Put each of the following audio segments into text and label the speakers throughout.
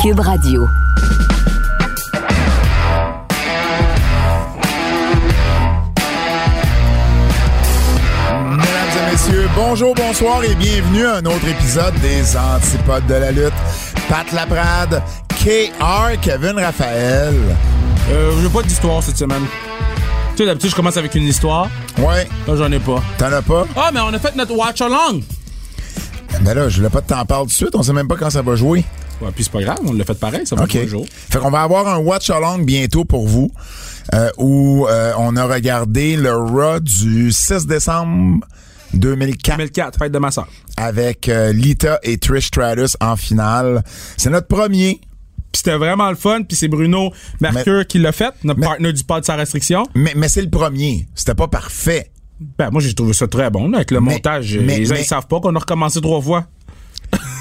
Speaker 1: Cube Radio.
Speaker 2: Mesdames et messieurs, bonjour, bonsoir et bienvenue à un autre épisode des Antipodes de la lutte. Pat Laprade, KR, Kevin Raphaël.
Speaker 3: Euh, j'ai pas d'histoire cette semaine. Tu sais, d'habitude, je commence avec une histoire.
Speaker 2: Ouais,
Speaker 3: Là, j'en ai pas.
Speaker 2: t'en as pas?
Speaker 3: Ah, mais on a fait notre watch along!
Speaker 2: Ben là, je voulais pas t'en parler tout de suite, on sait même pas quand ça va jouer.
Speaker 3: Ouais, puis c'est pas grave, on l'a fait pareil, ça va
Speaker 2: OK.
Speaker 3: être un jour.
Speaker 2: Fait qu'on va avoir un watch along bientôt pour vous euh, où euh, on a regardé le Raw du 6 décembre 2004
Speaker 3: 2004, fête de ma soeur.
Speaker 2: avec euh, Lita et Trish Stratus en finale. C'est notre premier,
Speaker 3: Puis c'était vraiment le fun, puis c'est Bruno Mercure qui l'a fait, notre partenaire du pod sans restriction.
Speaker 2: mais, mais c'est le premier. C'était pas parfait.
Speaker 3: Ben, moi, j'ai trouvé ça très bon, là, avec le montage.
Speaker 2: mais-
Speaker 3: les gens,
Speaker 2: mais-
Speaker 3: ils savent pas qu'on a recommencé trois fois.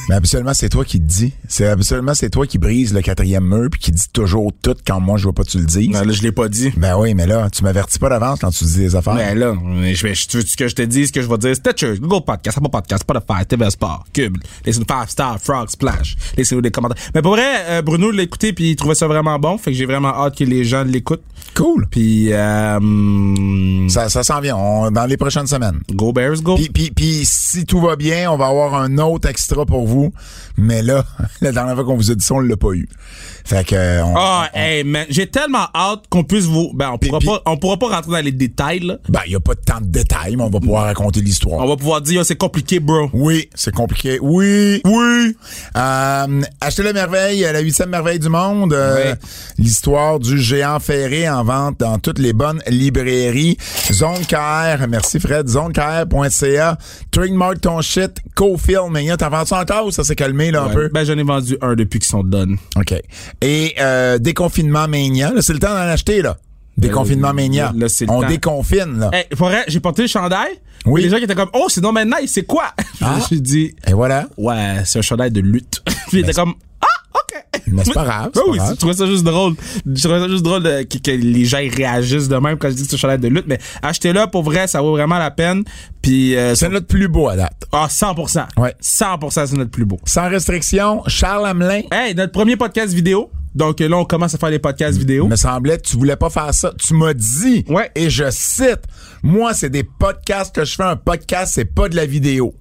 Speaker 2: Mais absolument, c'est toi qui te dis. C'est absolument, c'est toi qui brise le quatrième mur puis qui dit toujours tout quand moi je vois pas que tu le dis.
Speaker 3: Non, là, je l'ai pas dit.
Speaker 2: Ben oui, mais là, tu m'avertis pas d'avance quand tu dis des affaires.
Speaker 3: Ben là, mais je vais, je- tu veux que je te dise ce que je vais dire? Stitcher, Google Podcast, Apple Podcast, Spotify, TV Sport, Cube, laissez-nous 5 stars, Frog, Splash, laissez-nous des commentaires. Mais pour vrai, euh, Bruno l'a écouté puis il trouvait ça vraiment bon, fait que j'ai vraiment hâte que les gens l'écoutent.
Speaker 2: Cool.
Speaker 3: Puis, euh, hum,
Speaker 2: Ça, ça s'en vient on- dans les prochaines semaines.
Speaker 3: go Bears, go.
Speaker 2: Puis, puis, puis si tout va bien, on va avoir un autre extra pour vous. Mais là, la dernière fois qu'on vous a dit ça, on l'a pas eu. Fait que euh, on,
Speaker 3: Ah, hey, man, j'ai tellement hâte qu'on puisse vous, ben, on pourra
Speaker 2: puis-
Speaker 3: pas, on pourra pas rentrer dans les détails, là.
Speaker 2: ben il y a pas tant de détails, mais on va pouvoir raconter l'histoire.
Speaker 3: On va pouvoir dire, oh, c'est compliqué, bro.
Speaker 2: Oui, c'est compliqué. Oui, oui. Euh, achetez la merveille, euh, la huitième merveille du monde. euh,
Speaker 3: Oui.
Speaker 2: L'histoire du géant ferré en vente dans toutes les bonnes librairies. Zone KR, merci Fred. ZoneKR.ca. Trademark ton shit. Co-film. Mais t'en vends-tu encore ou ça s'est calmé là un peu?
Speaker 3: Ben, j'en ai vendu un depuis qu'ils sont done.
Speaker 2: OK. Et euh, déconfinement mania. Là, C'est le temps d'en acheter, là. Déconfinement mania.
Speaker 3: Euh, là, c'est le
Speaker 2: On
Speaker 3: temps.
Speaker 2: déconfine, là.
Speaker 3: Hey, pour vrai, j'ai porté le chandail.
Speaker 2: Oui.
Speaker 3: Et Les gens qui étaient comme, oh, c'est non, maintenant, c'est quoi? Puis
Speaker 2: Ah.
Speaker 3: Je me suis dit,
Speaker 2: Et voilà.
Speaker 3: ouais, c'est un chandail de lutte. Puis ils étaient comme, ah, OK.
Speaker 2: Mais c'est pas grave, c'est
Speaker 3: Ben
Speaker 2: pas
Speaker 3: oui,
Speaker 2: grave.
Speaker 3: je trouvais ça juste drôle. Je trouvais ça juste drôle de- que, que les gens ils réagissent de même quand je dis que c'est un chandail de lutte. Mais achetez-le, pour vrai, ça vaut vraiment la peine. Puis, euh,
Speaker 2: C'est notre plus beau à date.
Speaker 3: ah, 100%.
Speaker 2: Ouais.
Speaker 3: 100%, c'est notre plus beau.
Speaker 2: Sans restriction, Charles Hamelin.
Speaker 3: Hey, notre premier podcast vidéo. Donc euh, là, on commence à faire les podcasts vidéo.
Speaker 2: me semblait que tu voulais pas faire ça. Tu m'as dit,
Speaker 3: Ouais.
Speaker 2: et je cite, moi, c'est des podcasts que je fais. Un podcast, c'est pas de la vidéo.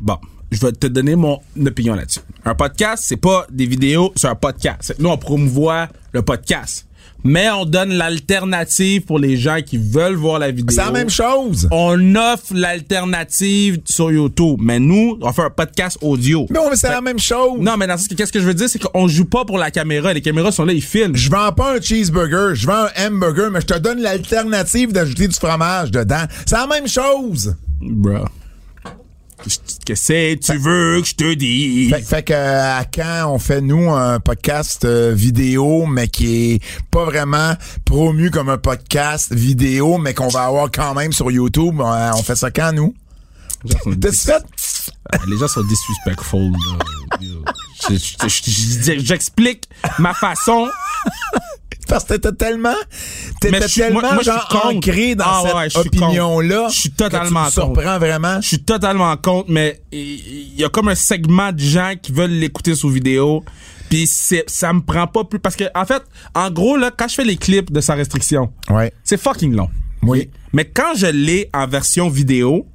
Speaker 3: Bon, je vais te donner mon opinion là-dessus. Un podcast, c'est pas des vidéos, c'est un podcast. Nous, on promouvoit le podcast. Mais on donne l'alternative pour les gens qui veulent voir la vidéo.
Speaker 2: C'est la même chose.
Speaker 3: On offre l'alternative sur YouTube. Mais nous, on fait un podcast audio.
Speaker 2: Non, mais c'est la même chose.
Speaker 3: Ben, Non, mais dans ce sens que qu'est-ce que je veux dire, c'est qu'on joue pas pour la caméra. Les caméras sont là, ils filment.
Speaker 2: Je vends pas un cheeseburger, je vends un hamburger, mais je te donne l'alternative d'ajouter du fromage dedans. C'est la même chose.
Speaker 3: Bro. Qu'est-ce que tu veux que je te dise?
Speaker 2: Fait, fait que euh, à quand on fait nous un podcast euh, vidéo, mais qui est pas vraiment promu comme un podcast vidéo, mais qu'on va avoir quand même sur YouTube, euh, on fait ça quand nous? T'es fait?
Speaker 3: Les gens sont disrespectful. là. Yo. Je- je- je- je- J'explique ma façon,
Speaker 2: Parce que t'étais tellement, t'étais
Speaker 3: mais je suis-
Speaker 2: tellement
Speaker 3: moi, moi, je suis
Speaker 2: genre
Speaker 3: contre.
Speaker 2: ancré dans
Speaker 3: Ah
Speaker 2: cette
Speaker 3: ouais, je suis
Speaker 2: opinion-là.
Speaker 3: contre. Je suis
Speaker 2: que
Speaker 3: totalement
Speaker 2: Tu me surprends vraiment.
Speaker 3: je suis totalement contre, mais il il y a comme un segment de gens qui veulent l'écouter sous vidéo. Puis c'est- ça me prend pas plus. Parce que, en fait, en gros, là, quand je fais les clips de sa restriction,
Speaker 2: Ouais.
Speaker 3: c'est fucking long.
Speaker 2: Oui.
Speaker 3: Mais quand je l'ai en version vidéo,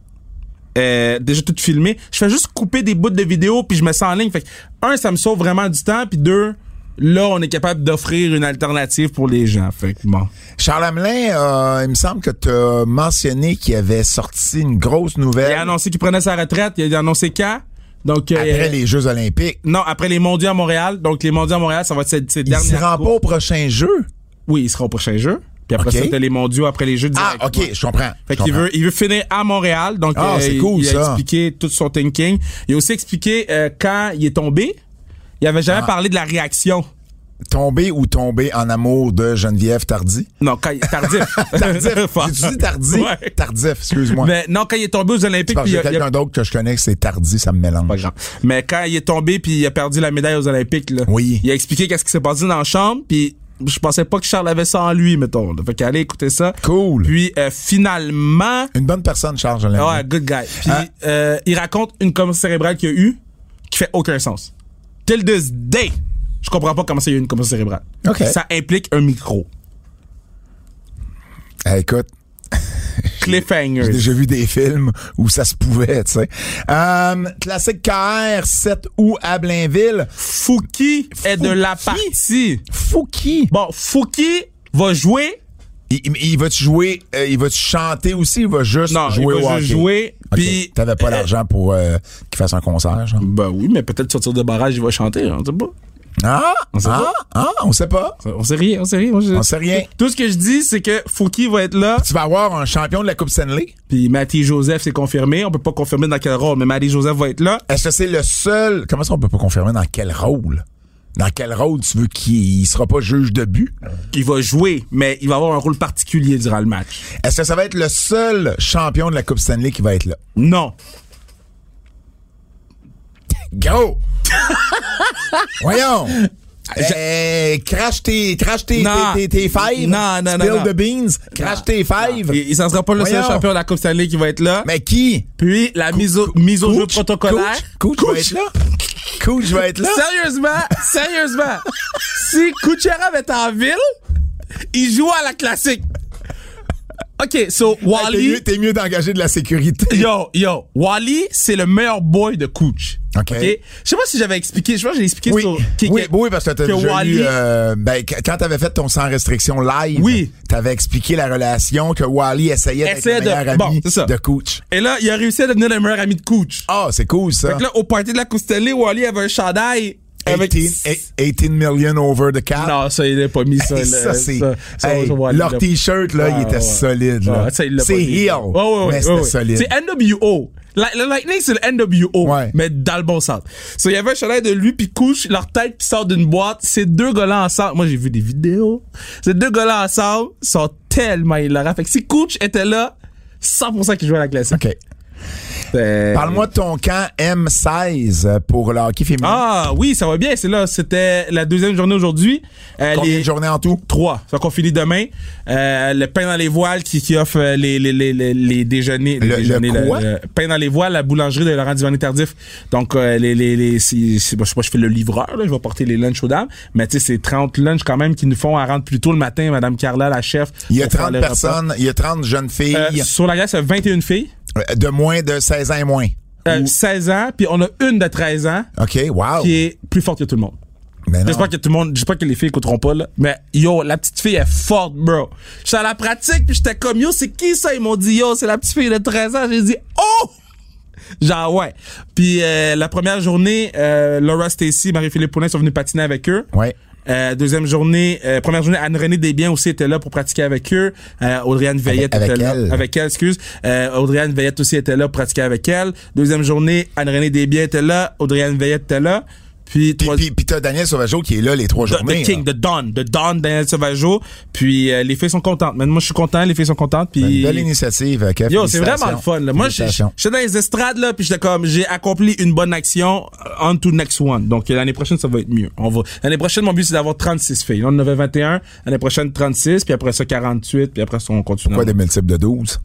Speaker 3: euh, déjà tout filmé, je fais juste couper des bouts de vidéo puis je me sens en ligne. Fait que, un, ça me sauve vraiment du temps, puis deux, là, on est capable d'offrir une alternative pour les gens. Fait que, bon.
Speaker 2: Charles Hamelin, euh, il me semble que t'as mentionné qu'il avait sorti une grosse
Speaker 3: Il
Speaker 2: nouvelle
Speaker 3: a annoncé qu'il prenait sa retraite, il a annoncé quand. Donc, euh,
Speaker 2: après les Jeux Olympiques.
Speaker 3: non, après les mondiaux à Montréal. Donc, les mondiaux à Montréal, ça va être cette, cette
Speaker 2: Il s'y
Speaker 3: dernière.
Speaker 2: rend pas
Speaker 3: course.
Speaker 2: au prochain jeu.
Speaker 3: Oui, il sera au prochain jeu. Puis après
Speaker 2: Ok.
Speaker 3: ça, t'as les mondiaux après les jeux
Speaker 2: Ah,
Speaker 3: direct.
Speaker 2: ok,
Speaker 3: Ouais.
Speaker 2: je comprends.
Speaker 3: Fait
Speaker 2: je
Speaker 3: qu'il
Speaker 2: comprends.
Speaker 3: veut, il veut finir à Montréal. Donc, euh,
Speaker 2: Ah, c'est
Speaker 3: il,
Speaker 2: cool,
Speaker 3: il a
Speaker 2: ça.
Speaker 3: expliqué tout son thinking. Il a aussi expliqué euh, quand il est tombé. Il avait
Speaker 2: Ah.
Speaker 3: jamais parlé de la réaction.
Speaker 2: Tomber ou tomber en amour de Geneviève Tardy?
Speaker 3: Non, quand il tardif.
Speaker 2: Tardif.
Speaker 3: Fuck.
Speaker 2: tu dis Tardy?
Speaker 3: Ouais.
Speaker 2: Tardif, excuse-moi.
Speaker 3: Mais non, quand il est tombé aux Olympiques,
Speaker 2: Parce
Speaker 3: puis
Speaker 2: que
Speaker 3: il a, il a-
Speaker 2: quelqu'un d'autre que je connais, c'est Tardy, ça me
Speaker 3: pas
Speaker 2: mélange.
Speaker 3: grave. Mais quand il est tombé puis il a perdu la médaille aux Olympiques, là,
Speaker 2: Oui.
Speaker 3: il a expliqué qu'est-ce qui s'est passé dans la chambre puis je pensais pas que Charles avait ça en lui, mettons. là. Fait qu'allez écouter ça.
Speaker 2: Cool.
Speaker 3: Puis euh, finalement,
Speaker 2: Une bonne personne, Charles Hamelin.
Speaker 3: ouais, good guy. Puis
Speaker 2: Ah.
Speaker 3: euh, il raconte une commotion cérébrale qu'il a eue qui fait aucun sens. Till this day. Je comprends pas comment ça, il y a une commotion cérébrale.
Speaker 2: OK.
Speaker 3: Ça implique un micro.
Speaker 2: Eh, écoute,
Speaker 3: Cliffhanger.
Speaker 2: j'ai déjà vu des films où ça se pouvait, tu sais. Euh, classique KR, 7 août à Blainville.
Speaker 3: Fouki est de la
Speaker 2: Fouki?
Speaker 3: partie.
Speaker 2: Fouki.
Speaker 3: Bon, Fouki va jouer.
Speaker 2: Il, il- il va-tu jouer, euh, il va-tu chanter aussi, il va juste
Speaker 3: Non,
Speaker 2: jouer
Speaker 3: il
Speaker 2: au
Speaker 3: va
Speaker 2: hockey?
Speaker 3: juste jouer.
Speaker 2: Ok,
Speaker 3: Puis.
Speaker 2: T'avais pas l'argent pour euh, qu'il fasse un concert, genre?
Speaker 3: Ben oui, mais peut-être sortir de barrage, il va chanter. On sait pas.
Speaker 2: Ah!
Speaker 3: sait
Speaker 2: Ah! Ah! On sait pas.
Speaker 3: On sait rien, on sait rien. Moi, je-
Speaker 2: On sait rien.
Speaker 3: Tout ce que je dis, c'est que Fouki va être là.
Speaker 2: Tu vas avoir un champion de la Coupe Stanley?
Speaker 3: Puis Mathieu Joseph, c'est confirmé. On peut pas confirmer dans quel rôle, mais Mathieu Joseph va être là.
Speaker 2: Est-ce que c'est le seul. Comment ça, on peut pas confirmer dans quel rôle? Dans quel rôle tu veux qu'il il sera pas juge de but?
Speaker 3: Il va jouer, mais il va avoir un rôle particulier durant le match.
Speaker 2: Est-ce que ça va être le seul champion de la Coupe Stanley qui va être là?
Speaker 3: Non.
Speaker 2: Go! Voyons! Eh, crash tes, crash tes,
Speaker 3: Non.
Speaker 2: tes, tes, tes fives.
Speaker 3: Non, non, non,
Speaker 2: Spill
Speaker 3: non.
Speaker 2: the beans. Crash tes fives.
Speaker 3: Il, il s'en sera pas le seul
Speaker 2: Voyons.
Speaker 3: champion de la Coupe Stanley qui va être là.
Speaker 2: Mais qui?
Speaker 3: Puis la mise au, mise au jeu protocolaire.
Speaker 2: Coach, coach, va être là. Coach va être là.
Speaker 3: Sérieusement, sérieusement, si Kucherov est en ville, il joue à la classique. OK, so
Speaker 2: T'es
Speaker 3: Wally...
Speaker 2: mieux, t'es mieux d'engager de la sécurité.
Speaker 3: Yo, yo, Wally, c'est le meilleur boy de Cooch.
Speaker 2: OK.
Speaker 3: Je sais pas si j'avais expliqué, je pense que j'ai expliqué
Speaker 2: Oui,
Speaker 3: sur...
Speaker 2: oui,
Speaker 3: que-
Speaker 2: oui, parce que t'as
Speaker 3: que
Speaker 2: déjà
Speaker 3: Wally-
Speaker 2: eu, euh, ben, qu- quand t'avais fait ton sans restriction live,
Speaker 3: Oui.
Speaker 2: t'avais expliqué la relation que Wally essayait d'être
Speaker 3: Essayait
Speaker 2: le meilleur
Speaker 3: de-
Speaker 2: ami
Speaker 3: bon, c'est ça.
Speaker 2: de coach.
Speaker 3: Et là, il a réussi à devenir le meilleur ami de Cooch.
Speaker 2: Ah, c'est cool ça.
Speaker 3: Fait que là, au party de la Coustellée, Wally avait un chandail avec...
Speaker 2: 18, eight- 18 million over the cap.
Speaker 3: Non, ça, il a pas mis ça.
Speaker 2: Hey,
Speaker 3: là,
Speaker 2: ça, c'est.
Speaker 3: ça,
Speaker 2: hey,
Speaker 3: ça, Wally,
Speaker 2: leur
Speaker 3: là.
Speaker 2: t-shirt, là, il
Speaker 3: Ah,
Speaker 2: était
Speaker 3: ouais.
Speaker 2: solide. là.
Speaker 3: Ah, ça, il l'a
Speaker 2: c'est
Speaker 3: pas dit.
Speaker 2: heel.
Speaker 3: Ouais, ouais, ouais,
Speaker 2: mais c'était
Speaker 3: ouais, ouais.
Speaker 2: solide.
Speaker 3: C'est NWO. La- le Lightning, c'est le NWO,
Speaker 2: Ouais.
Speaker 3: mais dans le bon sens. So, il y avait un chandail de lui, puis couche, leur tête qui sort d'une boîte. Ces deux gars-là ensemble, moi j'ai vu des vidéos. Ces deux gars-là ensemble sont tellement hilarants. Fait que si Couch était là, 100% qu'il jouait à la classique.
Speaker 2: OK.
Speaker 3: Euh,
Speaker 2: Parle-moi de ton camp M16 pour le hockey féminin.
Speaker 3: Ah oui, ça va bien. C'est là, c'était la deuxième journée aujourd'hui. Euh,
Speaker 2: Combien
Speaker 3: les-
Speaker 2: de journées en tout?
Speaker 3: Trois. Ça qu'on finit demain. Euh, le pain dans les voiles qui, qui offre euh, les, les, les, les, les déjeuners. les
Speaker 2: Le- le
Speaker 3: déjeuners,
Speaker 2: quoi?
Speaker 3: pain dans les voiles, la boulangerie de Laurent Duvernay Tardif. Donc, euh, les, les, les, si- si- moi, je sais pas, je fais le livreur, là, je vais porter les lunchs aux dames. Mais tu sais, c'est 30 lunchs quand même qui nous font à rendre plus tôt le matin, Madame Carla, la chef.
Speaker 2: Il y a
Speaker 3: pour faire
Speaker 2: 30
Speaker 3: les repas.
Speaker 2: personnes, il y a 30 jeunes filles
Speaker 3: Euh, sur la glace, il y a 21 filles.
Speaker 2: euh, de moins de 16 ans et moins.
Speaker 3: euh, 16 ans, puis on a une de 13 ans
Speaker 2: OK, wow.
Speaker 3: qui est plus forte que tout le monde.
Speaker 2: Mais non.
Speaker 3: J'espère que tout le monde, j'espère que les filles écouteront pas, là. Mais yo, la petite fille est forte, bro. J'étais à la pratique, puis j'étais comme yo, c'est qui ça? Ils m'ont dit yo, c'est la petite fille de 13 ans. J'ai dit oh! Genre, ouais. Puis euh, la première journée, euh, Laura Stacy, Marie-Philippe Poulin sont venus patiner avec eux.
Speaker 2: Ouais.
Speaker 3: Euh, deuxième journée, euh, première journée, Anne-Renée Desbiens aussi était là pour pratiquer avec eux. Euh, Audriane Veillette
Speaker 2: Avec-
Speaker 3: était
Speaker 2: avec elle.
Speaker 3: là. Avec elle, excuse. Euh, Audriane Veillette aussi était là pour pratiquer avec elle. Deuxième journée, Anne-Renée Desbiens était là. Audriane Veillette était là. Puis,
Speaker 2: Puis,
Speaker 3: trois-
Speaker 2: puis, puis t'as Daniel Sauvageau qui est là les trois
Speaker 3: The-
Speaker 2: journées.
Speaker 3: The King,
Speaker 2: là.
Speaker 3: The Don, The Don Daniel Sauvageau. Puis euh, les filles sont contentes. Maintenant, moi, je suis content, les filles sont contentes.
Speaker 2: Ben, Une
Speaker 3: Puis
Speaker 2: belle initiative, euh, Kev.
Speaker 3: Yo, c'est
Speaker 2: Félicitations.
Speaker 3: vraiment le fun. Là. Moi, j'ai-
Speaker 2: Félicitations.
Speaker 3: j'étais dans les estrades là, puis j'étais comme, j'ai accompli une bonne action. euh, On to next one. Donc euh, l'année prochaine, ça va être mieux. On va. L'année prochaine, mon but c'est d'avoir 36 filles. Là, on en avait 21. L'année prochaine, 36. Puis après ça, 48. Puis après ça, on continue.
Speaker 2: Quoi des multiples de 12?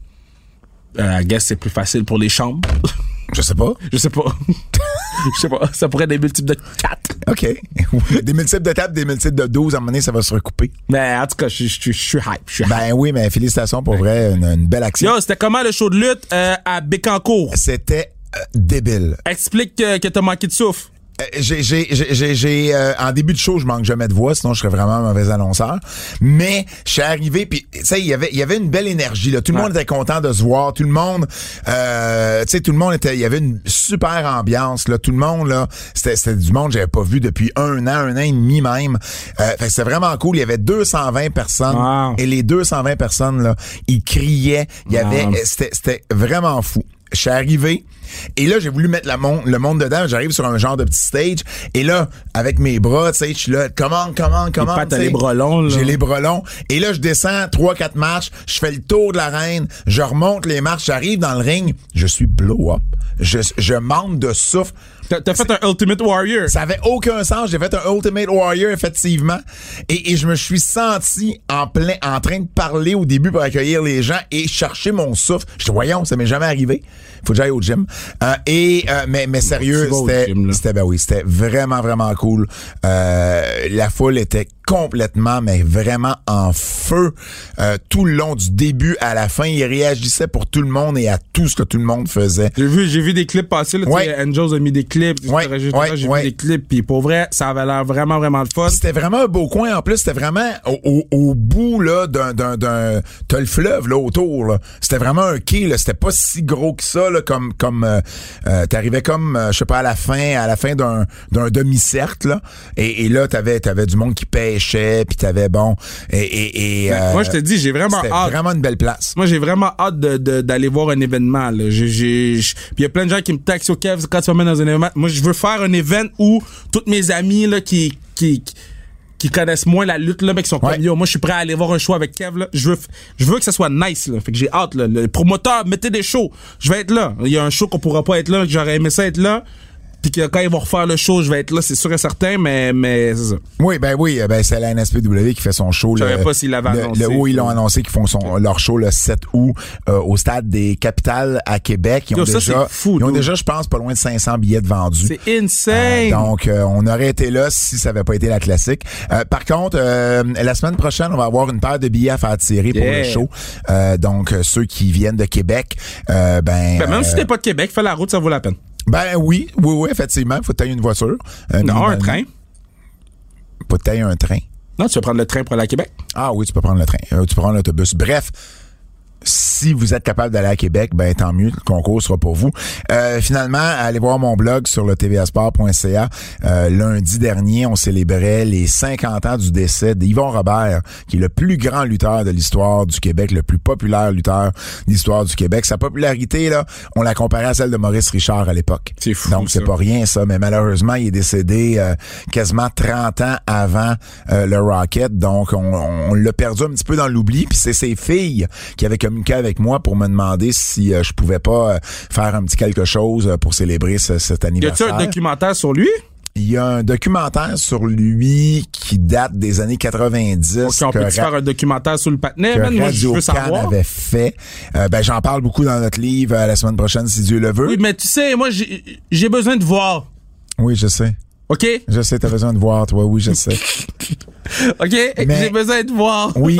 Speaker 3: Euh, I guess c'est plus facile pour les chambres.
Speaker 2: Je sais pas.
Speaker 3: Je sais pas. Je sais pas. Ça pourrait être des multiples de 4.
Speaker 2: OK. des multiples de table, des multiples de 12, à un moment donné, ça va se recouper.
Speaker 3: Mais en tout cas, je je- je- je suis hype. Je suis hype.
Speaker 2: Ben oui, mais félicitations pour vrai, une, une belle action.
Speaker 3: Yo, c'était comment le show de lutte euh, à Bécancourt?
Speaker 2: C'était euh, débile.
Speaker 3: Explique que, que t'as manqué de souffle.
Speaker 2: Euh, j'ai, j'ai, j'ai, j'ai- j'ai, euh, en début de show, je manque jamais de voix, sinon je serais vraiment un mauvais annonceur. Mais je suis arrivé, puis tu sais, il y avait, il y avait une belle énergie. Là. Tout le
Speaker 3: Ouais.
Speaker 2: monde était content de se voir. Tout le monde, euh, tu sais, tout le monde était, il y avait une super ambiance. Là, tout le monde là, c'était, c'était du monde que j'avais pas vu depuis un an, un an et demi même. Euh, fait que c'était vraiment cool. Il y avait 220 personnes
Speaker 3: Wow.
Speaker 2: et les 220 personnes là, ils criaient. Il y avait, euh,
Speaker 3: Wow.
Speaker 2: c'était, c'était vraiment fou. Je suis arrivé et là j'ai voulu mettre la mon- le monde dedans. J'arrive sur un genre de petit stage et là avec mes bras, tu sais, je suis là, comment, comment, comment.
Speaker 3: pattes,
Speaker 2: tu sais.
Speaker 3: les bras longs, là.
Speaker 2: J'ai les bras longs et là je descends trois quatre marches, je fais le tour de l'arène, je remonte les marches, j'arrive dans le ring, je suis blow up, je, je manque de souffle.
Speaker 3: T'as t'as fait un Ultimate Warrior.
Speaker 2: Ça avait aucun sens. J'ai fait un Ultimate Warrior, effectivement. Et, et je me suis senti en plein, en train de parler au début pour accueillir les gens et chercher mon souffle. Je dis, voyons, ça m'est jamais arrivé. Faut que j'aille au gym. Euh, et, euh, mais, mais sérieux,
Speaker 3: Tu vas au
Speaker 2: c'était,
Speaker 3: gym, là.
Speaker 2: c'était, ben oui, c'était vraiment, vraiment cool. Euh, la foule était complètement, mais vraiment en feu euh, tout le long du début à la fin. Ils réagissaient pour tout le monde et à tout ce que tout le monde faisait.
Speaker 3: J'ai vu, j'ai vu des clips passer, là, tu
Speaker 2: Ouais.
Speaker 3: sais, Angels a mis des clips,
Speaker 2: Ouais,
Speaker 3: etc., etc.,
Speaker 2: ouais,
Speaker 3: j'ai
Speaker 2: ouais.
Speaker 3: vu des clips, puis pour vrai, ça avait l'air vraiment, vraiment le fun.
Speaker 2: Puis C'était vraiment un beau coin en plus. C'était vraiment au, au- au bout là d'un d'un d'un t'as le fleuve là autour. là. C'était vraiment un quai. Là. C'était pas si gros que ça là, comme comme euh, euh, t'arrivais comme euh, je sais pas à la fin à la fin d'un d'un demi cercle là. Et, et là t'avais t'avais du monde qui pêchait puis t'avais bon et et, et, euh,
Speaker 3: Moi, je te dis, j'ai vraiment
Speaker 2: c'était
Speaker 3: hâte.
Speaker 2: vraiment une belle place.
Speaker 3: Moi, j'ai vraiment hâte de- de- d'aller voir un événement. là. J'ai- j'ai- j'- Puis il y a plein de gens qui me taxent au Kev quand tu m'amènes dans un événement. Moi, je veux faire un événement où toutes mes amis là, qui, qui, qui connaissent moins la lutte, là, mais qui sont
Speaker 2: Ouais.
Speaker 3: comme yo, moi, je suis prêt à aller voir un show avec Kev. Là. Je, veux, f- je veux que ça soit nice. Là. Fait que j'ai hâte. Là. Le promoteur, mettez des shows. Je vais être là. Il y a un show qu'on pourra pas être là, que j'aurais aimé ça être là. Puis que quand ils vont refaire le show, je vais être là, c'est sûr et certain, mais, mais c'est ça.
Speaker 2: Oui, ben oui, euh, ben c'est la NSPW qui fait son show.
Speaker 3: Je
Speaker 2: le-
Speaker 3: savais pas s'ils l'avaient
Speaker 2: le-
Speaker 3: annoncé. euh.
Speaker 2: Le haut, ils l'ont annoncé qu'ils font son, leur show le 7 août euh, au stade des Capitales à Québec. Ils ont
Speaker 3: Yo, ça,
Speaker 2: déjà,
Speaker 3: c'est fou,
Speaker 2: ils ont
Speaker 3: dude.
Speaker 2: déjà, je pense, pas loin de 500 billets de vendus.
Speaker 3: c'est insane.
Speaker 2: Euh, donc, euh, on aurait été là si ça avait pas été la classique. Euh, par contre, euh, la semaine prochaine, on va avoir une paire de billets à faire tirer pour
Speaker 3: Yeah.
Speaker 2: le show. Euh, donc, euh, ceux qui viennent de Québec, euh, ben,
Speaker 3: Ben, même si
Speaker 2: euh,
Speaker 3: t'es pas de Québec, fais la route, ça vaut la peine.
Speaker 2: ben oui, oui, oui, effectivement, faut tailler une voiture. Euh,
Speaker 3: Non, un
Speaker 2: minimalement.
Speaker 3: train.
Speaker 2: Faut tailler un train.
Speaker 3: Non, tu vas prendre le train pour aller à Québec.
Speaker 2: Ah oui, tu peux prendre le train, euh, tu peux prendre l'autobus. Bref, si vous êtes capable d'aller à Québec, ben tant mieux, le concours sera pour vous. Euh, finalement, allez voir mon blog sur le tvasport.ca. Euh, lundi dernier, on célébrait les 50 ans du décès d'Yvon Robert, qui est le plus grand lutteur de l'histoire du Québec, le plus populaire lutteur de l'histoire du Québec. Sa popularité, là, on la comparait à celle de Maurice Richard à l'époque.
Speaker 3: C'est fou,
Speaker 2: Donc, c'est
Speaker 3: ça.
Speaker 2: pas rien, ça. Mais malheureusement, il est décédé euh, quasiment 30 ans avant euh, le Rocket. Donc, on, on l'a perdu un petit peu dans l'oubli. Puis c'est ses filles qui avaient communiqué avec moi pour me demander si euh, je pouvais pas euh, faire un petit quelque chose euh, pour célébrer ce- cet
Speaker 3: Y a-tu
Speaker 2: anniversaire.
Speaker 3: un documentaire sur lui?
Speaker 2: Il y a un documentaire sur lui qui date des années 90.
Speaker 3: Ok, on
Speaker 2: que
Speaker 3: peut-tu
Speaker 2: Ra-
Speaker 3: faire un documentaire sur le patinet,
Speaker 2: que
Speaker 3: man? Moi, je
Speaker 2: Radio
Speaker 3: veux
Speaker 2: Can
Speaker 3: savoir.
Speaker 2: avait fait. Euh, ben, j'en parle beaucoup dans notre livre euh, la semaine prochaine, si Dieu le veut.
Speaker 3: Oui, mais tu sais, moi, j'ai j'ai besoin de voir.
Speaker 2: oui je sais.
Speaker 3: OK?
Speaker 2: Je sais, t'as besoin de voir, toi. Oui, je sais.
Speaker 3: OK?
Speaker 2: Mais-
Speaker 3: J'ai besoin de voir.
Speaker 2: Oui.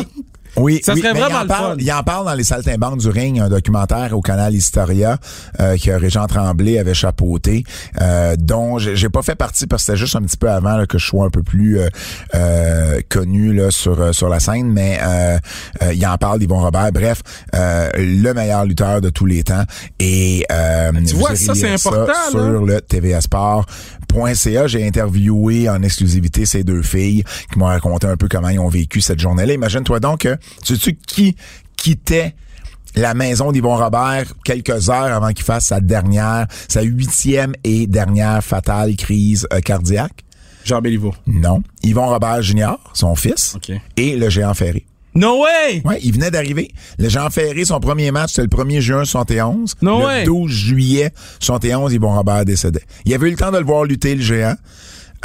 Speaker 2: Oui,
Speaker 3: Ça
Speaker 2: oui,
Speaker 3: serait
Speaker 2: mais
Speaker 3: vraiment
Speaker 2: il en
Speaker 3: le
Speaker 2: parle,
Speaker 3: fun.
Speaker 2: Il en parle dans Les Saltimbanques du Ring, un documentaire au canal Historia euh, que Régent Tremblay avait chapeauté, euh, dont j'ai j'ai pas fait partie parce que c'était juste un petit peu avant là, que je sois un peu plus euh, euh, connu là, sur, euh, sur la scène, mais euh, euh, il en parle d'Yvon Robert. Bref, euh, le meilleur lutteur de tous les temps. Et euh,
Speaker 3: Tu
Speaker 2: vous
Speaker 3: vois,
Speaker 2: irez
Speaker 3: ça, c'est
Speaker 2: lire
Speaker 3: important, là.
Speaker 2: sur sur le tvasport.ca. J'ai interviewé en exclusivité ces deux filles qui m'ont raconté un peu comment ils ont vécu cette journée-là. Imagine-toi donc, euh, sais-tu qui quittait la maison d'Yvon Robert quelques heures avant qu'il fasse sa dernière, sa huitième et dernière fatale crise euh, cardiaque?
Speaker 3: Jean Béliveau.
Speaker 2: Non. Yvon Robert Jr., son fils,
Speaker 3: OK.
Speaker 2: et le géant ferré.
Speaker 3: No way!
Speaker 2: Ouais, il venait d'arriver. Le Jean Ferré, son premier match, c'était le 1er juin 71.
Speaker 3: Non
Speaker 2: le
Speaker 3: way.
Speaker 2: 12 juillet 71, Yvon Robert décédait. Il avait eu le temps de le voir lutter, le géant.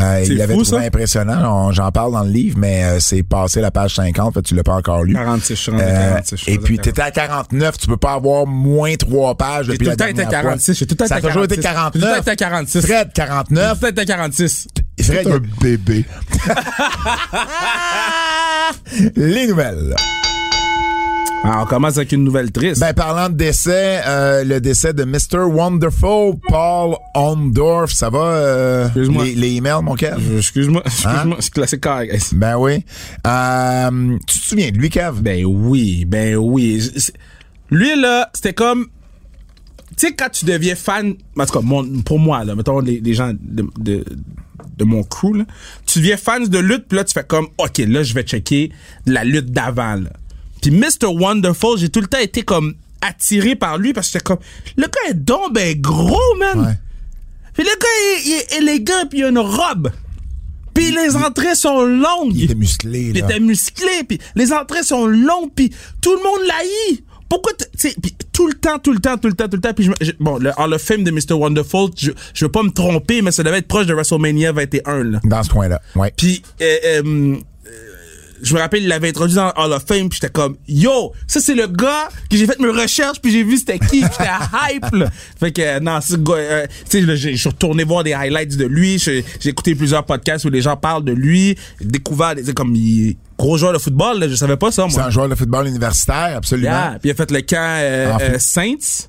Speaker 2: Euh, il l'avait
Speaker 3: fou,
Speaker 2: trouvé
Speaker 3: ça.
Speaker 2: impressionnant. On- J'en parle dans le livre, mais euh, c'est passé la page 50, fait que tu l'as pas encore lu.
Speaker 3: 46, je suis rendu à
Speaker 2: Euh,
Speaker 3: 46. je suis
Speaker 2: et
Speaker 3: rendu à
Speaker 2: puis,
Speaker 3: 46.
Speaker 2: t'étais à 49, tu peux pas avoir moins trois pages depuis
Speaker 3: J'ai tout
Speaker 2: la
Speaker 3: le temps été
Speaker 2: dernière
Speaker 3: à
Speaker 2: fois.
Speaker 3: 46. J'ai tout le temps été
Speaker 2: Ça a
Speaker 3: à
Speaker 2: toujours été
Speaker 3: 46. J'ai tout le
Speaker 2: 49.
Speaker 3: temps été à 46.
Speaker 2: Fred, 49.
Speaker 3: Peut-être à 46.
Speaker 2: Fred, il y a-
Speaker 1: bébé.
Speaker 2: les nouvelles.
Speaker 3: Ah, on commence avec une nouvelle triste.
Speaker 2: Ben, parlant de décès, euh, le décès de Mr. Wonderful, Paul Ondorf. Ça va, euh,
Speaker 3: Excuse-moi.
Speaker 2: les, les emails, mon cœur?
Speaker 3: Euh,
Speaker 2: hein?
Speaker 3: excuse-moi, excuse-moi, c'est classique. ah, guys.
Speaker 2: Ben oui. Euh, tu te souviens de lui, Kev?
Speaker 3: Ben oui, ben oui. Je- c'est- Lui, là, c'était comme. Tu sais, quand tu deviens fan. En tout cas, mon- pour moi, là, mettons les, les gens de, de, de mon crew, là, tu deviens fan de lutte, puis là, tu fais comme, OK, là, je vais checker la lutte d'avant, là. Puis Mr. Wonderful, j'ai tout le temps été comme attiré par lui parce que j'étais comme, le gars est donc ben gros, man.
Speaker 2: Ouais.
Speaker 3: Puis le gars, il, il est élégant, puis il a une robe. Puis les entrées sont longues.
Speaker 2: Il était musclé,
Speaker 3: Puis il
Speaker 2: là.
Speaker 3: était musclé, puis les entrées sont longues, puis tout le monde l'haït. pourquoi t- tu sais puis tout le temps tout le temps tout le temps tout le temps puis je, me- je- bon le Hall of Fame de Mr Wonderful je, je veux pas me tromper mais ça devait être proche de WrestleMania 21 là.
Speaker 2: Dans ce coin-là. Ouais.
Speaker 3: Puis euh, euh, euh, je me rappelle, il l'avait introduit dans Hall of Fame, puis j'étais comme yo, ça c'est le gars que j'ai fait mes recherches, puis j'ai vu c'était qui, puis j'étais hype. Là. Fait que euh, non, ce gars, euh, tu sais, là, j'ai- je suis retourné voir des highlights de lui, j'ai j'ai écouté plusieurs podcasts où les gens parlent de lui, découvert des comme il, gros joueur de football, là, je savais pas ça
Speaker 2: C'est
Speaker 3: moi.
Speaker 2: un joueur de football universitaire, absolument.
Speaker 3: Yeah. Puis il a fait le camp euh,
Speaker 2: En fait-
Speaker 3: euh, Saints.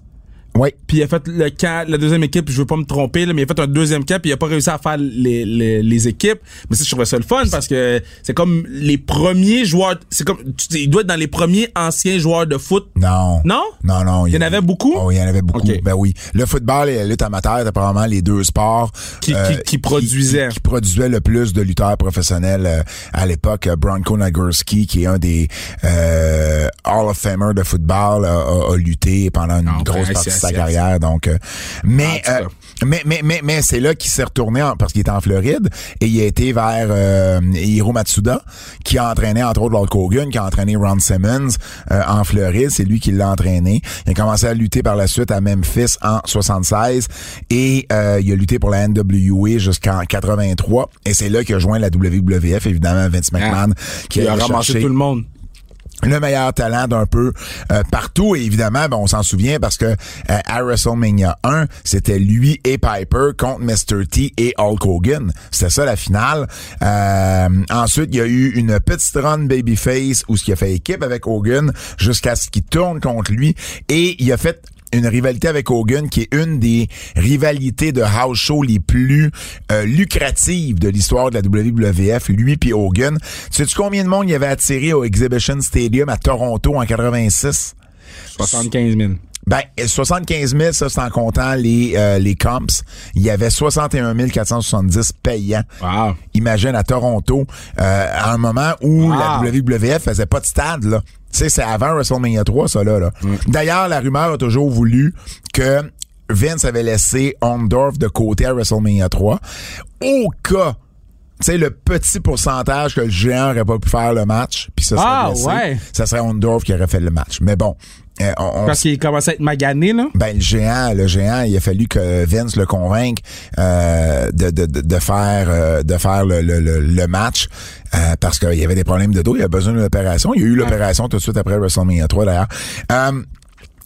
Speaker 2: Oui.
Speaker 3: Puis il a fait le camp, la deuxième équipe, je veux pas me tromper, là, mais il a fait un deuxième camp, puis il a pas réussi à faire les, les, les équipes. Mais ça, je trouvais ça le fun parce que c'est comme les premiers joueurs. C'est comme. tu- Il doit être dans les premiers anciens joueurs de foot.
Speaker 2: Non.
Speaker 3: Non?
Speaker 2: Non, non.
Speaker 3: Il y en avait beaucoup?
Speaker 2: Oh, il y en avait beaucoup.
Speaker 3: Ok.
Speaker 2: Ben oui. Le football et la lutte amateur étaient probablement les deux sports euh,
Speaker 3: Qui- qui- qui produisaient.
Speaker 2: Qui, qui produisaient le plus de lutteurs professionnels euh, à l'époque. Euh, Bronco Nagurski, qui est un des euh, Hall of Famer de football, a, a- a lutté pendant une
Speaker 3: Ah,
Speaker 2: grosse
Speaker 3: ouais,
Speaker 2: partie de
Speaker 3: c'est-
Speaker 2: sa
Speaker 3: c'est-
Speaker 2: carrière. Donc, euh, mais,
Speaker 3: Ah, en tout
Speaker 2: euh, mais, mais, mais, mais c'est là qu'il s'est retourné en- parce qu'il était en Floride et il a été vers euh, Hiro Matsuda qui a entraîné entre autres Hulk Hogan, qui a entraîné Ron Simmons euh, en Floride. C'est lui qui l'a entraîné. Il a commencé à lutter par la suite à Memphis en 76 et euh, il a lutté pour la NWA jusqu'en 83 et c'est là qu'il a joint la WWF évidemment Vince McMahon qui
Speaker 3: Ah. Il a
Speaker 2: allait
Speaker 3: ramassé
Speaker 2: chercher-
Speaker 3: tout le monde.
Speaker 2: le meilleur talent d'un peu euh, partout. Et évidemment, ben, on s'en souvient parce que euh, à WrestleMania 1, c'était lui et Piper contre Mr. T et Hulk Hogan. C'était ça la finale. Euh, ensuite, il y a eu une petite run babyface où ce qu'il a fait équipe avec Hogan jusqu'à ce qu'il tourne contre lui. Et il a fait une rivalité avec Hogan qui est une des rivalités de house show les plus euh, lucratives de l'histoire de la WWF, lui puis Hogan. Tu sais combien de monde il avait attiré au Exhibition Stadium à Toronto en 86?
Speaker 3: 75 000.
Speaker 2: Ben, 75 000, ça, c'est en comptant les, euh, les comps. Il y avait 61 470 payants.
Speaker 3: Wow.
Speaker 2: Euh, Imagine à Toronto, euh, à un moment où
Speaker 3: Ah.
Speaker 2: la WWF faisait pas de stade, là. Tu sais, c'est avant WrestleMania 3, ça, là. là.
Speaker 3: Mm.
Speaker 2: D'ailleurs, la rumeur a toujours voulu que Vince avait laissé Ondorf de côté à WrestleMania 3 au cas, tu sais, le petit pourcentage que le géant aurait pas pu faire le match, puis ça serait
Speaker 3: Ah,
Speaker 2: blessé,
Speaker 3: ouais.
Speaker 2: ça serait Ondorf qui aurait fait le match. Mais bon, euh, on, on
Speaker 3: Parce qu'il commençait à être magané, là.
Speaker 2: ben, le géant, le géant, il a fallu que Vince le convainque euh, de, de, de, de faire euh, de faire le, le, le, le match euh, parce qu'il y avait des problèmes de dos, il a besoin d'une opération. Il y a eu l'opération tout de suite après WrestleMania 3 d'ailleurs. Euh,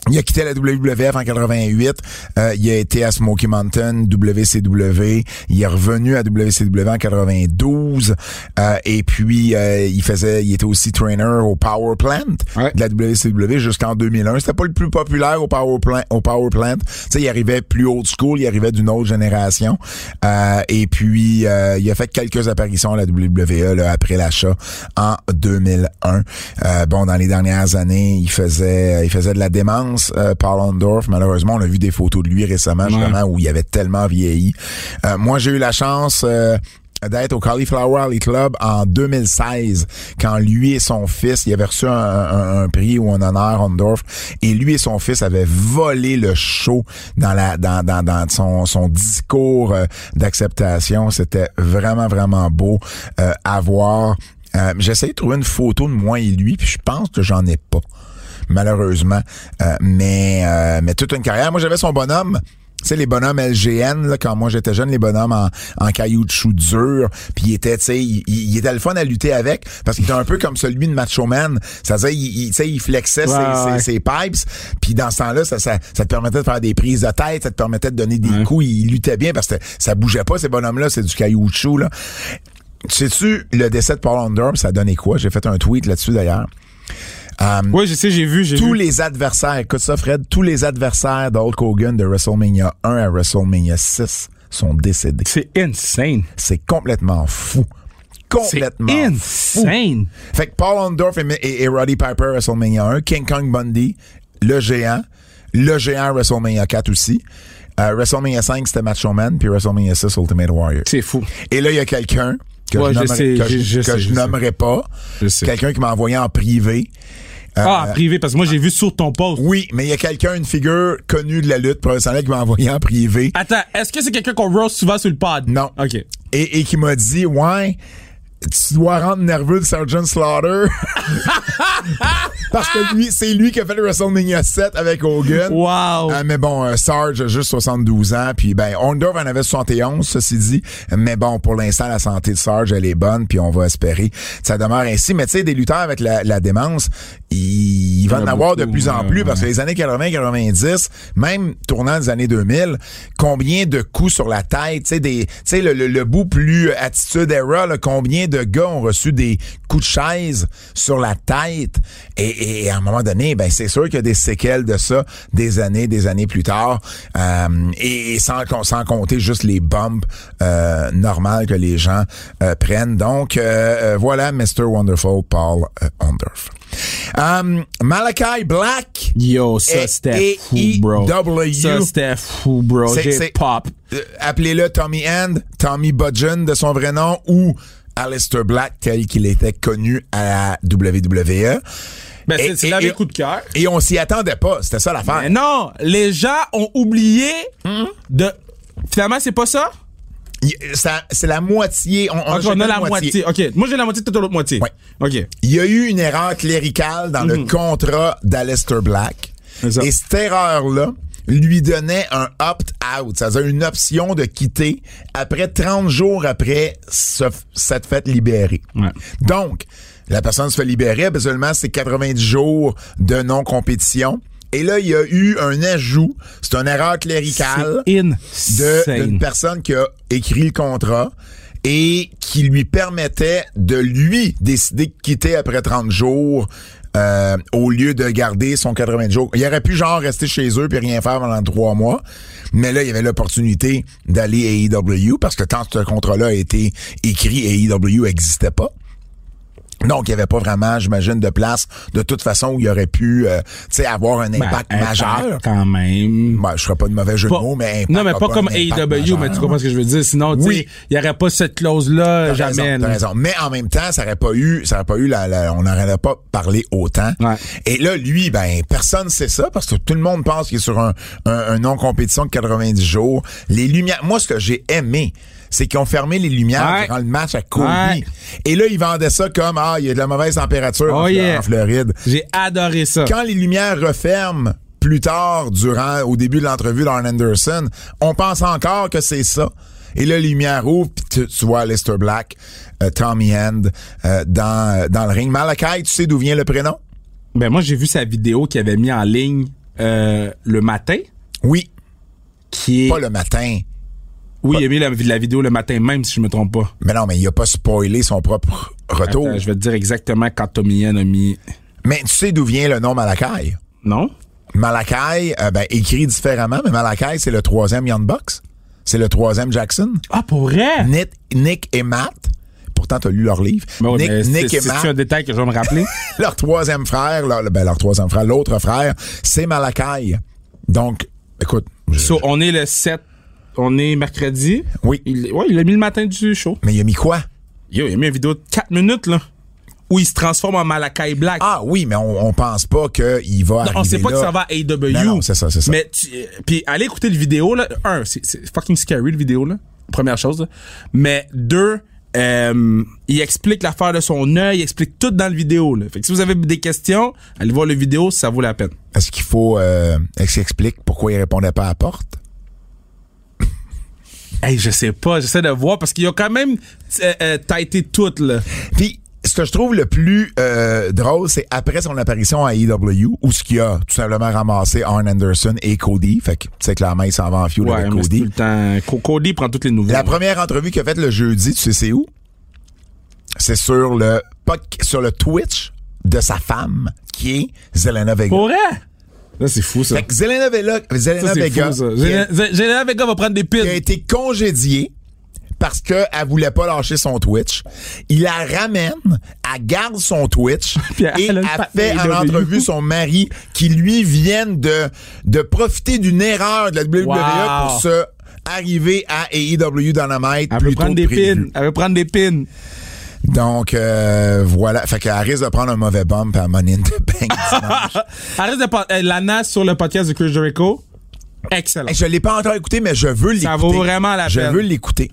Speaker 2: il a quitté la WWF en 88. euh, il a été à Smoky Mountain, WCW. Il est revenu à WCW en 92. euh, et puis euh, il faisait, il était aussi trainer au Power Plant
Speaker 3: Ouais.
Speaker 2: de la WCW jusqu'en 2001. C'était pas le plus populaire au Power Plant. Au Power Plant, tu sais, il arrivait plus old school, il arrivait d'une autre génération. Euh, et puis euh, il a fait quelques apparitions à la WWE là, après l'achat en 2001. Euh, bon, dans les dernières années, il faisait, euh, il faisait de la démence. euh, Paul Orndorff, malheureusement, on a vu des photos de lui récemment justement où il avait tellement vieilli. Euh, moi, j'ai eu la chance. euh, d'être au Cauliflower Alley Club en 2016 quand lui et son fils il avait reçu un, un- un prix ou un honneur Hondorf et lui et son fils avaient volé le show dans la dans, dans, dans son, son discours euh, d'acceptation c'était vraiment vraiment beau euh, à voir euh, j'essaie de trouver une photo de moi et lui puis je pense que j'en ai pas malheureusement Euh, mais euh, mais toute une carrière moi j'avais son bonhomme tu sais, les bonhommes LGN, là, quand moi j'étais jeune, les bonhommes en, en cailloux de chou dur, puis il était, tu sais, il, il- il était le fun à lutter avec, parce qu'il était un peu comme celui de Macho Man. C'est-à-dire, il, il- tu sais, il flexait ses- ses,
Speaker 3: ouais.
Speaker 2: ses pipes, puis dans ce temps-là, ça, ça, ça te permettait de faire des prises de tête, ça te permettait de donner des coups, il luttait bien, parce que ça bougeait pas, ces bonhommes-là, c'est du caillou de chou, là. Sais-tu, le décès de Paul Underm, ça donnait quoi? J'ai fait un tweet là-dessus, d'ailleurs. Euh,
Speaker 3: Ouais, je sais, j'ai vu, j'ai
Speaker 2: tous
Speaker 3: vu.
Speaker 2: les adversaires, écoute ça Fred, tous les adversaires de Hulk Hogan de WrestleMania 1 à WrestleMania 6 sont décédés.
Speaker 3: C'est insane.
Speaker 2: C'est complètement fou.
Speaker 3: C'est
Speaker 2: Complètement fou.
Speaker 3: insane.
Speaker 2: Fait que Paul Ondorf et, et- et Roddy Piper à WrestleMania 1, King Kong Bundy, le géant, le géant à WrestleMania 4 aussi. Euh, WrestleMania 5, c'était Macho Man, puis WrestleMania 6, Ultimate Warrior.
Speaker 3: C'est fou.
Speaker 2: Et là, il y a quelqu'un que
Speaker 3: Ouais,
Speaker 2: je
Speaker 3: je
Speaker 2: nommerai,
Speaker 3: sais,
Speaker 2: que je-
Speaker 3: je- je
Speaker 2: que
Speaker 3: sais,
Speaker 2: je
Speaker 3: je sais.
Speaker 2: nommerai pas.
Speaker 3: Je sais.
Speaker 2: Quelqu'un qui m'a envoyé en privé.
Speaker 3: ah, privé, parce que moi, j'ai vu sur ton post.
Speaker 2: Oui, mais il y a quelqu'un, une figure connue de la lutte professionnelle qui m'a envoyé en privé
Speaker 3: Ah, Attends, est-ce que c'est quelqu'un qu'on roast souvent sur le pod?
Speaker 2: Non.
Speaker 3: OK.
Speaker 2: et, et qui m'a dit Ouais, tu dois rendre nerveux de Sergeant Slaughter. Parce que lui, c'est lui qui a fait le WrestleMania 7 avec Hogan.
Speaker 3: Wow.
Speaker 2: Euh, mais bon, euh, Sarge a juste 72 ans, puis ben, Ondorf en avait 71, ceci dit. Mais bon, pour l'instant, la santé de Sarge, elle est bonne, puis on va espérer que ça demeure ainsi. Mais tu sais, des lutteurs avec la, la démence, ils, ils vont
Speaker 3: en
Speaker 2: en
Speaker 3: a
Speaker 2: avoir de
Speaker 3: beaucoup,
Speaker 2: plus en
Speaker 3: ouais,
Speaker 2: plus,
Speaker 3: ouais.
Speaker 2: parce que les années 80-90, même tournant des années 2000, combien de coups sur la tête, tu sais, des- tu sais, le, le- le bout plus attitude era, là, combien de gars ont reçu des coups de chaise sur la tête. Et, et à un moment donné, ben c'est sûr qu'il y a des séquelles de ça des années, des années plus tard. Euh, et, et sans, com- sans compter juste les bombes euh, normales que les gens euh, prennent. Donc, euh, euh, voilà Mr. Wonderful Paul euh, Ondorf. Euh, Malachi Black.
Speaker 3: Yo, ça
Speaker 2: Et-
Speaker 3: c'était
Speaker 2: et-
Speaker 3: fou,
Speaker 2: et-
Speaker 3: bro.
Speaker 2: Eh, W.
Speaker 3: Ça c'était fou, bro.
Speaker 2: C'est-
Speaker 3: J'ai
Speaker 2: c'est-
Speaker 3: pop.
Speaker 2: Euh, appelez-le Tommy End, Tommy Budgeon de son vrai nom, ou Alistair Black, tel qu'il était connu à la WWE.
Speaker 3: Ben,
Speaker 2: Et-
Speaker 3: c'est- c'est
Speaker 2: et-
Speaker 3: là
Speaker 2: et-
Speaker 3: mes coups de cœur.
Speaker 2: Et on s'y attendait pas, c'était ça
Speaker 3: Mais
Speaker 2: l'affaire.
Speaker 3: non, les gens ont oublié
Speaker 2: Hmm?
Speaker 3: de. Finalement, c'est pas ça?
Speaker 2: Ah, Il- ça- C'est la moitié. On, on
Speaker 3: Ok,
Speaker 2: jeté
Speaker 3: on Ah, a
Speaker 2: une
Speaker 3: la moitié. Ok. Moi, j'ai la moitié, toi, l'autre moitié.
Speaker 2: Ouais.
Speaker 3: Ok.
Speaker 2: Il y a eu une erreur cléricale dans le contrat d'Alistair Black.
Speaker 3: Mhm. C'est ça.
Speaker 2: Et cette erreur-là lui donnait un opt-out, c'est-à-dire une option de quitter après 30 jours après ce- cette fête libérée.
Speaker 3: Ouais.
Speaker 2: Donc, la personne se fait libérer, habituellement, c'est 90 jours de non-compétition. Et là, il y a eu un ajout, c'est une erreur cléricale
Speaker 3: C'est
Speaker 2: de- d'une
Speaker 3: insane.
Speaker 2: personne qui a écrit le contrat et qui lui permettait de lui décider de quitter après 30 jours euh, au lieu de garder son 80 jours. Il aurait pu genre rester chez eux puis rien faire pendant trois mois, mais là il y avait l'opportunité d'aller à AEW parce que quand ce contrat-là a été écrit, AEW n'existait pas. Donc, il n'y avait pas vraiment, j'imagine, de place de toute façon où il aurait pu euh, tu sais, avoir un
Speaker 3: Ben,
Speaker 2: impact
Speaker 3: impact
Speaker 2: majeur.
Speaker 3: Quand même.
Speaker 2: Ben, je serais pas de mauvais jeu
Speaker 3: Pas-
Speaker 2: de mots, mais impact
Speaker 3: non, mais
Speaker 2: a
Speaker 3: pas comme
Speaker 2: un impact
Speaker 3: AEW, mais tu
Speaker 2: majeur.
Speaker 3: comprends ce que je veux dire. Sinon, tu
Speaker 2: Oui.
Speaker 3: sais, il n'y aurait pas cette clause-là,
Speaker 2: T'as
Speaker 3: jamais.
Speaker 2: raison, t'as
Speaker 3: là.
Speaker 2: raison. Mais en même temps, ça aurait pas eu, ça aurait pas eu la, la- on n'aurait pas parlé autant.
Speaker 3: Ouais.
Speaker 2: Et là, lui, ben, personne sait ça parce que tout le monde pense qu'il est sur un, un, un non-compétition de 90 jours. Les lumières, moi, ce que j'ai aimé, c'est qu'ils ont fermé les lumières
Speaker 3: Ouais.
Speaker 2: durant le match à Kobe.
Speaker 3: Ouais.
Speaker 2: Et là, ils vendaient ça comme, ah, il y a de la mauvaise température en,
Speaker 3: Oh
Speaker 2: Fl-
Speaker 3: yeah.
Speaker 2: en Floride.
Speaker 3: J'ai adoré ça.
Speaker 2: Quand les lumières referment, plus tard, durant, au début de l'entrevue d'Arn Anderson, on pense encore que c'est ça. Et là, les lumières ouvrent, puis tu, tu vois Lester Black, euh, Tommy Hand, euh, dans, euh, dans le ring. Malakai, tu sais d'où vient le prénom?
Speaker 3: Ben, moi, j'ai vu sa vidéo qu'il avait mis en ligne euh, le matin.
Speaker 2: Oui,
Speaker 3: Qui est...
Speaker 2: pas le matin.
Speaker 3: Oui, il a mis la, la vidéo le matin même, si je me trompe pas.
Speaker 2: Mais non, mais il a pas spoilé son propre retour.
Speaker 3: Attends, je vais te dire exactement quand Tommy Yen a mis...
Speaker 2: Mais tu sais d'où vient le nom Malakai?
Speaker 3: Non?
Speaker 2: Malakai, euh, ben, écrit différemment, mais Malakai, c'est le troisième Young Bucks. C'est le troisième Jackson.
Speaker 3: Ah, pour vrai?
Speaker 2: Nick, Nick et Matt. Pourtant, t'as lu leur livre.
Speaker 3: Ben ouais,
Speaker 2: Nick,
Speaker 3: mais
Speaker 2: Nick
Speaker 3: c'est-
Speaker 2: et Matt,
Speaker 3: C'est-tu un détail que je vais me rappeler?
Speaker 2: leur troisième frère, leur, ben, leur troisième frère, l'autre frère, c'est Malakai. Donc, écoute, je-
Speaker 3: so, on est le 7... On est mercredi.
Speaker 2: Oui.
Speaker 3: Il, ouais, il l'a mis le matin du show.
Speaker 2: mais il a mis quoi?
Speaker 3: Yo, il a mis une vidéo de 4 minutes, là. Où il se transforme en Malakai Black.
Speaker 2: Ah oui, mais on, on pense pas qu'il va
Speaker 3: Non, on sait pas
Speaker 2: là.
Speaker 3: que ça va à AW.
Speaker 2: Non, non, c'est ça, c'est ça.
Speaker 3: Mais tu- euh, puis allez écouter le vidéo là. Un, c'est c'est fucking scary le vidéo là. Première chose. là. Mais deux, euh, il explique l'affaire de son œil, il explique tout dans le vidéo là. Fait que si vous avez des questions, allez voir le vidéo, ça vaut la peine.
Speaker 2: Est-ce qu'il faut... Euh, Est-ce qu'il explique pourquoi il répondait pas à la porte?
Speaker 3: Hey, je sais pas, j'essaie de voir parce qu'il a quand même euh, euh, taité tout là.
Speaker 2: Puis, ce que je trouve le plus euh, drôle, c'est après son apparition à EW, où ce qu'il a tout simplement ramassé Arn Anderson et Cody. Fait que, tu sais, clairement, il s'en va en fuel
Speaker 3: Ouais,
Speaker 2: avec
Speaker 3: mais c'est
Speaker 2: Cody.
Speaker 3: tout le temps. Co- Cody prend toutes les
Speaker 2: La
Speaker 3: nouvelles.
Speaker 2: première entrevue qu'il a faite le jeudi, tu sais c'est où? C'est sur le podca- sur le Twitch de sa femme, qui est Zelena Vega.
Speaker 3: Pour vrai? Là, c'est fou ça.
Speaker 2: Fait que Zelena Vega, Zelena
Speaker 3: Oh. Ça, c'est
Speaker 2: Vega
Speaker 3: fou ça.
Speaker 2: qui, a,
Speaker 3: Zelena- Zelena Vega va prendre des
Speaker 2: qui a
Speaker 3: piles.
Speaker 2: été congédiée parce qu'elle voulait pas lâcher son Twitch. Il la ramène, elle garde son Twitch
Speaker 3: Puis
Speaker 2: et
Speaker 3: elle a
Speaker 2: elle
Speaker 3: le patin
Speaker 2: fait en
Speaker 3: AEW.
Speaker 2: entrevue son mari qui lui viennent de, de profiter d'une erreur de la WWE
Speaker 3: Wow.
Speaker 2: pour se arriver à AEW Dynamite
Speaker 3: Elle
Speaker 2: plus
Speaker 3: veut
Speaker 2: tôt que
Speaker 3: prendre des
Speaker 2: prévu.
Speaker 3: pins. Elle veut prendre des pins.
Speaker 2: Donc, euh, voilà. Fait qu'elle risque de prendre un mauvais bump à Money in the Bank dimanche.
Speaker 3: eh, Arrête de parler. Lana sur le podcast de Chris Jericho. Excellent.
Speaker 2: Hey, je l'ai pas encore écouté, mais je veux l'écouter.
Speaker 3: Ça vaut vraiment la
Speaker 2: Je
Speaker 3: peine.
Speaker 2: veux l'écouter.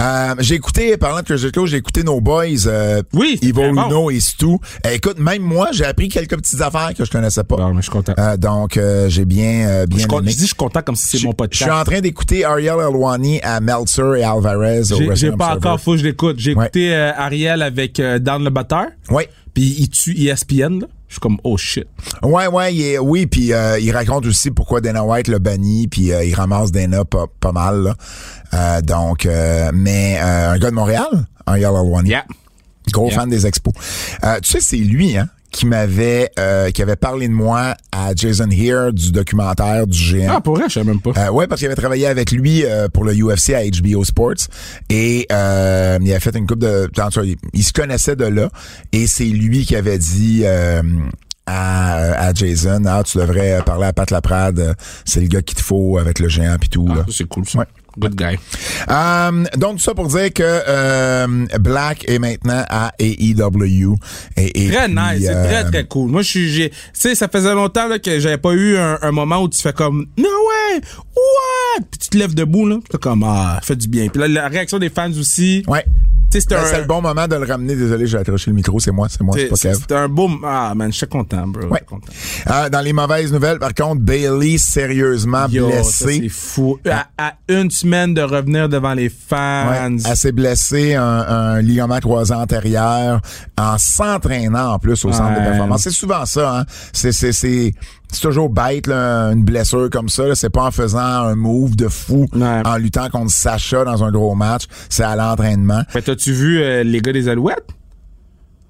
Speaker 2: Euh, j'ai écouté, parlant de Project Close, j'ai écouté nos boys, euh,
Speaker 3: Oui, c'est
Speaker 2: Ivo
Speaker 3: très bon.
Speaker 2: Uno et Stu. Euh, écoute, même moi, j'ai appris quelques petites affaires que je connaissais pas.
Speaker 3: Bon, mais je suis content.
Speaker 2: Euh, donc, euh, j'ai bien, euh,
Speaker 3: je,
Speaker 2: bien
Speaker 3: suis con-
Speaker 2: aimé.
Speaker 3: je dis je suis content comme si c'est
Speaker 2: Je-
Speaker 3: mon
Speaker 2: Je suis
Speaker 3: podcast.
Speaker 2: en train d'écouter Ariel Elwani à Meltzer et Alvarez au
Speaker 3: J'ai-
Speaker 2: Wrestling
Speaker 3: J'ai pas
Speaker 2: Observer.
Speaker 3: encore, faut que je l'écoute. J'ai
Speaker 2: Ouais.
Speaker 3: écouté euh, Ariel avec euh, Dan le batteur.
Speaker 2: Oui.
Speaker 3: Puis il tue E ESPN, là. Je suis comme, oh shit.
Speaker 2: Ouais, ouais, il est- oui, puis euh, il raconte aussi pourquoi Dana White l'a banni, puis euh, il ramasse Dana pas, pas mal, là. Euh, donc, euh, mais euh, un gars de Montréal, Ariel Elwani.
Speaker 3: Yeah.
Speaker 2: Gros
Speaker 3: Yeah.
Speaker 2: fan des expos. Euh, tu sais, c'est lui hein, qui m'avait euh, qui avait parlé de moi à Jason Heer du documentaire du GM.
Speaker 3: Ah, pour vrai, je sais même pas.
Speaker 2: Euh, ouais, parce qu'il avait travaillé avec lui euh, pour le UFC à HBO Sports et euh, il a fait une coupe de, en tout cas, il, il se connaissait de là et c'est lui qui avait dit euh, à, à Jason, ah tu devrais parler à Pat Laprade, euh, c'est le gars qu'il te faut avec le géant puis tout. là.
Speaker 3: Ça, Ah, c'est cool, ça.
Speaker 2: Ouais.
Speaker 3: Good guy.
Speaker 2: Euh, donc tout ça pour dire que euh, Black est maintenant à AEW et, et
Speaker 3: Très
Speaker 2: puis,
Speaker 3: nice, c'est
Speaker 2: euh,
Speaker 3: très très cool. Moi, je suis, j'ai- tu sais, ça faisait longtemps là, que j'avais pas eu un, un moment où tu fais comme, no way, what, puis tu te lèves debout là, t'es comme ah, ça fait du bien. Puis là, la réaction des fans aussi,
Speaker 2: Ouais.
Speaker 3: tu sais, c'était
Speaker 2: Ben, C'est
Speaker 3: un,
Speaker 2: le bon moment de le ramener. Désolé, j'ai accroché le micro. C'est moi, c'est moi, c'est
Speaker 3: c'est-
Speaker 2: pas Kev.
Speaker 3: c'était un beau, ah man, je suis content, bro, je
Speaker 2: Ouais.
Speaker 3: suis content.
Speaker 2: Euh, dans les mauvaises nouvelles, par contre, Bailey sérieusement
Speaker 3: Yo, ça,
Speaker 2: blessé.
Speaker 3: c'est fou. À, à une semaine de revenir devant les fans.
Speaker 2: Ouais, assez blessé, un, un ligament croisé antérieur, en s'entraînant en plus au centre de
Speaker 3: Ouais.
Speaker 2: performance. C'est souvent ça, hein? C'est, c'est, c'est, c'est toujours bête, là, une blessure comme ça. là. C'est pas en faisant un move de fou,
Speaker 3: Ouais.
Speaker 2: en luttant contre Sacha dans un gros match. C'est à l'entraînement.
Speaker 3: Mais t'as-tu vu euh, les gars des Alouettes?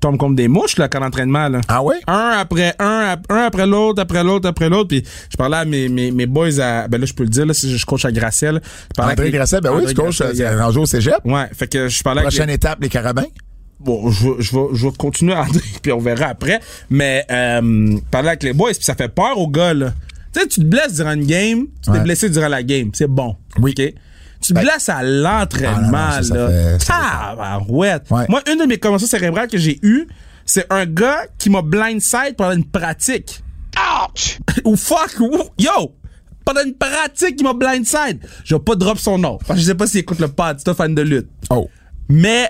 Speaker 3: Tombent comme des mouches là, quand l'entraînement là.
Speaker 2: Ah ouais?
Speaker 3: un après un, ap- un après l'autre, après l'autre, après l'autre. Puis je parlais à mes, mes, mes boys à. Ben là, je peux le dire, là, si je coach à Graciel. Je parlais
Speaker 2: André
Speaker 3: avec les-
Speaker 2: Grasset, ben oui,
Speaker 3: André
Speaker 2: tu coach,
Speaker 3: Grasset,
Speaker 2: euh,
Speaker 3: yeah.
Speaker 2: rangé au cégep.
Speaker 3: Ouais, fait que je parlais avec.
Speaker 2: Prochaine
Speaker 3: les-
Speaker 2: étape, les carabins.
Speaker 3: Bon, je, vais- je, vais, je vais continuer à André, puis on verra après. Mais euh, je parlais avec les boys, puis ça fait peur aux gars, là. Tu sais, tu te blesses durant une game, tu
Speaker 2: Ouais.
Speaker 3: t'es blessé durant la game, c'est bon.
Speaker 2: Oui. Ben,
Speaker 3: OK? Tu te blesses à l'entraînement,
Speaker 2: Ah, non, non, ça, ça
Speaker 3: là.
Speaker 2: fait- ça fait
Speaker 3: Tabarouette.
Speaker 2: Ouais.
Speaker 3: Moi, une de mes commotions cérébrales que j'ai eues, c'est un gars qui m'a blindside pendant une pratique.
Speaker 1: Ouch!
Speaker 3: ou fuck, ou yo! Pendant une pratique, il m'a blindside. Je vais pas drop son nom. Parce que je sais pas s'il écoute le pod, c'est un fan de lutte.
Speaker 2: Oh.
Speaker 3: Mais,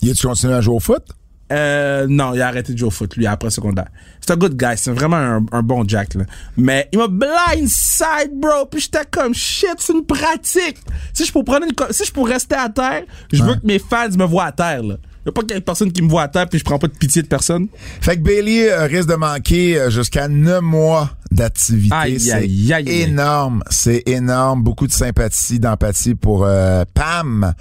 Speaker 2: Y a-tu continué à jouer au foot?
Speaker 3: euh, non, il a arrêté de jouer au foot, lui, après secondaire. C'est un good guy, c'est vraiment un, un bon Jack, là. Mais il m'a blindside, bro. Puis j'étais comme shit, c'est une pratique. Si je pour prendre une, co- si je pour rester à terre, je veux que mes fans me voient à terre, là. Y a pas qu'il y ait personne qui me voit à terre, puis je prends pas de pitié de personne.
Speaker 2: Fait que Bailey euh, risque de manquer euh, jusqu'à 9 mois d'activité.
Speaker 3: Aïe,
Speaker 2: C'est
Speaker 3: aïe, aïe.
Speaker 2: énorme. C'est énorme. Beaucoup de sympathie, d'empathie pour euh, Pam.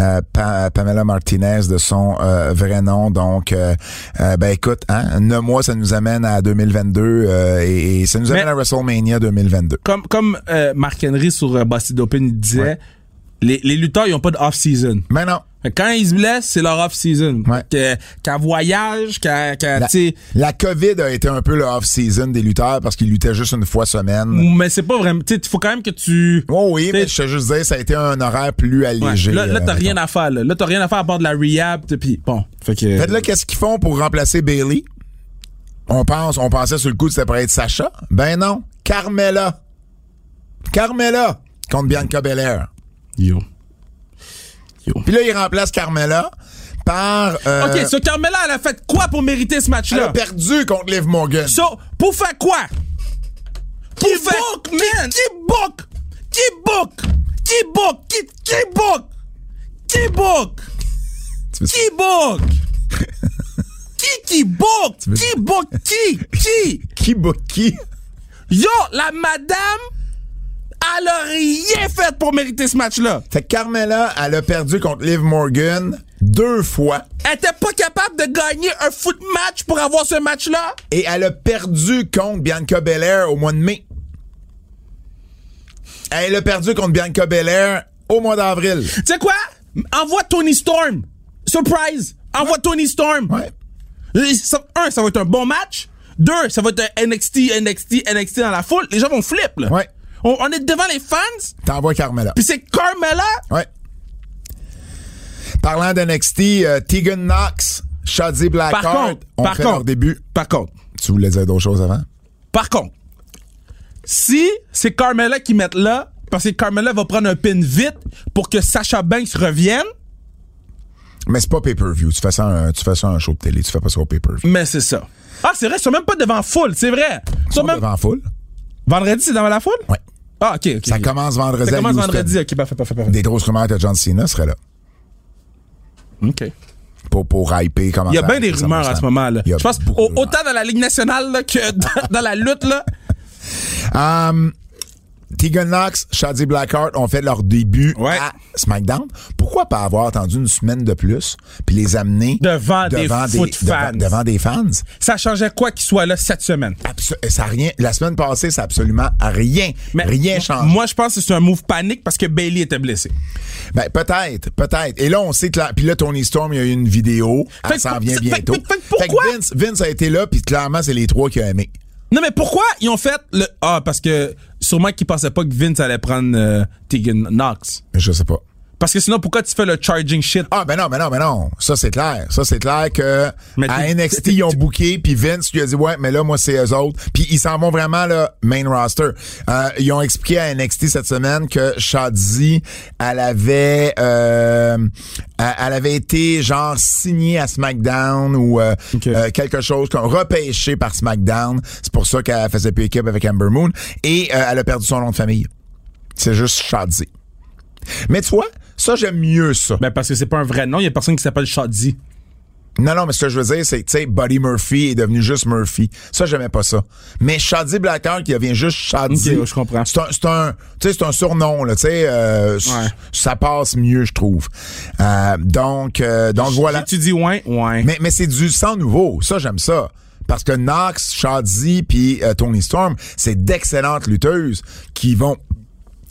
Speaker 2: euh, Pa- Pamela Martinez de son euh, vrai nom. Donc, euh, euh, ben écoute, hein, 9 mois, ça nous amène à 2022 euh, et, et ça nous amène
Speaker 3: Mais-
Speaker 2: à WrestleMania 2022.
Speaker 3: comme comme euh, Mark Henry sur euh, Busted Open il disait, les, les lutteurs, ils ont pas de off-season.
Speaker 2: Mais non,
Speaker 3: Fait que Quand ils se blessent, c'est leur off-season.
Speaker 2: Ouais.
Speaker 3: Fait que- Qu'à voyage, qu'à, qu'à,
Speaker 2: la,
Speaker 3: tu sais,
Speaker 2: la COVID a été un peu le off-season des lutteurs parce qu'ils luttaient juste une fois semaine.
Speaker 3: mais c'est pas vraiment, tu sais, il faut quand même que tu...
Speaker 2: Oh oui,
Speaker 3: T'sais-
Speaker 2: mais je te juste dire, ça a été un horaire plus
Speaker 3: Ouais.
Speaker 2: allégé.
Speaker 3: Là, là,
Speaker 2: euh,
Speaker 3: t'as
Speaker 2: mettons.
Speaker 3: rien à faire, là. Là, t'as rien à faire à part de la rehab, t'sais, pis bon. Fait que...
Speaker 2: Fait que Ben, là, qu'est-ce qu'ils font pour remplacer Bailey? On pense, on pensait sur le coup que ça pourrait être Sacha. Ben non, Carmela. Carmela contre Bianca Belair.
Speaker 3: Yo.
Speaker 2: Puis là, ils remplacent Carmela par. euh,
Speaker 3: OK, so Carmela, elle a fait quoi pour mériter ce
Speaker 2: elle
Speaker 3: match-là?
Speaker 2: a perdu contre Liv Morgan.
Speaker 3: So, pour faire quoi? Pour faire... book, man? Qui, book? Qui book? Qui book? Qui, qui book? Qui book?
Speaker 2: Tu veux-
Speaker 3: Qui book? qui qui book? Qui book? Qui? Qui?
Speaker 2: Qui book qui?
Speaker 3: Yo, la madame, elle a rien fait pour mériter ce match-là.
Speaker 2: Fait que Carmela, elle a perdu contre Liv Morgan deux fois.
Speaker 3: Elle était pas capable de gagner un foot match pour avoir ce match-là.
Speaker 2: Et elle a perdu contre Bianca Belair au mois de mai. Elle a perdu contre Bianca Belair au mois d'avril.
Speaker 3: Tu sais quoi? Envoie Tony Storm. Surprise! Envoie Tony Storm.
Speaker 2: Ouais.
Speaker 3: Et ça- un, ça va être un bon match. Deux, ça va être un NXT, NXT, NXT dans la foule. Les gens vont flip, là.
Speaker 2: Ouais.
Speaker 3: On, on est devant les fans,
Speaker 2: T'envoies Carmela.
Speaker 3: puis c'est Carmella.
Speaker 2: Ouais. Parlant d'NXT, euh, Tegan Knox, Shadi
Speaker 3: Par
Speaker 2: Blackheart
Speaker 3: contre,
Speaker 2: ont
Speaker 3: par
Speaker 2: fait
Speaker 3: contre,
Speaker 2: leur début.
Speaker 3: par contre,
Speaker 2: Tu voulais dire d'autres choses avant?
Speaker 3: par contre, Si c'est Carmella qui met là, parce que Carmella va prendre un pin vite pour que Sasha Banks revienne,
Speaker 2: Mais c'est pas pay-per-view. Tu fais ça, un- tu fais ça un show de télé. Tu fais pas ça au pay-per-view.
Speaker 3: mais c'est ça. Ah, c'est vrai, ils sont même pas devant foule, c'est vrai. Ils sont
Speaker 2: Pas
Speaker 3: même-
Speaker 2: devant foule. Vendredi.
Speaker 3: Vendredi, c'est devant la foule?
Speaker 2: Ouais.
Speaker 3: Ah, ok, ok.
Speaker 2: Ça
Speaker 3: ok.
Speaker 2: commence vendredi.
Speaker 3: Ça
Speaker 2: à
Speaker 3: commence
Speaker 2: Houston.
Speaker 3: vendredi, ok, parfait, parfait, parfait.
Speaker 2: Des grosses rumeurs que John Cena serait là.
Speaker 3: Ok.
Speaker 2: Pour, pour hyper comment
Speaker 3: Il y a
Speaker 2: Ah, ça-
Speaker 3: bien des
Speaker 2: ça
Speaker 3: rumeurs à
Speaker 2: ressemble.
Speaker 3: ce moment-là.
Speaker 2: Il y a
Speaker 3: Je pense
Speaker 2: beaucoup
Speaker 3: au-
Speaker 2: de rumeurs.
Speaker 3: autant dans la Ligue nationale là, que dans, dans la lutte, là.
Speaker 2: Um, Tegan Knox, Shadi Blackheart ont fait leur début
Speaker 3: Ouais.
Speaker 2: à SmackDown. Pourquoi pas avoir attendu une semaine de plus puis les amener
Speaker 3: Devant des foot fans.
Speaker 2: devant- devant des fans?
Speaker 3: Ça changeait quoi qu'il soit là cette semaine?
Speaker 2: Abso- euh, ça a rien. La semaine passée, ça a absolument rien, rien
Speaker 3: m-
Speaker 2: changé.
Speaker 3: Moi, je pense que c'est un move panique parce que Bailey était blessé.
Speaker 2: Ben, peut-être, peut-être. Et là, on sait que là, puis là, Tony Storm, il y a eu une vidéo.
Speaker 3: Fait
Speaker 2: Elle
Speaker 3: que
Speaker 2: s'en
Speaker 3: pour-
Speaker 2: vient
Speaker 3: fait-
Speaker 2: bientôt.
Speaker 3: fait- fait que pourquoi-
Speaker 2: Fait que Vince, Vince a été là, puis clairement, c'est les trois qui a aimé.
Speaker 3: Non, mais pourquoi ils ont fait le. Ah, parce que sûrement qu'ils pensaient pas que Vince allait prendre euh, Tegan Knox.
Speaker 2: Je sais pas.
Speaker 3: Parce que sinon, pourquoi tu fais le charging shit?
Speaker 2: Ah, ben non, ben non, ben non. Ça, c'est clair. Ça, c'est clair que
Speaker 3: Mais
Speaker 2: à
Speaker 3: t'es-
Speaker 2: NXT,
Speaker 3: t'es-
Speaker 2: ils ont booké, puis Vince lui a dit, ouais, mais là, moi, c'est eux autres. Puis ils s'en vont vraiment, là, main roster. Euh, ils ont expliqué à NXT cette semaine que Shadzi, elle avait, euh, elle elle avait été, genre, signée à SmackDown ou euh,
Speaker 3: Ok.
Speaker 2: euh, quelque chose, qu'on repêchée par SmackDown. C'est pour ça qu'elle faisait plus équipe avec Amber Moon. Et euh, elle a perdu son nom de famille. C'est juste Shadzi. Mais tu vois, ça, j'aime mieux ça.
Speaker 3: Ben, parce que c'est pas un vrai nom. Il y a personne qui s'appelle Shadi.
Speaker 2: Non, non, mais ce que je veux dire, c'est, tu sais, Buddy Murphy est devenu juste Murphy. Ça, j'aimais pas ça. Mais Shadi Blackheart, qui devient juste Shadi.
Speaker 3: Ok, je comprends.
Speaker 2: C'est un, c'est un, tu sais, c'est un surnom, là, tu sais, euh, c-
Speaker 3: Ouais.
Speaker 2: ça passe mieux, je trouve. Euh, donc, euh, donc voilà.
Speaker 3: Tu dis ouais, ouais.
Speaker 2: Mais, mais c'est du sang nouveau. Ça, j'aime ça. Parce que Knox, Shadi puis euh, Tony Storm, c'est d'excellentes lutteuses qui vont,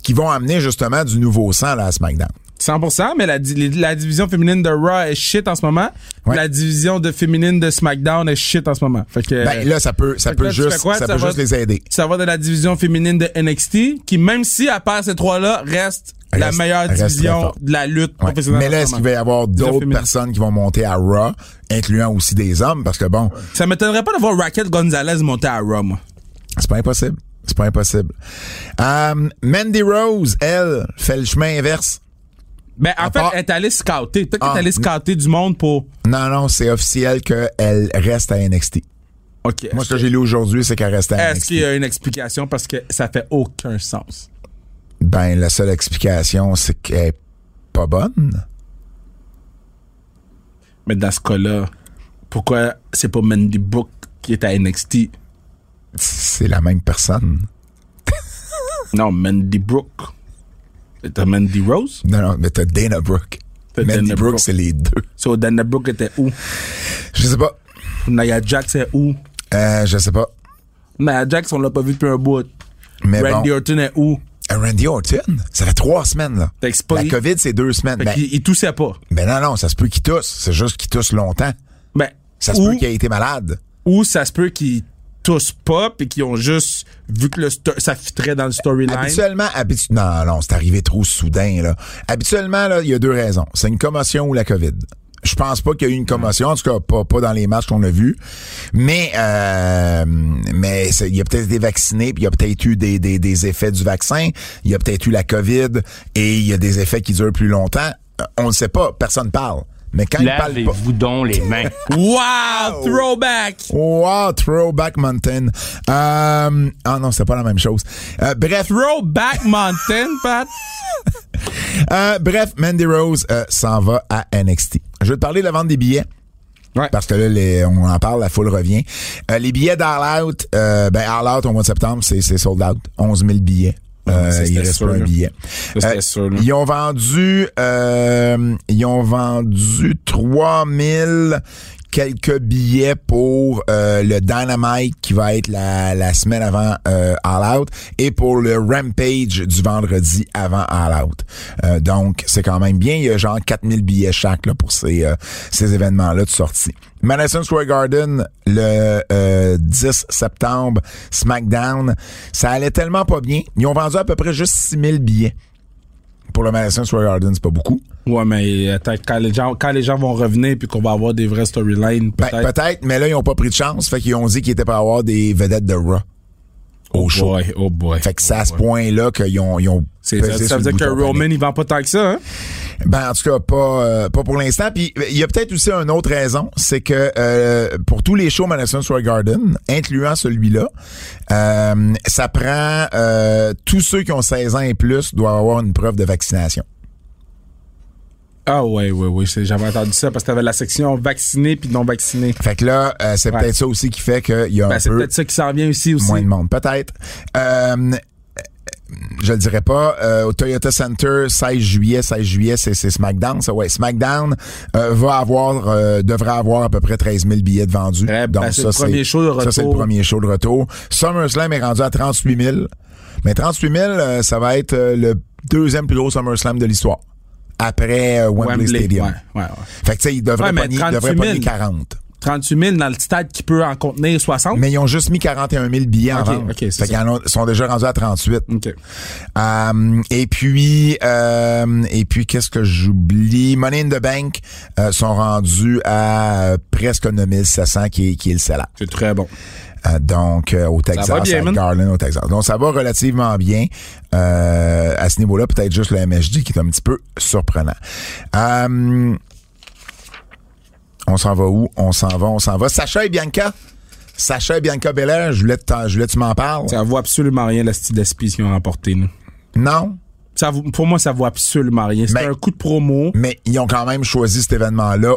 Speaker 2: qui vont amener justement du nouveau sang, là, à SmackDown.
Speaker 3: 100%, mais la, di- la division féminine de Raw est shit en ce moment.
Speaker 2: Ouais.
Speaker 3: La division de féminine de SmackDown est shit en ce moment. Fait que,
Speaker 2: Ben, là, ça peut, ça
Speaker 3: Euh, Fait que
Speaker 2: peut
Speaker 3: là, tu
Speaker 2: juste,
Speaker 3: fais quoi?
Speaker 2: ça
Speaker 3: Ça
Speaker 2: peut
Speaker 3: va-
Speaker 2: juste les aider.
Speaker 3: ça va de la division féminine de NXT, qui même si à part ces trois-là, reste, la
Speaker 2: Reste-
Speaker 3: meilleure
Speaker 2: reste très
Speaker 3: division
Speaker 2: fort.
Speaker 3: de la lutte
Speaker 2: Ouais.
Speaker 3: professionnelle.
Speaker 2: Mais là,
Speaker 3: en ce
Speaker 2: est-ce qu'il
Speaker 3: moment.
Speaker 2: va y avoir d'autres
Speaker 3: féminin.
Speaker 2: personnes qui vont monter à Raw, incluant aussi des hommes? Parce que bon,
Speaker 3: Ça m'étonnerait pas de voir Raquel Gonzalez monter à Raw, moi.
Speaker 2: c'est pas impossible. C'est pas impossible. Euh, Mandy Rose, elle, fait le chemin inverse.
Speaker 3: Ben, en
Speaker 2: À
Speaker 3: fait,
Speaker 2: part-
Speaker 3: elle est allée scouter. Peut-être
Speaker 2: Ah.
Speaker 3: qu'elle est allée scouter du monde pour...
Speaker 2: Non, non, c'est officiel qu'elle reste à NXT.
Speaker 3: OK.
Speaker 2: Moi, ce que j'ai lu aujourd'hui, c'est qu'elle reste à
Speaker 3: Est-ce
Speaker 2: NXT.
Speaker 3: qu'il y a une explication? Parce que ça fait aucun sens.
Speaker 2: Ben, la seule explication, c'est qu'elle est pas bonne.
Speaker 3: Mais dans ce cas-là, pourquoi c'est pas Mandy Book qui est à NXT?
Speaker 2: C'est la même personne.
Speaker 3: Non, Mandy Brooke. C'était Mandy Rose?
Speaker 2: Non, non, mais t'as Dana Brooke.
Speaker 3: T'as
Speaker 2: Mandy
Speaker 3: Dana
Speaker 2: Brooke,
Speaker 3: Brooke.
Speaker 2: c'est les deux.
Speaker 3: So, Dana Brooke était où?
Speaker 2: Je sais pas.
Speaker 3: Nia Jax est où?
Speaker 2: Euh, je sais pas.
Speaker 3: Nia Jax, on l'a pas vu depuis un bout.
Speaker 2: Mais
Speaker 3: Randy
Speaker 2: bon.
Speaker 3: Orton est où?
Speaker 2: Euh, Randy Orton, ça fait trois semaines, là.
Speaker 3: Fait que c'est pas-
Speaker 2: La COVID, c'est deux semaines.
Speaker 3: Fait
Speaker 2: Ben,
Speaker 3: qu'il il toussait pas.
Speaker 2: ben non, non, ça se peut qu'il tousse. C'est juste qu'il tousse longtemps.
Speaker 3: Ben,
Speaker 2: Ça se
Speaker 3: ou,
Speaker 2: peut qu'il ait été malade.
Speaker 3: ou ça se peut qu'ils toussent pas puis qu'ils ont juste vu que le sto- ça fitrait dans le storyline.
Speaker 2: Habituellement, habitu- non, non, c'est arrivé trop soudain, là. Habituellement, là, il y a deux raisons. C'est une commotion ou la COVID. Je pense pas qu'il y a eu une commotion, en tout cas, pas, pas dans les matchs qu'on a vus. Mais, euh, mais c'est- il y a peut-être été vacciné, puis il y a peut-être eu des, des, des effets du vaccin. Il y a peut-être eu la COVID, et il y a des effets qui durent plus longtemps. Euh, On ne sait pas, personne parle. Mais quand il parle pas...
Speaker 1: Lavez-vous donc les mains.
Speaker 3: Wow! Throwback!
Speaker 2: Wow, Throwback Mountain. Euh, ah non, c'est pas la même chose. Euh, bref,
Speaker 3: Throwback Mountain, Pat!
Speaker 2: euh, bref, Mandy Rose euh, s'en va à NXT. Je vais te parler de la vente des billets.
Speaker 3: Ouais.
Speaker 2: Parce que là, les- on en parle, la foule revient. Euh, les billets d'All Out, euh, ben All Out au mois de septembre, c'est c'est sold out. 11 000 billets. Euh,
Speaker 3: ça, c'était
Speaker 2: il reste
Speaker 3: sûr,
Speaker 2: pas un
Speaker 3: là.
Speaker 2: billet. Euh,
Speaker 3: Ça, c'était sûr, là.
Speaker 2: ils ont vendu, euh, ils ont vendu 3000 quelques billets pour euh, le Dynamite qui va être la, la semaine avant euh, All Out et pour le Rampage du vendredi avant All Out. Euh, donc, c'est quand même bien. Il y a genre 4000 billets chaque là, pour ces, euh, ces événements-là de sortie. Madison Square Garden, le euh, 10 septembre, SmackDown, ça allait tellement pas bien. Ils ont vendu à peu près juste 6000 billets. Pour le Madison Square Garden, c'est pas beaucoup.
Speaker 3: Ouais, mais attends, quand les gens, quand les gens vont revenir puis qu'on va avoir des vraies storylines,
Speaker 2: Ben,
Speaker 3: peut-être.
Speaker 2: peut-être, mais là, ils ont pas pris de chance. Fait qu'ils ont dit qu'ils étaient pas avoir des vedettes de Raw. au show.
Speaker 3: boy, oh boy.
Speaker 2: Fait que c'est à ce point-là qu'ils ont, ils ont
Speaker 3: C'est- ça,
Speaker 2: pesé
Speaker 3: ça
Speaker 2: sur le
Speaker 3: veut dire que
Speaker 2: bouton panique.
Speaker 3: Roman, il vend pas tant que ça, hein?
Speaker 2: Ben en tout cas pas euh, pas pour l'instant. Puis il y a peut-être aussi une autre raison, c'est que euh, pour tous les shows Madison Square Garden, incluant celui-là, euh, ça prend euh, tous ceux qui ont 16 ans et plus doivent avoir une preuve de vaccination.
Speaker 3: Ah ouais, ouais, ouais, c'est- j'avais entendu ça parce que t'avais la section vaccinée puis non vaccinée.
Speaker 2: Fait que là, euh, c'est
Speaker 3: Ouais.
Speaker 2: peut-être ça aussi qui fait qu'il y a
Speaker 3: Ben,
Speaker 2: un
Speaker 3: c'est
Speaker 2: peu
Speaker 3: peut-être ça qui s'en vient aussi aussi.
Speaker 2: moins de monde, peut-être. Euh, je le dirais pas, euh, au Toyota Center, 16 juillet, 16 juillet, c'est, c'est SmackDown. Ça, ouais, SmackDown euh, va avoir, euh, devrait avoir à peu près 13 000 billets de vendus.
Speaker 3: Eh ben,
Speaker 2: Donc
Speaker 3: c'est
Speaker 2: ça,
Speaker 3: le premier show de
Speaker 2: ça, c'est le
Speaker 3: retour.
Speaker 2: premier show de retour. SummerSlam est rendu à 38 000. Mais 38 000, euh, ça va être euh, le deuxième plus gros SummerSlam de l'histoire. Après euh, Wembley,
Speaker 3: Wembley,
Speaker 2: Stadium.
Speaker 3: Ouais, ouais, ouais.
Speaker 2: Fait que tu sais, il devrait
Speaker 3: Ouais, mais
Speaker 2: pas il devrait
Speaker 3: 38 000.
Speaker 2: pogner 40.
Speaker 3: 38 000 dans le stade qui peut en contenir 60.
Speaker 2: Mais ils ont juste mis 41 000 billets en
Speaker 3: Ok,
Speaker 2: vente.
Speaker 3: ok, c'est
Speaker 2: fait
Speaker 3: ça. Mm.
Speaker 2: qu'ils en ont- sont déjà rendus à 38.
Speaker 3: OK.
Speaker 2: Euh, et puis, euh, et puis qu'est-ce que j'oublie? Money in the Bank euh, sont rendus à euh, presque 9700 qui est, qui est le salaire.
Speaker 3: C'est très bon.
Speaker 2: donc, euh, au Texas,
Speaker 3: va bien,
Speaker 2: à
Speaker 3: man.
Speaker 2: Garland, au Texas. Donc, ça va relativement bien euh, à ce niveau-là. Peut-être juste le MSG qui est un petit peu surprenant. Euh, on s'en va où? On s'en va, on s'en va. Sacha et Bianca. Sacha et Bianca Belair, je voulais, te t'en- je voulais que tu m'en parles.
Speaker 3: Ça vaut absolument rien la style d'esprit qu'ils ont remporté. Nous.
Speaker 2: Non?
Speaker 3: Ça vaut- pour moi, ça vaut absolument rien. C'était
Speaker 2: Mais-
Speaker 3: un coup de promo.
Speaker 2: Mais ils ont quand même choisi cet événement-là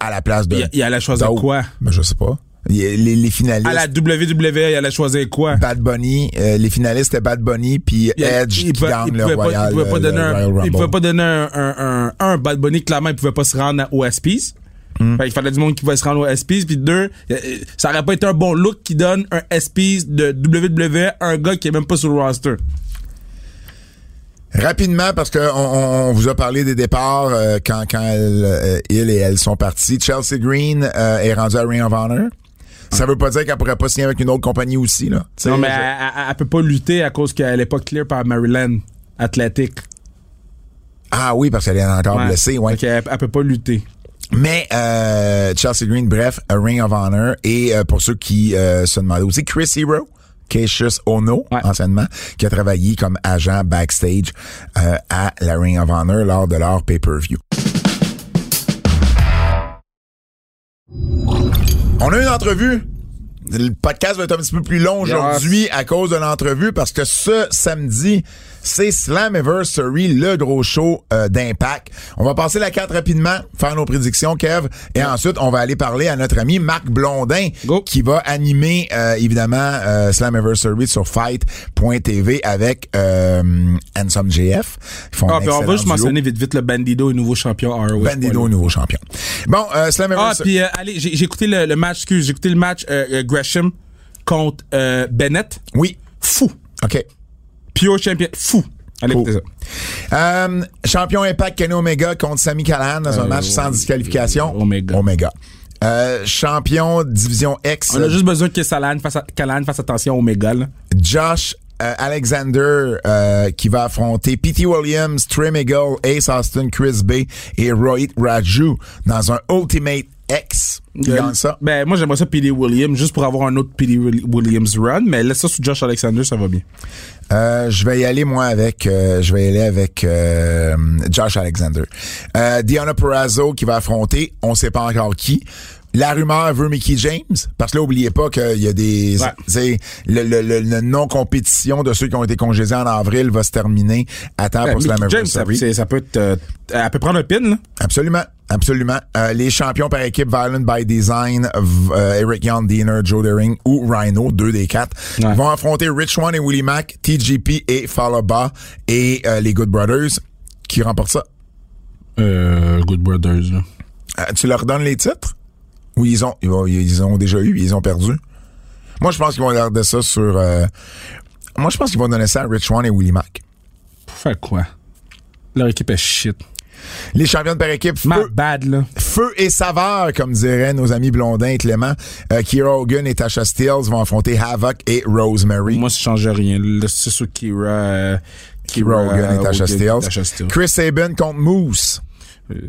Speaker 2: à la place de.
Speaker 3: Il, il allait choisir
Speaker 2: d'autres.
Speaker 3: quoi?
Speaker 2: Ben, je sais pas. Il y a- Les, les finalistes.
Speaker 3: À la WWE, il allait choisir quoi?
Speaker 2: Bad Bunny, euh, les finalistes c'était Bad Bunny puis
Speaker 3: Il-
Speaker 2: Edge qui
Speaker 3: il pouvait-
Speaker 2: gagne
Speaker 3: il
Speaker 2: le
Speaker 3: pouvait pas-
Speaker 2: Royal, euh,
Speaker 3: il pouvait pas
Speaker 2: le
Speaker 3: donner un-
Speaker 2: Royal Rumble.
Speaker 3: Il pouvait pas donner un, un, un, un Bad Bunny, clairement, il pouvait pas se rendre au SPs.
Speaker 2: Hmm.
Speaker 3: Fait qu'il fallait du monde qui pouvait se rendre au SPs. Puis deux, euh, euh, ça aurait pas été un bon look qui donne un SPs de WWE à un gars qui est même pas sur le roster.
Speaker 2: Rapidement, parce que on, on- on vous a parlé des départs euh, quand, quand elle, euh, il et elle sont partis. Chelsea Green euh, est rendu à Ring of Honor. Ça veut pas dire qu'elle pourrait pas signer avec une autre compagnie aussi, là. Tu sais,
Speaker 3: non, mais
Speaker 2: je-
Speaker 3: elle, elle- elle peut pas lutter à cause qu'elle est pas clear par Maryland Athletic.
Speaker 2: Ah oui, parce qu'elle est encore blessée, ouais.
Speaker 3: Fait qu'elle- elle, peut pas lutter.
Speaker 2: Mais euh, Chelsea Green, bref, a Ring of Honor. Et euh, pour ceux qui euh, se demandaient aussi, Chris Hero, Cassius Ono,
Speaker 3: Ouais.
Speaker 2: anciennement, qui a travaillé comme agent backstage euh, à la Ring of Honor lors de leur pay-per-view. On a une entrevue. Le podcast va être un petit peu plus long
Speaker 3: Yes.
Speaker 2: aujourd'hui à cause de l'entrevue parce que ce samedi, c'est Slammiversary, le gros show euh, d'impact. On va passer la carte rapidement, faire nos prédictions, Kev, et ensuite on va aller parler à notre ami Marc Blondin
Speaker 3: Go.
Speaker 2: qui va animer euh, évidemment euh, Slammiversary sur fight.tv avec euh, Handsome GF. Ils font
Speaker 3: Ah,
Speaker 2: un
Speaker 3: puis on va
Speaker 2: excellent
Speaker 3: juste
Speaker 2: duo.
Speaker 3: mentionner vite, vite le Bandido et nouveau champion ROH.
Speaker 2: Bandido, nouveau champion. Bon, euh,
Speaker 3: Ah,
Speaker 2: Slammiversary.
Speaker 3: puis euh, allez, j'ai j'ai écouté le, le match, excuse, j'ai écouté le match euh, euh, Gresham contre euh, Bennett.
Speaker 2: oui.
Speaker 3: Fou.
Speaker 2: OK.
Speaker 3: Pure champion. Fou. Allez,
Speaker 2: Cool.
Speaker 3: écoutez ça.
Speaker 2: Euh, champion Impact Kenny Omega contre Sami Callan dans un
Speaker 3: Euh,
Speaker 2: match sans
Speaker 3: oui,
Speaker 2: disqualification.
Speaker 3: euh, Omega.
Speaker 2: Euh, champion division X,
Speaker 3: On a juste besoin que Salan fasse, Callahan fasse attention au méga, là.
Speaker 2: Josh euh, Alexander euh, qui va affronter P.T. Williams, Trey Miguel, Ace Austin, Chris Bay et Rohit Raju dans un Ultimate X. Il gagne ça.
Speaker 3: Ben, moi, j'aimerais ça P.D. Williams, juste pour avoir un autre P.D. Will- Williams run, mais laisse ça sous Josh Alexander, ça va bien.
Speaker 2: Euh, je vais y aller moi avec euh, je vais y aller avec euh, Josh Alexander. Euh, Diana Perazzo qui va affronter, on sait pas encore qui. La rumeur veut Mickey James parce que là oubliez pas qu'il y a des
Speaker 3: Ouais.
Speaker 2: tu sais, le, le, le, le non-compétition de ceux qui ont été congédiés en avril va se terminer à temps
Speaker 3: Ben,
Speaker 2: pour
Speaker 3: Mickey James, ça,
Speaker 2: Slammiversary.
Speaker 3: c'est- ça peut être. euh, elle peut prendre un pin, là.
Speaker 2: Absolument, absolument. Euh, les champions par équipe, Violent by Design, v- euh, Eric Young, Diener, Joe Dering ou Rhino, deux des quatre,
Speaker 3: Ouais.
Speaker 2: vont affronter Rich One et Willie Mack, TGP et Falaba et euh, les Good Brothers qui remportent ça.
Speaker 3: Euh, Good Brothers, là.
Speaker 2: Euh, tu leur donnes les titres? Ou ils ont, ils ont, ils ont déjà eu, ils ont perdu? Moi, je pense qu'ils vont garder ça sur... euh, moi, je pense qu'ils vont donner ça à Rich One et Willie Mack.
Speaker 3: Pour faire quoi? Leur équipe est shit.
Speaker 2: Les champions par équipe,
Speaker 3: My
Speaker 2: Feu-
Speaker 3: bad, là.
Speaker 2: Feu et saveur, comme diraient nos amis Blondin et Clément. Euh, Kira Hogan et Tasha Steeles vont affronter Havoc et Rosemary.
Speaker 3: Moi, ça change rien. Le- C'est sur Kira. euh,
Speaker 2: Kira Hogan et Tasha
Speaker 3: Hogan,
Speaker 2: Steeles.
Speaker 3: Tasha Steelz.
Speaker 2: Chris Sabin contre Moose.
Speaker 3: euh,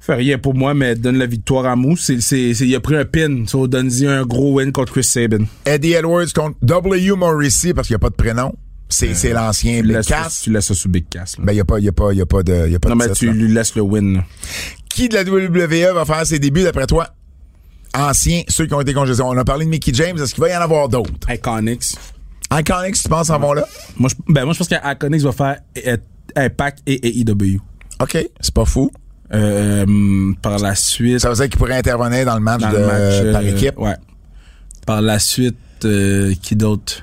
Speaker 3: fais rien pour moi, mais donne la victoire à Moose. C'est, c'est, c'est- il a pris un pin. So, donne-y un gros win contre Chris Sabin.
Speaker 2: Eddie Edwards contre W. Morrissey, parce qu'il n'y a pas de prénom. C'est c'est
Speaker 3: Euh,
Speaker 2: l'ancien
Speaker 3: Tu
Speaker 2: Big
Speaker 3: laisses-
Speaker 2: Cass.
Speaker 3: Tu laisses ça sous Big Cass. là.
Speaker 2: Ben, il n'y a pas, il y a pas, il y a pas de, il y a pas
Speaker 3: non,
Speaker 2: de
Speaker 3: mais
Speaker 2: titre,
Speaker 3: tu
Speaker 2: là.
Speaker 3: lui laisses le win. là.
Speaker 2: Qui de la WWE va faire ses débuts, d'après toi? Anciens, ceux qui ont été congésés. On a parlé de Mickey James. Est-ce qu'il va y en avoir d'autres?
Speaker 3: Iconics.
Speaker 2: Iconics, tu penses, en vont là?
Speaker 3: Moi, je, ben, moi, je pense qu'Iconics va faire euh, Impact et AEW.
Speaker 2: OK. C'est pas fou.
Speaker 3: Euh, par la suite.
Speaker 2: Ça veut dire qu'il pourrait intervenir dans le match,
Speaker 3: dans
Speaker 2: de-
Speaker 3: le match. euh,
Speaker 2: par équipe.
Speaker 3: Ouais. Par la suite, euh, qui d'autre?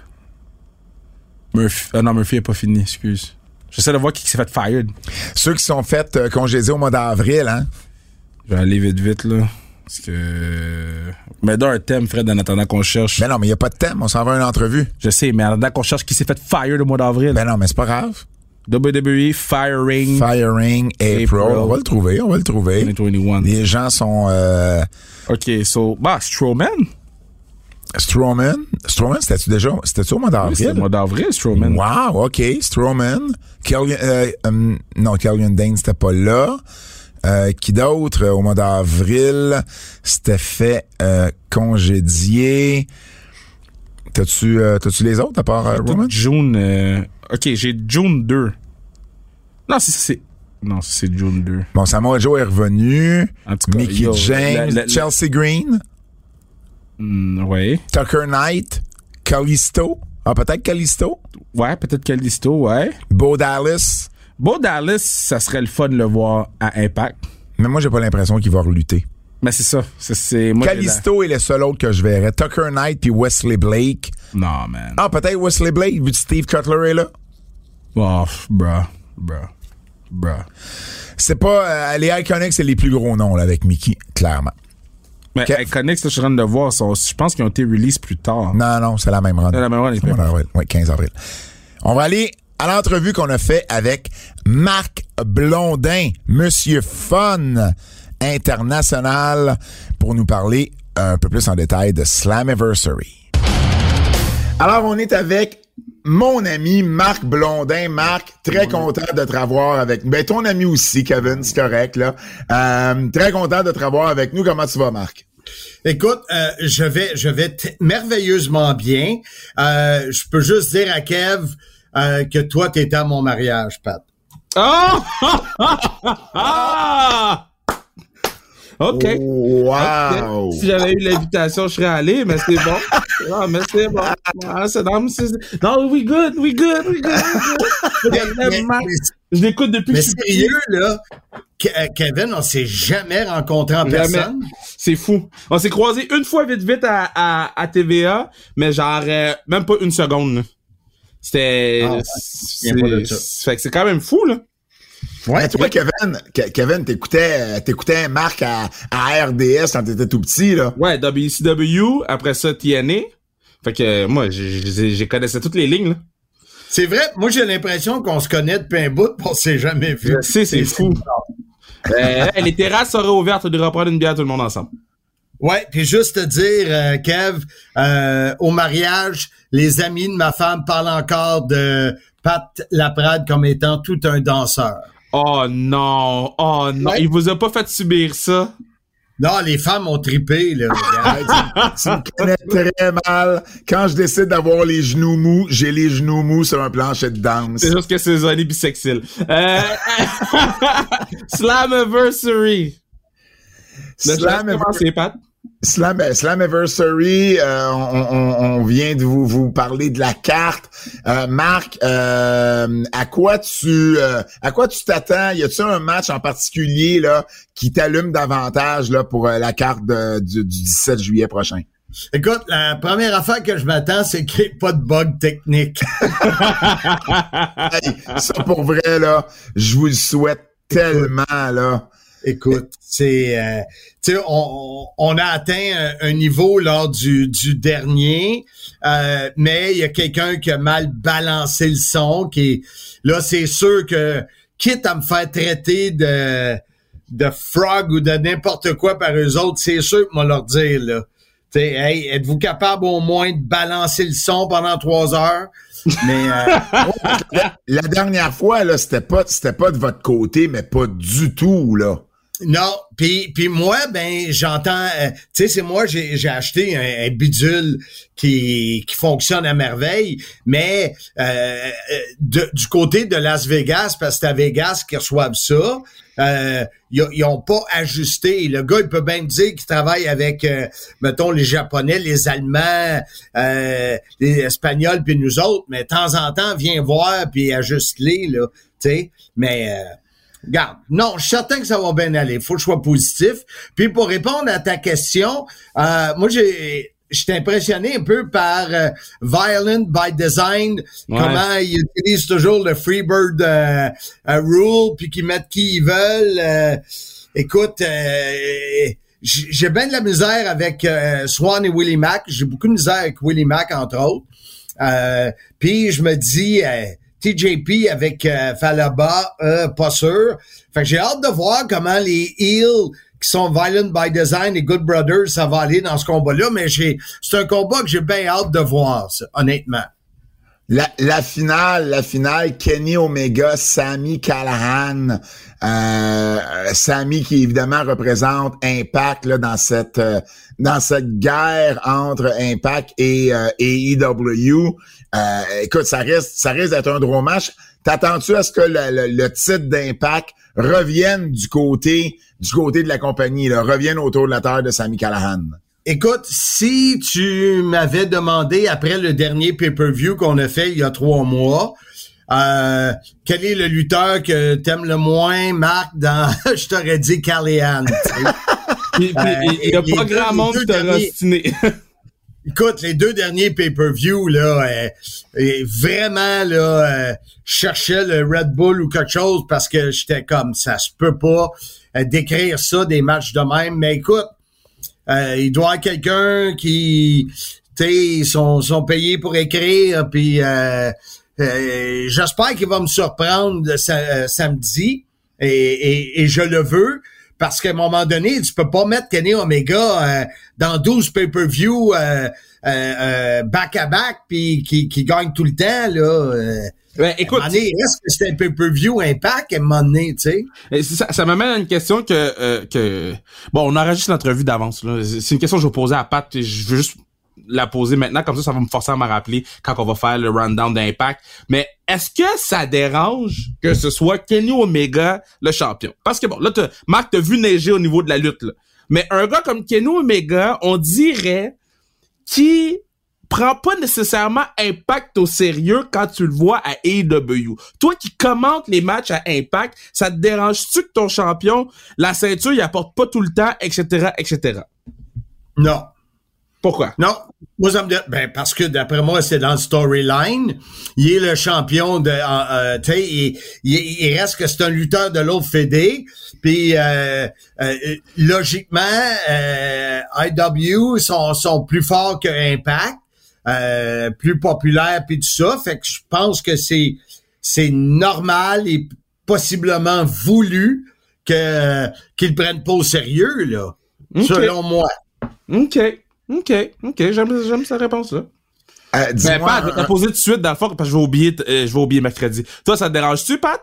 Speaker 3: Murphy. Ah non, Murphy n'est pas fini, excuse. J'essaie de voir qui qui s'est fait fired.
Speaker 2: Ceux qui sont faits euh, congédiés au mois d'avril, hein?
Speaker 3: Je vais aller vite, vite, là. Parce que. Mais d'un thème, Fred, en attendant qu'on cherche.
Speaker 2: Ben non, mais il n'y a pas de thème. On s'en va à une entrevue.
Speaker 3: Je sais, mais en attendant qu'on cherche qui s'est fait fired le mois d'avril.
Speaker 2: Ben non, mais c'est pas grave.
Speaker 3: WWE firing
Speaker 2: Firing April.
Speaker 3: April.
Speaker 2: On va le trouver. On va le trouver.
Speaker 3: 2021.
Speaker 2: Les gens sont, euh,
Speaker 3: Ok, so. Bah, Strowman.
Speaker 2: Strowman. Strowman, c'était-tu déjà, c'était-tu au mois
Speaker 3: Oui, C'était
Speaker 2: d'avril?
Speaker 3: le mois d'avril, Strowman.
Speaker 2: Wow, OK. Strowman. Kelly- euh, hum, non, Kellyanne Dane, c'était pas là. Euh, qui d'autre? Au mois d'avril, c'était fait euh, congédier. T'as-tu euh, t'as-tu les autres à part euh, Roman?
Speaker 3: June. euh, Ok, j'ai June 2. Non, c'est- c'est. Non, c'est June 2.
Speaker 2: Bon, Samoa Joe est revenu.
Speaker 3: En tout cas,
Speaker 2: Mickey
Speaker 3: yo, la-
Speaker 2: James,
Speaker 3: la- la-
Speaker 2: Chelsea Green,
Speaker 3: Hmm, ouais.
Speaker 2: Tucker Knight, Callisto. Ah, peut-être Callisto.
Speaker 3: Ouais, peut-être Callisto, ouais.
Speaker 2: Bo Dallas.
Speaker 3: Bo Dallas, ça serait le fun de le voir à Impact.
Speaker 2: Mais moi, j'ai pas l'impression qu'il va relutter.
Speaker 3: Mais c'est ça. C'est, c'est, moi, j'ai la-
Speaker 2: Callisto est le seul autre que je verrais. Tucker Knight puis Wesley Blake.
Speaker 3: Non, man.
Speaker 2: Ah, peut-être Wesley Blake, vu que Steve Cutler est là.
Speaker 3: Oh, pff, bruh. Bruh. Bruh.
Speaker 2: C'est pas. euh, les Iconics, c'est les plus gros noms, là, avec Mickey, clairement.
Speaker 3: Mais
Speaker 2: Quel-
Speaker 3: Iconics, là, je suis en train de le voir. sont- je pense qu'ils ont été release plus tard.
Speaker 2: Non, non, c'est la même run.
Speaker 3: C'est la même run, les
Speaker 2: Au mois d'avril. Oui, 15 avril. On va aller à l'entrevue qu'on a fait avec Marc Blondin, Monsieur Fun International, pour nous parler un peu plus en détail de Slammiversary. Alors, on est avec mon ami Marc Blondin. Marc, très content de te revoir avec nous. Ben, ton ami aussi, Kevin, c'est correct, là. Euh, très content de te revoir avec nous. Comment tu vas, Marc?
Speaker 1: Écoute, euh, je vais, je vais t- merveilleusement bien. Euh, je peux juste dire à Kev euh, que toi, t'étais à mon mariage, Pat.
Speaker 3: Oh! Ah! OK.
Speaker 2: Wow!
Speaker 3: Oh. Si j'avais eu l'invitation, je serais allé, mais c'est bon. Non, mais c'est bon. Ah, c'est- non, mais c'est- non, we good, we good, we good. We good. Je l'aime,
Speaker 1: Mais-
Speaker 3: Marc.
Speaker 1: mais-
Speaker 3: Je l'écoute depuis
Speaker 1: Mais
Speaker 3: que je suis petit.
Speaker 1: sérieux, là, Ke- euh, Kevin, on s'est jamais rencontré en
Speaker 3: Jamais.
Speaker 1: personne.
Speaker 3: C'est fou. On s'est croisés une fois vite vite à, à, à TVA, mais genre euh, même pas une seconde. là. C'était.
Speaker 1: Ah ouais,
Speaker 3: c'est-
Speaker 1: je me souviens pas de ça.
Speaker 3: c'est- fait que c'est quand même fou, là.
Speaker 1: Ouais,
Speaker 2: Mais toi, Kevin, Ke- Kevin, t'écoutais, euh, t'écoutais Marc à, à RDS quand t'étais tout petit, là.
Speaker 3: Ouais, WCW, après ça TNA. Fait que euh, moi, j'ai- j'ai j'ai connaissais toutes les lignes, là.
Speaker 1: C'est vrai, moi j'ai l'impression qu'on se connaît depuis un bout, puis on s'est jamais vu.
Speaker 3: Je sais, c'est fou. Euh, hey, les terrasses seraient ouvertes, on devrait prendre une bière tout le monde ensemble.
Speaker 1: Ouais, puis juste te dire, euh, Kev, euh, au mariage, les amis de ma femme parlent encore de Pat Laprade comme étant tout un danseur.
Speaker 3: Oh non, oh non,
Speaker 1: Ouais.
Speaker 3: il vous a pas fait subir ça.
Speaker 1: Non, les femmes ont tripé, là. regarde.
Speaker 2: Tu me connais très mal. Quand je décide d'avoir les genoux mous, j'ai les genoux mous sur un planchet de danse.
Speaker 3: C'est juste que c'est Zony bisexuel. Euh, Slammiversary. Le
Speaker 2: Slam-
Speaker 3: Slam c'est Pat.
Speaker 2: Slam, Slammiversary, euh, on, on- on vient de vous, vous parler de la carte. Euh, Marc, euh, à quoi tu euh, à quoi tu t'attends? Y a-t-il un match en particulier là qui t'allume davantage là pour euh, la carte de- du, du 17 juillet prochain?
Speaker 1: Écoute, la première affaire que je m'attends, c'est qu'il n'y ait pas de bug technique.
Speaker 2: Hey, ça pour vrai là, je vous le souhaite tellement là.
Speaker 1: Écoute, c'est, euh, tu sais, on, on a atteint un, un niveau lors du, du dernier, euh, mais il y a quelqu'un qui a mal balancé le son, qui là, c'est sûr que quitte à me faire traiter de de frog ou de n'importe quoi par eux autres, c'est sûr que moi leur dire là. Tu sais, hey, êtes-vous capable au moins de balancer le son pendant trois heures? Mais euh,
Speaker 2: La dernière fois là, c'était pas c'était pas de votre côté mais pas du tout là.
Speaker 1: Non, puis puis moi ben j'entends euh, tu sais c'est moi j'ai j'ai acheté un, un bidule qui qui fonctionne à merveille mais euh, de- du côté de Las Vegas parce que c'est à Vegas qu'ils reçoivent ça euh, ils, ils ont pas ajusté le gars il peut bien me dire qu'il travaille avec euh, mettons les japonais les allemands euh, les espagnols puis nous autres mais de temps en temps viens voir puis ajuste les là tu sais mais euh, Garde. Non, je suis certain que ça va bien aller. Faut que je sois positif. Puis pour répondre à ta question, euh, moi j'ai j'étais impressionné un peu par euh, Violent by Design,
Speaker 3: Ouais.
Speaker 1: comment ils utilisent toujours le Freebird euh, euh, Rule, puis qu'ils mettent qui ils veulent. Euh, écoute, euh, j- j'ai bien de la misère avec euh, Swan et Willie Mack. J'ai beaucoup de misère avec Willie Mack, entre autres. Euh, puis je me dis, euh, TJP avec euh, Falaba, euh, pas sûr. Fait que j'ai hâte de voir comment les Heels qui sont Violent by Design et Good Brothers, ça va aller dans ce combat-là, mais j'ai, c'est un combat que j'ai bien hâte de voir, ça, honnêtement.
Speaker 2: La, la finale, la finale, Kenny Omega, Sammy Callahan, euh, Sammy qui évidemment représente Impact là, dans cette euh, dans cette guerre entre Impact et euh, et AEW. Euh, écoute, ça reste ça risque d'être un drôle match. T'attends-tu à ce que le, le- le titre d'Impact revienne du côté du côté de la compagnie, là, revienne autour de la terre de Sammy Callahan?
Speaker 1: Écoute, si tu m'avais demandé après le dernier pay-per-view qu'on a fait il y a trois mois, euh, quel est le lutteur que t'aimes le moins, Marc, dans, je t'aurais dit Callahan. tu sais.
Speaker 3: Puis, puis, Ben, il y a
Speaker 1: les
Speaker 3: pas
Speaker 1: deux-
Speaker 3: grand
Speaker 1: les
Speaker 3: monde
Speaker 1: deux
Speaker 3: qui t'a
Speaker 1: derniers-
Speaker 3: rostiné.
Speaker 1: Écoute, les deux derniers pay-per-view, là, euh, et vraiment, là, euh, je cherchais le Red Bull ou quelque chose parce que j'étais comme, ça se peut pas euh, décrire ça, des matchs de même. Mais écoute, euh, il doit y avoir quelqu'un qui, tu sais, ils sont, sont payés pour écrire, puis euh, euh, j'espère qu'il va me surprendre le sa- euh, samedi, et, et- et je le veux, parce qu'à un moment donné, tu peux pas mettre Kenny Omega euh, dans 12 pay-per-view euh, euh, euh, back-à-back, puis qui, qui gagne tout le temps, là. euh.
Speaker 3: Ouais,
Speaker 1: À un
Speaker 3: Ben, écoute,
Speaker 1: moment donné, est-ce que c'est un pay-per-view impact à un moment donné, tu sais?
Speaker 3: Et eh, ça, ça m'amène à une question que, euh, que... Bon, on enregistre l'entrevue d'avance. là. C'est c'est une question que je vais poser à Pat. puis Je veux juste la poser maintenant. Comme ça, ça va me forcer à me rappeler quand on va faire le rundown d'impact. Mais est-ce que ça dérange que ce soit Kenny Omega le champion? Parce que, bon, là, t'as- Marc, t'as vu neiger au niveau de la lutte. Là. Mais un gars comme Kenny Omega, on dirait qui prend pas nécessairement Impact au sérieux quand tu le vois à AEW. Toi qui commentes les matchs à Impact, ça te dérange-tu que ton champion, la ceinture, il apporte pas tout le temps, etc., etc.
Speaker 1: Non.
Speaker 3: Pourquoi?
Speaker 1: Non, moi ça me dé- ben parce que d'après moi c'est dans le storyline, il est le champion de, en- euh, tu sais, il, il- il reste que c'est un lutteur de l'autre fédé, puis euh, euh, logiquement euh, IW sont sont plus forts que Impact, euh, plus populaires puis tout ça, fait que je pense que c'est c'est normal et possiblement voulu que qu'ils prennent pas au sérieux là,
Speaker 3: Ok.
Speaker 1: selon moi.
Speaker 3: OK. OK. OK. J'aime, j'aime sa réponse-là.
Speaker 2: Euh,
Speaker 3: Mais
Speaker 2: dis-moi
Speaker 3: Ben, Pat, je vais te
Speaker 2: un-
Speaker 3: la poser tout de suite dans le fond parce que je vais oublier, t- euh, je vais oublier mercredi. Toi, ça te dérange-tu, Pat?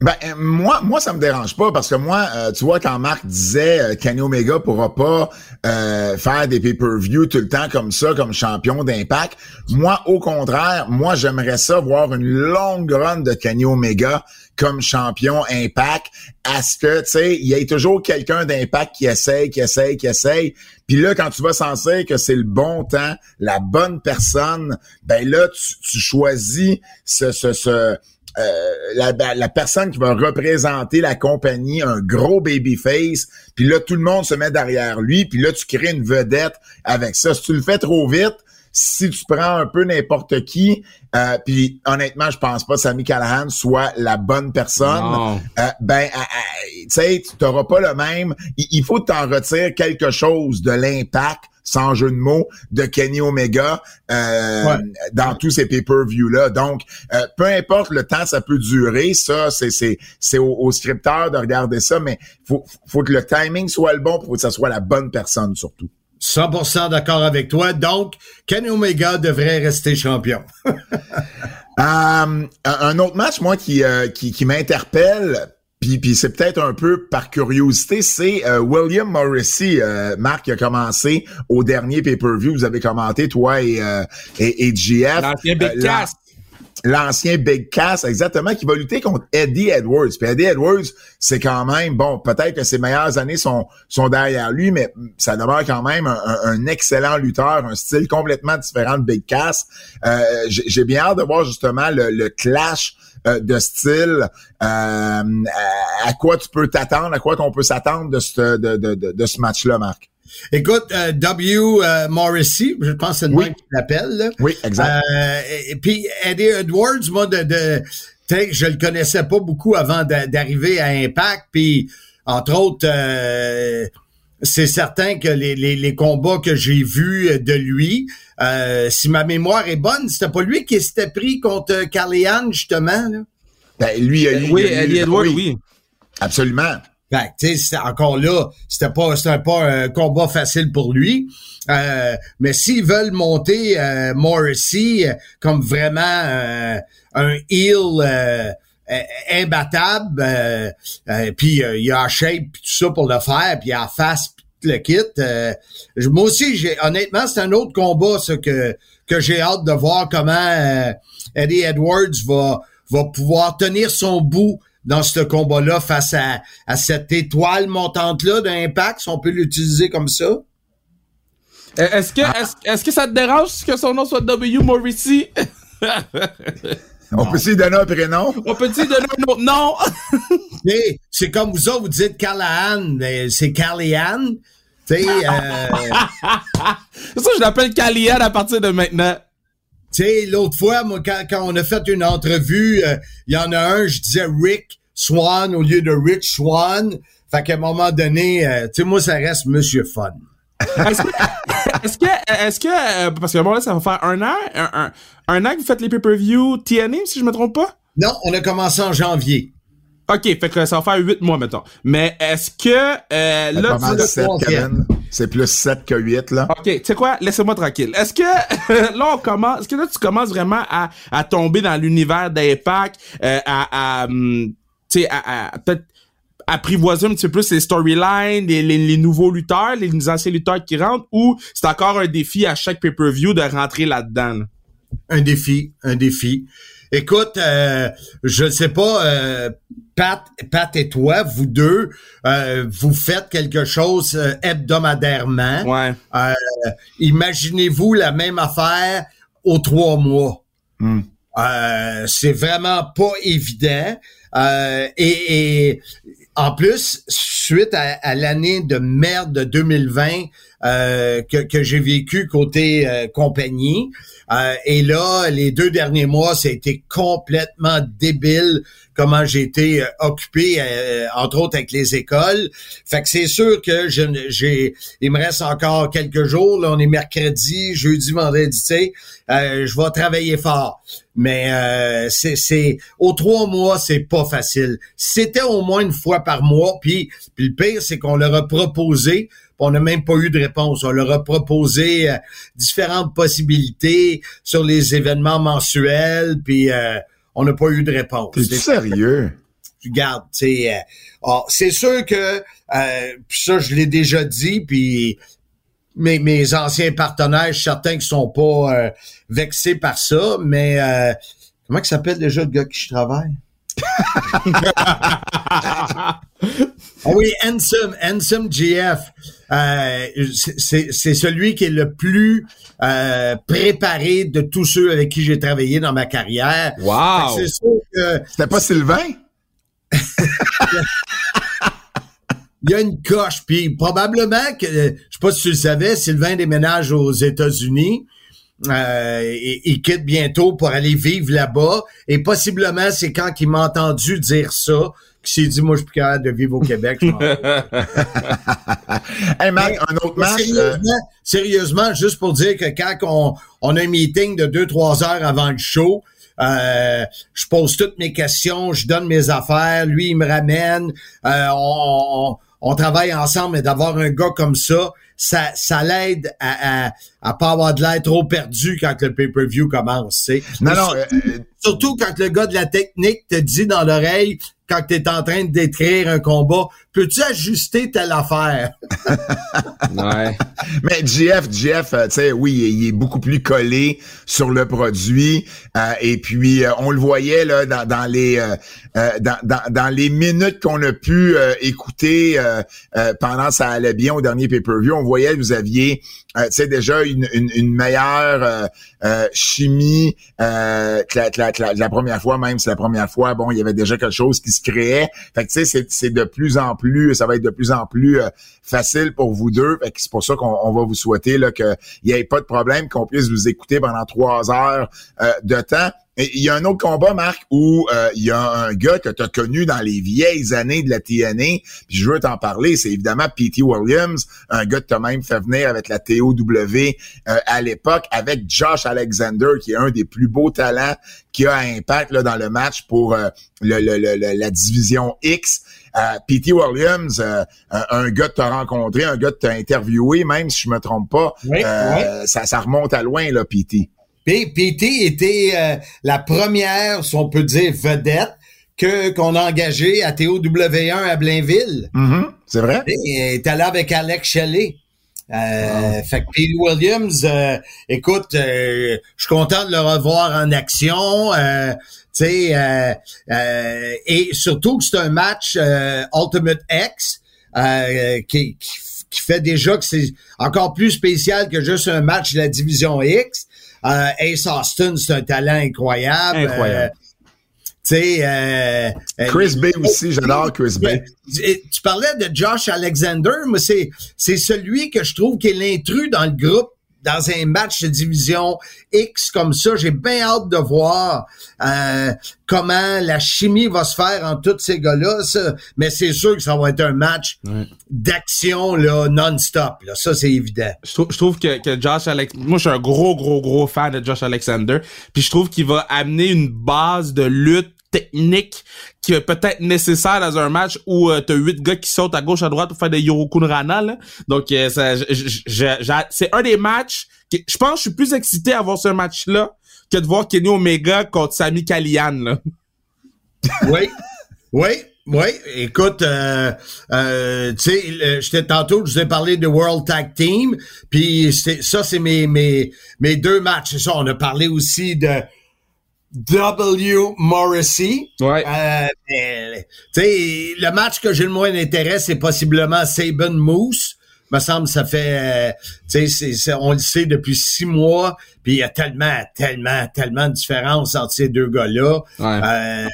Speaker 2: Ben, euh, moi, moi, ça me dérange pas parce que moi, euh, tu vois, quand Marc disait euh, Kenny Omega pourra pas euh, faire des pay-per-view tout le temps comme ça, comme champion d'impact, moi, au contraire, moi, j'aimerais ça voir une longue run de Kenny Omega comme champion impact à ce que, tu sais, il y ait toujours quelqu'un d'impact qui essaye, qui essaye, qui essaye. Puis là, quand tu vas sentir que c'est le bon temps, la bonne personne, ben là, tu, tu choisis ce... ce, ce euh, la, la- la personne qui va représenter la compagnie, un gros babyface, puis là, tout le monde se met derrière lui, puis là, tu crées une vedette avec ça. Si tu le fais trop vite, si tu prends un peu n'importe qui, euh, puis honnêtement, je pense pas que Sami Callahan soit la bonne personne.
Speaker 3: Non.
Speaker 2: Euh, ben, à- à- tu sais, tu n'auras pas le même. Il, il faut que t'en retires quelque chose de l'impact, sans jeu de mots, de Kenny Omega euh,
Speaker 1: Ouais.
Speaker 2: dans tous ces pay-per-view-là. Donc, euh, peu importe le temps, ça peut durer. Ça, c'est c'est c'est au, au scripteur de regarder ça, mais faut faut que le timing soit le bon pour que ça soit la bonne personne surtout.
Speaker 1: 100% d'accord avec toi. Donc, Kenny Omega devrait rester champion.
Speaker 2: Euh, un- un autre match, moi, qui, euh, qui, qui m'interpelle, Puis, puis c'est peut-être un peu par curiosité, c'est euh, William Morrissey, euh, Marc, qui a commencé au dernier pay-per-view. Vous avez commenté, toi et, euh, et, et JF.
Speaker 3: L'ancien Big
Speaker 2: Euh,
Speaker 3: Cass.
Speaker 2: l'ancien Big Cass, exactement, qui va lutter contre Eddie Edwards. Puis Eddie Edwards, c'est quand même, bon, peut-être que ses meilleures années sont, sont derrière lui, mais ça demeure quand même un, un- un excellent lutteur, un style complètement différent de Big Cass. Euh, J'ai j'ai bien hâte de voir justement le, le clash euh, de style, euh, à, à quoi tu peux t'attendre, à quoi qu'on peut s'attendre de ce, de, de, de, de ce match-là, Marc.
Speaker 1: Écoute, euh, W. euh, Morrissey, je pense que c'est le
Speaker 2: Oui.
Speaker 1: même qui l'appelle. là.
Speaker 2: Oui, exact.
Speaker 1: Euh, et, et puis Eddie Edwards, moi, de, de tu sais, je le connaissais pas beaucoup avant d'a- d'arriver à Impact. Puis entre autres, euh, c'est certain que les, les, les combats que j'ai vus euh, de lui, euh, si ma mémoire est bonne, c'était pas lui qui s'était pris contre Carlian, justement. Là.
Speaker 2: Ben, lui, il a eu-
Speaker 3: Oui,
Speaker 2: il a eu-
Speaker 3: Eddie Edwards, oui.
Speaker 2: Absolument.
Speaker 1: Fait que, tu sais, c'était encore là, c'était pas, c'était pas un combat facile pour lui. Euh, mais s'ils veulent monter euh, Morrissey euh, comme vraiment euh, un heel euh, euh, imbattable, euh, euh, puis euh, il a la shape puis tout ça pour le faire, puis il a la face puis tout le kit. euh, je- moi aussi, j'ai honnêtement, c'est un autre combat ce que que j'ai hâte de voir comment euh, Eddie Edwards va va pouvoir tenir son bout dans ce combat-là face à, à cette étoile montante-là d'Impact, si on peut l'utiliser comme ça.
Speaker 3: Euh, Est-ce que, est-ce, est-ce que ça te dérange que son nom soit W. Morrissey?
Speaker 2: On peut s'y donner un prénom?
Speaker 3: On peut-tu donner un autre nom?
Speaker 1: T'sais, c'est comme vous autres, vous dites Callahan, mais c'est Callahan. T'sais, euh,
Speaker 3: C'est ça, je l'appelle Calian à partir de maintenant.
Speaker 1: t'sais, l'autre fois, moi, quand, quand on a fait une entrevue, euh, il y en a un, je disais Rick Swan au lieu de Rich Swan. Fait qu'à un moment donné, euh, t'sais, moi, ça reste Monsieur Fun.
Speaker 3: Est-ce que, est-ce que, est-ce que, euh, parce que bon, là, ça va faire un an, un, un- un an que vous faites les pay-per-view TNA, si je me trompe pas?
Speaker 1: Non, on a commencé en janvier.
Speaker 3: Ok, fait que ça va faire 8 mois, mettons. Mais est-ce que, euh, là,
Speaker 2: Pas
Speaker 3: tu- Ah,
Speaker 2: mal
Speaker 1: le
Speaker 2: sept,
Speaker 1: troisième.
Speaker 2: Kevin. C'est plus 7 que 8, là.
Speaker 3: Ok, tu sais quoi? Laissez-moi tranquille. Est-ce que là on commence, est-ce que là tu commences vraiment à, à tomber dans l'univers d'Impact, euh, à, à hum, tu sais, à, à- peut-être apprivoiser un petit peu plus les storylines, les, les, les nouveaux lutteurs, les, les anciens lutteurs qui rentrent, ou c'est encore un défi à chaque pay-per-view de rentrer là-dedans? là?
Speaker 1: un défi, un défi. Écoute, euh, je ne sais pas, euh, Pat, Pat et toi, vous deux, euh, vous faites quelque chose euh, hebdomadairement.
Speaker 3: Ouais.
Speaker 1: Euh, Imaginez-vous la même affaire aux trois mois.
Speaker 2: Hmm.
Speaker 1: Euh, C'est vraiment pas évident. Euh, et, et en plus, suite à, à l'année de merde de 2020 euh, que, que j'ai vécu côté euh, compagnie, euh, et là, les deux derniers mois, ça a été complètement débile comment j'ai été euh, occupé, euh, entre autres avec les écoles. Fait que c'est sûr que je ne- j'ai, il me reste encore quelques jours. Là, on est mercredi, jeudi, vendredi, tu sais. Euh, je vais travailler fort. Mais euh, c'est, c'est, aux trois mois, c'est pas facile. C'était au moins une fois par mois. Puis, puis le pire, c'est qu'on leur a proposé. puis On n'a même pas eu de réponse. On leur a proposé euh, différentes possibilités sur les événements mensuels, puis euh, on n'a pas eu de réponse.
Speaker 2: T'es-tu sérieux?
Speaker 1: Tu gardes, tu sais, euh, ah, c'est sûr que euh, puis ça, je l'ai déjà dit, puis mes, mes anciens partenaires, je suis certain qu'ils sont pas euh, vexés par ça, mais euh, comment il s'appelle déjà le gars avec qui je travaille? Ah oui, Handsome, Handsome GF. Euh, c'est- c'est c'est celui qui est le plus euh, préparé de tous ceux avec qui j'ai travaillé dans ma carrière.
Speaker 3: Wow!
Speaker 1: C'est sûr que
Speaker 2: C'était pas Sylvain?
Speaker 1: Il y a une coche, puis probablement que, euh, je sais pas si tu le savais, Sylvain déménage aux États-Unis. Euh, il, il quitte bientôt pour aller vivre là-bas. Et possiblement, c'est quand il m'a entendu dire ça qu'il s'est dit, moi, je suis plus capable de vivre au Québec. je m'en vais.
Speaker 2: Hey, Marc, un autre match. euh,
Speaker 1: sérieusement, sérieusement, juste pour dire que quand on, on a un meeting de 2-3 heures avant le show, euh, je pose toutes mes questions, je donne mes affaires, lui il me ramène, euh, on, on- on travaille ensemble, mais d'avoir un gars comme ça, ça, ça l'aide à, à, à pas avoir de l'air trop perdu quand le pay-per-view commence. tu sais.
Speaker 2: Non,
Speaker 1: Mais
Speaker 2: non,
Speaker 1: surtout,
Speaker 2: euh,
Speaker 1: surtout quand le gars de la technique te dit dans l'oreille quand tu es en train de décrire un combat, peux-tu ajuster telle affaire?
Speaker 3: Ouais.
Speaker 2: Mais JF, JF, euh, tu sais, oui, il est, il est beaucoup plus collé sur le produit. euh, et puis, euh, on le voyait là dans, dans les euh, euh, dans, dans, dans les minutes qu'on a pu euh, écouter euh, euh, pendant ça allait bien au dernier pay-per-view. On voyait que vous aviez, euh, tu sais, déjà une, une, une meilleure euh, euh, chimie euh, que, la, que la- que la- que la première fois. Même si la première fois, bon, il y avait déjà quelque chose qui se créait. Fait que tu sais, c'est- c'est de plus en plus, ça va être de plus en plus euh, facile pour vous deux. Fait que c'est pour ça qu'on on va vous souhaiter là, qu'il n'y ait pas de problème, qu'on puisse vous écouter pendant trois heures euh, de temps. Et Il y a un autre combat, Marc, où euh, il y a un gars que tu as connu dans les vieilles années de la TNA, puis je veux t'en parler, c'est évidemment P.T. Williams, un gars que tu même fait venir avec la TOW euh, à l'époque, avec Josh Alexander, qui est un des plus beaux talents qui a un impact là, dans le match pour euh, le- le- le- le- la division X. Euh, P.T. Williams, euh, un- un gars que t'as rencontré, un gars que t'as interviewé, même si je me trompe pas,
Speaker 1: Oui,
Speaker 2: euh, Ça, ça remonte à loin, là, P.T.
Speaker 1: Puis P.T. était euh, la première, si on peut dire, vedette que qu'on a engagée à TOW1 à Blainville.
Speaker 2: Mhm, C'est vrai?
Speaker 1: Et est allé avec Alex Shelley. Euh, Fait que Pete Williams, euh, écoute, euh, je suis content de le revoir en action. euh, tu sais, euh, euh, et surtout que c'est un match euh, Ultimate X euh, qui, qui, qui fait déjà que c'est encore plus spécial que juste un match de la division X. Euh, Ace Austin, c'est un talent incroyable.
Speaker 3: Incroyable.
Speaker 1: Euh, tu sais, euh, euh,
Speaker 2: Chris Bay aussi, j'adore Chris Bay.
Speaker 1: ben, et Tu parlais de Josh Alexander, mais c'est, c'est celui que je trouve qui est l'intrus dans le groupe dans un match de division X comme ça. J'ai bien hâte de voir euh, comment la chimie va se faire en tous ces gars-là. ça. Mais c'est sûr que ça va être un match d'action là, non-stop. Là. Ça, c'est évident.
Speaker 3: Je trouve, je trouve que, que Josh Alex, moi je suis un gros gros gros fan de Josh Alexander, puis je trouve qu'il va amener une base de lutte technique qui est peut-être nécessaire dans un match où euh, t'as huit gars qui sautent à gauche à droite pour faire des Yorokun Rana là. Donc euh, ça, je- je- je- j'a- c'est un des matchs que je pense que je suis plus excité à voir ce match là que de voir Kenny Omega contre Sami Callihan là.
Speaker 1: Oui, oui, oui. Écoute, euh, euh, tu sais, le- j'étais tantôt, je vous ai parlé de World Tag Team, puis c'est- ça, c'est mes, mes, mes deux matchs. C'est ça, on a parlé aussi de W. Morrissey.
Speaker 3: Ouais.
Speaker 1: Euh, mais, tu sais, le match que j'ai le moins d'intérêt, c'est possiblement Saban Moose. Me semble ça fait, euh, tu sais, c'est- c'est- on le sait depuis six mois, puis il y a tellement, tellement, tellement de différence entre ces deux gars-là.
Speaker 3: Ouais.
Speaker 1: Euh,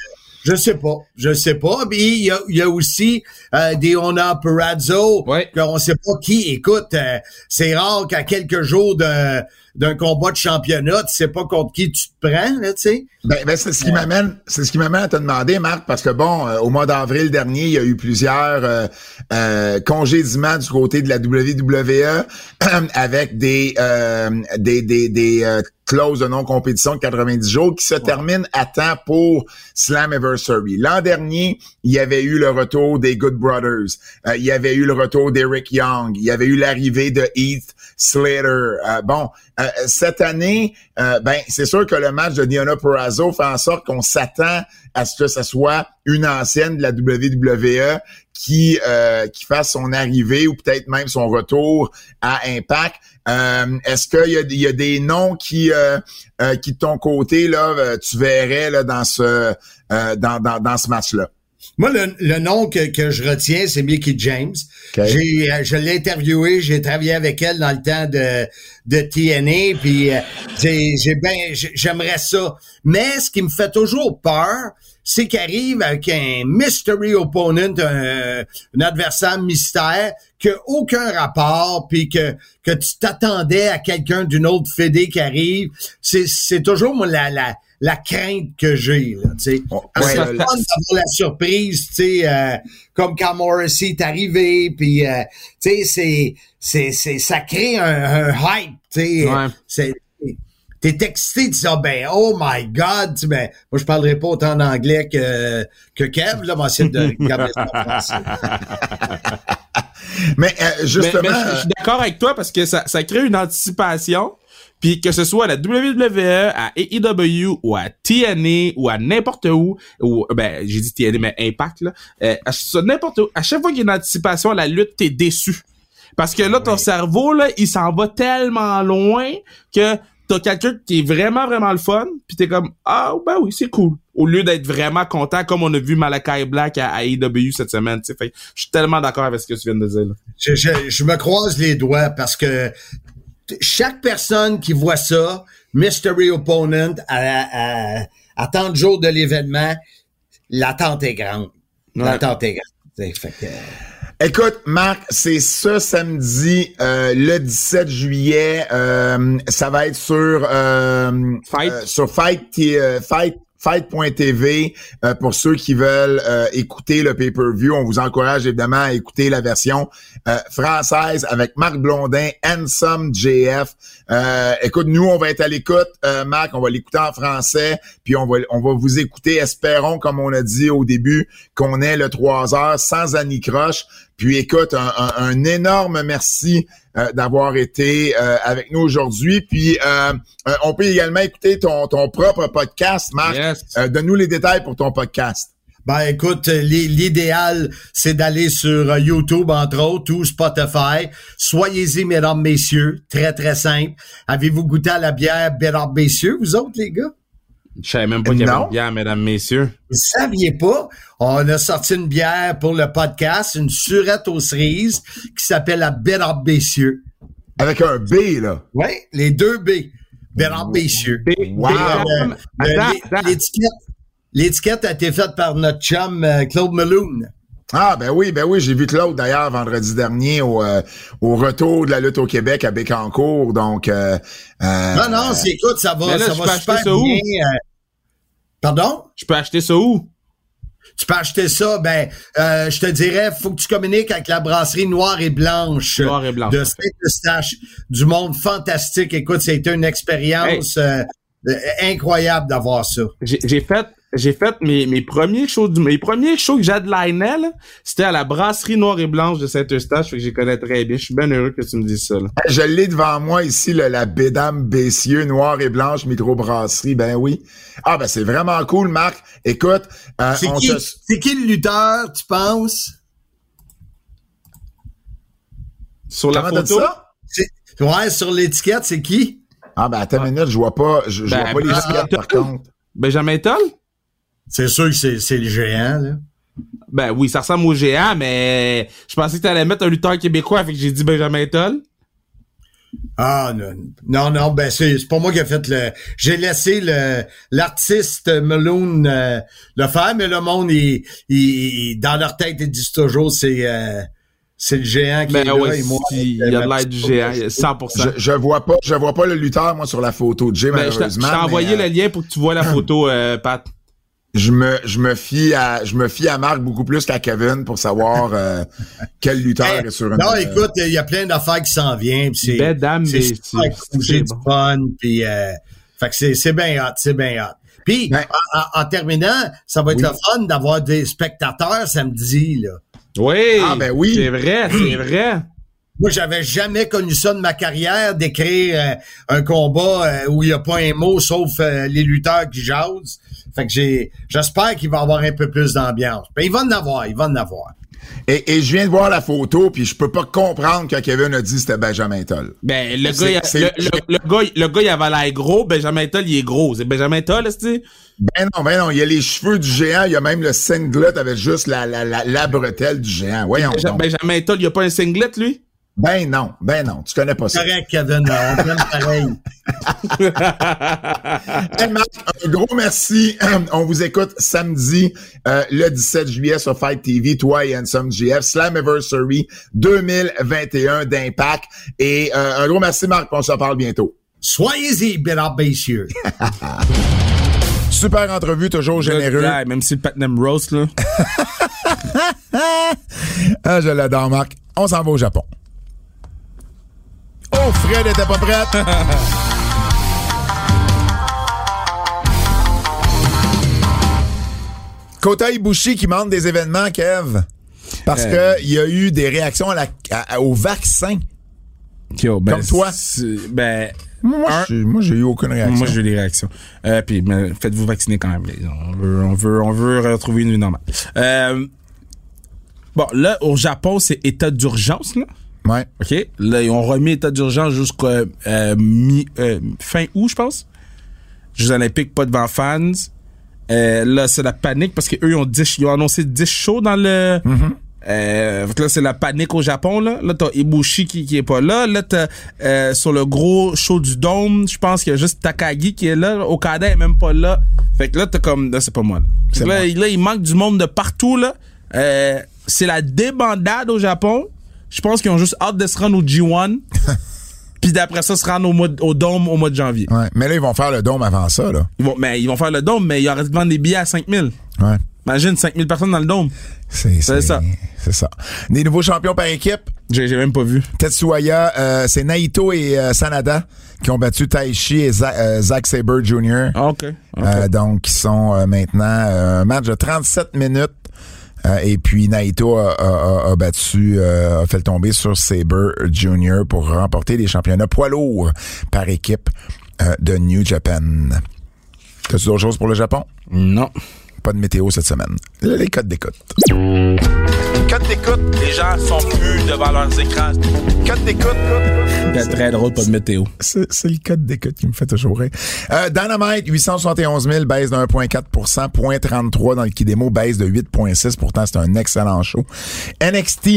Speaker 1: je sais pas, je sais pas. Puis il y a, il y a aussi euh, des Ona Perazzo
Speaker 3: Ouais.
Speaker 1: qu'on sait pas qui. Écoute, euh, c'est rare qu'à quelques jours de- d'un combat de championnat, tu sais pas contre qui tu te prends, là, tu sais.
Speaker 2: Ben, ben, c'est ce qui m'amène, c'est ce qui m'amène à te demander, Marc, parce que bon, euh, au mois d'avril dernier, il y a eu plusieurs euh, euh, congédiements du côté de la WWE avec des euh, des des, des, euh, clauses de non-compétition de 90 jours qui se terminent à temps pour Slammiversary. L'an dernier, il y avait eu le retour des Good Brothers, Euh, il y avait eu le retour d'Eric Young, il y avait eu l'arrivée de Heath Slater. Euh, bon, euh, cette année, euh, ben c'est sûr que le match de Diana Perazzo fait en sorte qu'on s'attend à ce que ce soit une ancienne de la WWE qui euh, qui fasse son arrivée ou peut-être même son retour à Impact. Euh, Est-ce qu'il y a, il y a des noms qui euh, euh, qui de ton côté là euh, tu verrais là dans ce euh, dans, dans dans ce match là
Speaker 1: Moi, le, le nom que, que je retiens, c'est Mickey James.
Speaker 2: OK.
Speaker 1: J'ai, euh, je l'ai interviewée, j'ai travaillé avec elle dans le temps de, de TNA, puis euh, j'ai, j'ai ben, j'ai- j'aimerais ça. Mais ce qui me fait toujours peur, c'est qu'elle arrive avec un mystery opponent, un, un adversaire mystère, qui a aucun rapport, puis que, que tu t'attendais à quelqu'un d'une autre fédé qui arrive. C'est, c'est toujours moi, la, la, la crainte que j'ai, là, tu sais.
Speaker 2: Oh, Ouais,
Speaker 1: Parce que
Speaker 3: là,
Speaker 1: c'est le
Speaker 3: là-
Speaker 1: fun d'avoir la surprise, tu sais, euh, comme quand Morrissey est arrivé, puis, euh, tu sais, c'est, c'est, c'est, ça crée un, un hype, tu sais. euh,
Speaker 3: Ouais.
Speaker 1: C'est, t'es excité, tu dis, ah, ben, oh my God, tu sais, ben, moi, je parlerai pas autant en anglais que, que Kev, là, mais c'est de regarder ça en français.
Speaker 2: Mais euh,
Speaker 3: Mais,
Speaker 2: justement,
Speaker 3: mais je, je suis d'accord avec toi parce que ça, ça crée une anticipation. Puis que ce soit à la WWE, à AEW ou à TNA ou à n'importe où, ou ben j'ai dit TNA mais Impact là, euh, à ce- n'importe où, à chaque fois qu'il y a une anticipation à la lutte, t'es déçu parce que là ton cerveau là, il s'en va tellement loin que t'as quelqu'un qui est vraiment vraiment le fun, puis t'es comme ah ben oui c'est cool au lieu d'être vraiment content comme on a vu Malakai Black à AEW cette semaine. tu sais. Fait que je suis tellement d'accord avec ce que tu viens de dire. Là.
Speaker 1: Je, je- je me croise les doigts parce que t- chaque personne qui voit ça, Mystery Opponent, à, à, à tant de jours de l'événement, l'attente est grande. L'attente est grande. T'sais, fait que, euh,
Speaker 2: Écoute, Marc, c'est ce samedi, euh, le 17 juillet. euh, ça va être sur euh,
Speaker 3: Fight.
Speaker 2: euh, sur Fight, T- euh, Fight- Fight.tv euh, pour ceux qui veulent euh, écouter le pay-per-view. On vous encourage évidemment à écouter la version euh, française avec Marc Blondin, Handsome JF. Euh, écoute, nous, on va être à l'écoute, euh, Marc, on va l'écouter en français, puis on va, on va vous écouter. Espérons, comme on a dit au début, qu'on ait le 3 heures sans anicroche. Puis écoute, un, un- un énorme merci euh, d'avoir été euh, avec nous aujourd'hui. Puis euh, euh, on peut également écouter ton, ton propre podcast, Marc.
Speaker 3: Yes.
Speaker 2: Euh, Donne-nous les détails pour ton podcast.
Speaker 1: ben écoute, l'i- l'idéal, c'est d'aller sur euh, YouTube, entre autres, ou Spotify. Soyez-y, mesdames, messieurs. Très, très simple. Avez-vous goûté à la bière, mesdames, messieurs, vous autres, les gars?
Speaker 3: Je savais même pas qu'il y
Speaker 2: Non.
Speaker 3: avait une bière, mesdames, messieurs.
Speaker 1: Vous saviez pas, on a sorti une bière pour le podcast, une surette aux cerises qui s'appelle la Belle en Bessieux.
Speaker 2: Avec un B, là.
Speaker 1: Oui, les deux B. Belle en Bessieux.
Speaker 2: Wow.
Speaker 1: Et, euh,
Speaker 3: Attends,
Speaker 1: le-
Speaker 3: attends.
Speaker 1: l'étiquette- L'étiquette a été faite par notre chum euh, Claude Meloun.
Speaker 2: Ah, ben oui, ben oui, j'ai vu Claude d'ailleurs vendredi dernier au, euh, au retour de la lutte au Québec à Bécancour. Donc, euh, euh,
Speaker 1: Non, non, c'est écoute, ça va,
Speaker 3: mais là,
Speaker 1: ça
Speaker 3: tu
Speaker 1: va
Speaker 3: peux acheter
Speaker 1: super
Speaker 3: ça où?
Speaker 1: bien. euh, pardon?
Speaker 3: Je peux acheter ça où?
Speaker 1: Tu peux acheter ça, ben, euh, je te dirais, faut que tu communiques avec la brasserie Noire et Blanche.
Speaker 3: Noire et Blanche,
Speaker 1: De
Speaker 3: parfait.
Speaker 1: Saint-Eustache. Du monde fantastique. Écoute, c'était une expérience euh, euh, incroyable d'avoir ça.
Speaker 3: J'ai j'ai fait, j'ai fait mes, mes premiers shows du, mes premiers shows que j'ai de Lionel, là, c'était à la brasserie noire et blanche de Saint-Eustache, fait que j'y connais très bien. Je suis bien heureux que tu me dises ça, là.
Speaker 2: Je l'ai devant moi ici, le- la Bédame Bessieux, noire et blanche, microbrasserie, ben oui. Ah ben c'est vraiment cool, Marc. Écoute, euh,
Speaker 1: C'est
Speaker 2: on
Speaker 1: qui,
Speaker 2: se-
Speaker 1: c'est qui le lutteur, tu penses?
Speaker 3: Sur la
Speaker 2: Comment t'as dit
Speaker 3: photo.
Speaker 2: ça?
Speaker 1: C'est- Ouais, sur l'étiquette, c'est qui?
Speaker 2: Ah ben attends une minute, je vois pas, je, je
Speaker 3: Ben,
Speaker 2: vois pas les
Speaker 3: ben,
Speaker 2: étiquettes par contre.
Speaker 3: Benjamin Toll?
Speaker 1: C'est sûr que c'est, c'est le géant, là.
Speaker 3: Ben oui, ça ressemble au géant, mais je pensais que t'allais mettre un lutteur québécois, fait que j'ai dit Benjamin Toll.
Speaker 1: Ah, non, non, non, ben, c'est, c'est pas moi qui ai fait le, j'ai laissé le, l'artiste Malone euh, le faire, mais le monde, il, il- dans leur tête, ils disent toujours, c'est, euh, c'est le géant qui est
Speaker 3: Ben
Speaker 1: là,
Speaker 3: oui,
Speaker 1: et moi, euh, ben,
Speaker 3: il y a de l'air du géant, 100%.
Speaker 2: Je, je vois pas, je vois pas le lutteur moi sur la photo de Jay
Speaker 3: Ben, je t'ai- je
Speaker 2: malheureusement.
Speaker 3: t'ai
Speaker 2: mais,
Speaker 3: envoyé
Speaker 2: euh,
Speaker 3: le lien pour que tu vois la photo, euh, Pat.
Speaker 2: je me je me fie à je me fie à Marc beaucoup plus qu'à Kevin pour savoir euh, quel lutteur
Speaker 1: Eh,
Speaker 2: est sur une
Speaker 1: non,
Speaker 2: euh,
Speaker 1: écoute, il y a plein d'affaires qui s'en viennent. puis C'est,
Speaker 3: Mesdames,
Speaker 1: c'est
Speaker 3: messieurs,
Speaker 1: super cool,
Speaker 3: Ben, c'est
Speaker 1: j'ai
Speaker 3: bon.
Speaker 1: du fun. Puis, euh, fait que c'est, c'est bien hot, c'est bien hot. Puis,
Speaker 2: Ben-
Speaker 1: en, en- en terminant, ça va être le fun d'avoir des spectateurs samedi, là.
Speaker 3: Oui! Hmm.
Speaker 2: Ah, ben oui.
Speaker 3: C'est vrai, c'est vrai.
Speaker 1: Moi, j'avais jamais connu ça de ma carrière, d'écrire euh, un combat euh, où il n'y a pas un mot sauf euh, les lutteurs qui jasent. Fait que j'ai, j'espère qu'il va y avoir un peu plus d'ambiance. Ben, il va en avoir, il va en avoir.
Speaker 2: et, et je viens de voir la photo puis je peux pas comprendre que Kevin a dit que c'était Benjamin Toll.
Speaker 3: Ben, le
Speaker 2: C'est-
Speaker 3: gars, il a-
Speaker 2: c'est-
Speaker 3: le, le- le gars, le gars, il avait l'air gros. Benjamin Toll, il est gros. C'est Benjamin Toll, est
Speaker 2: Ben non, ben non, il y a les cheveux du géant, il y a même le singlet avec juste la, la, la, la bretelle du géant. Voyons donc. Ben,
Speaker 3: Benjamin Toll, il a pas un singlet, lui?
Speaker 2: non, ben non, tu connais pas ça.
Speaker 1: Correct, Kevin, là, on prend pareil.
Speaker 2: Hey, Marc, un gros merci. On vous écoute samedi, euh, le 17 juillet sur Fight TV, toi et Handsome GF, Slammiversary 2021 d'Impact. Et euh, un gros merci, Marc, on se parle bientôt.
Speaker 1: Soyez-y, mesdames, messieurs.
Speaker 2: Super entrevue, toujours généreux.
Speaker 3: Ouais, même si le Platinum Roast, là.
Speaker 2: Ah, je l'adore, Marc. On s'en va au Japon. Oh, Fred était pas prête. Kota Ibushi qui manque des événements, Kev. parce
Speaker 3: Euh.
Speaker 2: que il y a eu des réactions à la- à- au vaccin.
Speaker 3: Yo, ben,
Speaker 2: Comme toi.
Speaker 3: c'est- Ben,
Speaker 2: Moi,
Speaker 3: Un-
Speaker 2: j'ai- moi, j'ai eu aucune réaction.
Speaker 3: moi, j'ai eu des réactions. Euh, puis, ben, faites-vous vacciner quand même. les gens. On veut, on veut, on veut retrouver une vie normale. Euh, bon, là, au Japon, c'est état d'urgence, là.
Speaker 2: Ouais.
Speaker 3: OK? Là, ils ont remis état d'urgence jusqu'à euh, mi- euh, fin août, je pense. Jeux Olympiques, pas devant fans. Euh, là, c'est la panique parce qu'eux, ils, ont 10 ils ont annoncé 10 shows dans le. Euh, fait que là, c'est la panique au Japon. Là, là t'as Ibushi qui, qui est pas là. Là, t'as euh, sur le gros show du Dôme, je pense qu'il y a juste Takagi qui est là. Okada est même pas là. Fait que là, t'as comme. Là, c'est pas moi. Là. Fait que là,
Speaker 2: moi.
Speaker 3: il- là, il manque du monde de partout. là. Euh, c'est la débandade au Japon. Je pense qu'ils ont juste hâte de se rendre au G1. Puis d'après ça, se rendre au, mois de- au Dôme au mois de janvier.
Speaker 2: Ouais. Mais là, ils vont faire le dôme avant ça, là.
Speaker 3: Ils vont, mais ils vont faire le dôme, mais ils arrêtent de vendre des billets à 5000.
Speaker 2: Ouais.
Speaker 3: Imagine 5000 personnes dans le dôme.
Speaker 2: C'est c'est-
Speaker 3: ça.
Speaker 2: C'est ça. Des nouveaux champions par équipe.
Speaker 3: J'ai j'ai même pas vu.
Speaker 2: Tetsuya, euh, c'est Naito et euh, Sanada qui ont battu Taishi et Za- euh, Zack Sabre Jr.
Speaker 3: Ah, OK. OK.
Speaker 2: Euh, donc, qui sont euh, maintenant euh, un match de 37 minutes. Euh, et puis Naito a, a- a- a battu, euh, a fait le tomber sur Saber Jr. pour remporter les championnats poids lourds par équipe euh, de New Japan. T'as-tu d'autres choses pour le Japon?
Speaker 3: Non.
Speaker 2: Pas de météo cette semaine. Là, Les codes d'écoute.
Speaker 3: Quand t'écoutes, les gens sont plus devant leurs écrans.
Speaker 2: Codes d'écoute.
Speaker 3: C'est très drôle, pas de météo.
Speaker 2: C'est c'est le code d'écoute qui me fait toujours rire. Euh, Dynamite, 871 000, baisse de 1,4 point 33 dans le Kidemo, baisse de 8,6 Pourtant, c'est un excellent show. NXT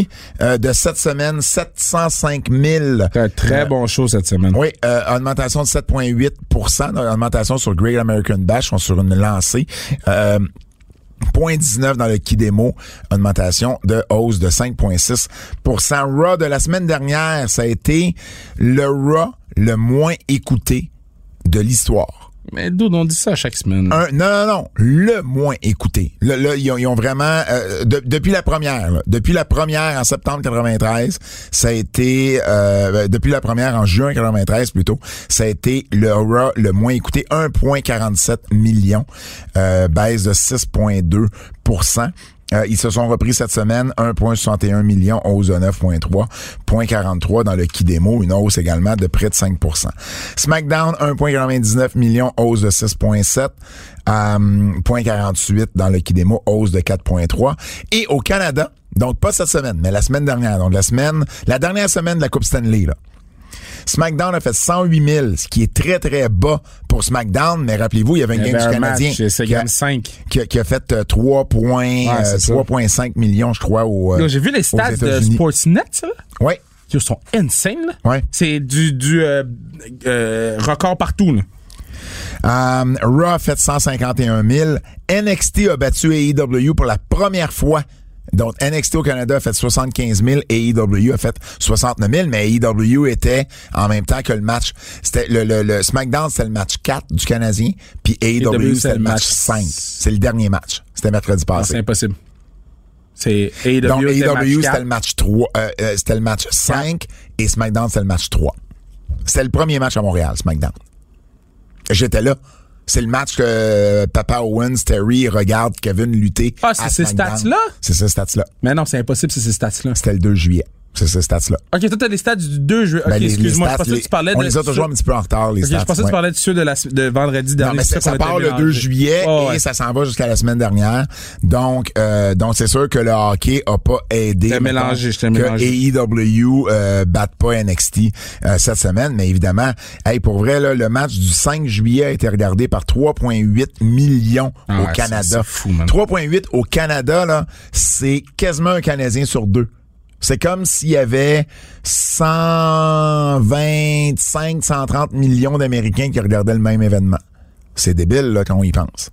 Speaker 2: euh, de cette semaine, 705 000.
Speaker 3: C'est un très bon show cette semaine.
Speaker 2: Oui, euh, augmentation de 7,8 dans Augmentation sur Great American Bash, on est sur une lancée. Euh, 0.19 dans le Kidemo, augmentation de hausse de 5,6 Raw de la semaine dernière, ça a été le Raw le moins écouté de l'histoire.
Speaker 3: Mais d'où on dit ça à chaque semaine?
Speaker 2: Un- non, non, non, le moins écouté. Là, là, ils, ont, ils ont vraiment... euh, de- depuis la première, là, depuis la première en septembre 93, ça a été... euh, ben, depuis la première en juin 93 plutôt, ça a été le Raw le moins écouté, 1,47 million, euh, baisse de 6,2 euh, ils se sont repris cette semaine, 1,61 million, hausse de 9,3, 0,43 dans le Kidemo, une hausse également de près de 5 SmackDown, 1,99 million, hausse de 6,7, euh, 0,48 dans le Kidemo, hausse de 4,3. Et au Canada, donc pas cette semaine, mais la semaine dernière, donc la semaine, la dernière semaine de la Coupe Stanley, là. SmackDown a fait 108 000, ce qui est très, très bas pour SmackDown, mais rappelez-vous, il y avait une
Speaker 3: Il y
Speaker 2: game
Speaker 3: avait
Speaker 2: du
Speaker 3: un match,
Speaker 2: Canadien.
Speaker 3: c'est
Speaker 2: qui a-
Speaker 3: game 5.
Speaker 2: qui a, qui a fait euh, 3 points, euh,
Speaker 3: c'est ça.
Speaker 2: 3,5 millions, je crois, au. euh,
Speaker 3: Yo, J'ai vu les
Speaker 2: aux
Speaker 3: stats de
Speaker 2: États-Unis.
Speaker 3: Sportsnet, ça. là.
Speaker 2: Ouais.
Speaker 3: Yo, Ils sont insane, là.
Speaker 2: Ouais.
Speaker 3: C'est du, du euh, euh, record partout, là.
Speaker 2: Euh, Raw a fait 151 000. NXT a battu AEW pour la première fois. Donc, NXT au Canada a fait 75 000 et AEW a fait 69 000, mais AEW était en même temps que le match. C'était le, le- le SmackDown, c'était le match 4 du Canadien, puis
Speaker 3: E
Speaker 2: AEW, c'était le match 5. C'est le dernier match. C'était mercredi
Speaker 3: Ah,
Speaker 2: passé.
Speaker 3: C'est impossible. C'est AEW.
Speaker 2: Donc,
Speaker 3: c'était match
Speaker 2: AEW, c'était
Speaker 3: quatre.
Speaker 2: le match 3, euh, euh, c'était le match 5 et SmackDown, c'était le match 3. C'était le premier match à Montréal, SmackDown. J'étais là. C'est le match que euh, Papa Owens, Terry regarde Kevin lutter.
Speaker 3: Ah, c'est
Speaker 2: à
Speaker 3: ces
Speaker 2: SmackDown.
Speaker 3: stats-là?
Speaker 2: C'est ces stats-là.
Speaker 3: Mais non, c'est impossible, c'est ces stats-là.
Speaker 2: C'était le 2 juillet. C'est ces stats-là.
Speaker 3: Ok, toi, t'as les stats du 2 juillet. Ok,
Speaker 2: Ben, les- les
Speaker 3: excuse-moi, je
Speaker 2: stats,
Speaker 3: pensais
Speaker 2: les-
Speaker 3: que tu parlais
Speaker 2: On
Speaker 3: de.
Speaker 2: les a toujours un petit peu en retard, les
Speaker 3: Ok,
Speaker 2: stats.
Speaker 3: je pensais que
Speaker 2: ouais.
Speaker 3: tu parlais de ceux de, la, de vendredi dernier.
Speaker 2: Non, mais
Speaker 3: c'est
Speaker 2: ça,
Speaker 3: qu'on
Speaker 2: ça
Speaker 3: était
Speaker 2: part le
Speaker 3: mélangés. Ah,
Speaker 2: 2 juillet
Speaker 3: Ouais, ouais.
Speaker 2: et ça s'en va jusqu'à la semaine dernière. Donc, euh, donc c'est sûr que le hockey a pas aidé.
Speaker 3: J'étais
Speaker 2: mettons,
Speaker 3: mélangé, j'étais mélangé.
Speaker 2: que AEW euh, batte pas NXT euh, cette semaine, mais évidemment, hey, pour vrai, là, le match du 5 juillet a été regardé par 3,8 millions
Speaker 3: Ah
Speaker 2: au
Speaker 3: ouais, ça,
Speaker 2: Canada.
Speaker 3: c'est fou, man.
Speaker 2: 3,8 au Canada, là, c'est quasiment un Canadien sur deux. C'est comme s'il y avait 125, 130 millions d'Américains qui regardaient le même événement. C'est débile, là, quand on y pense.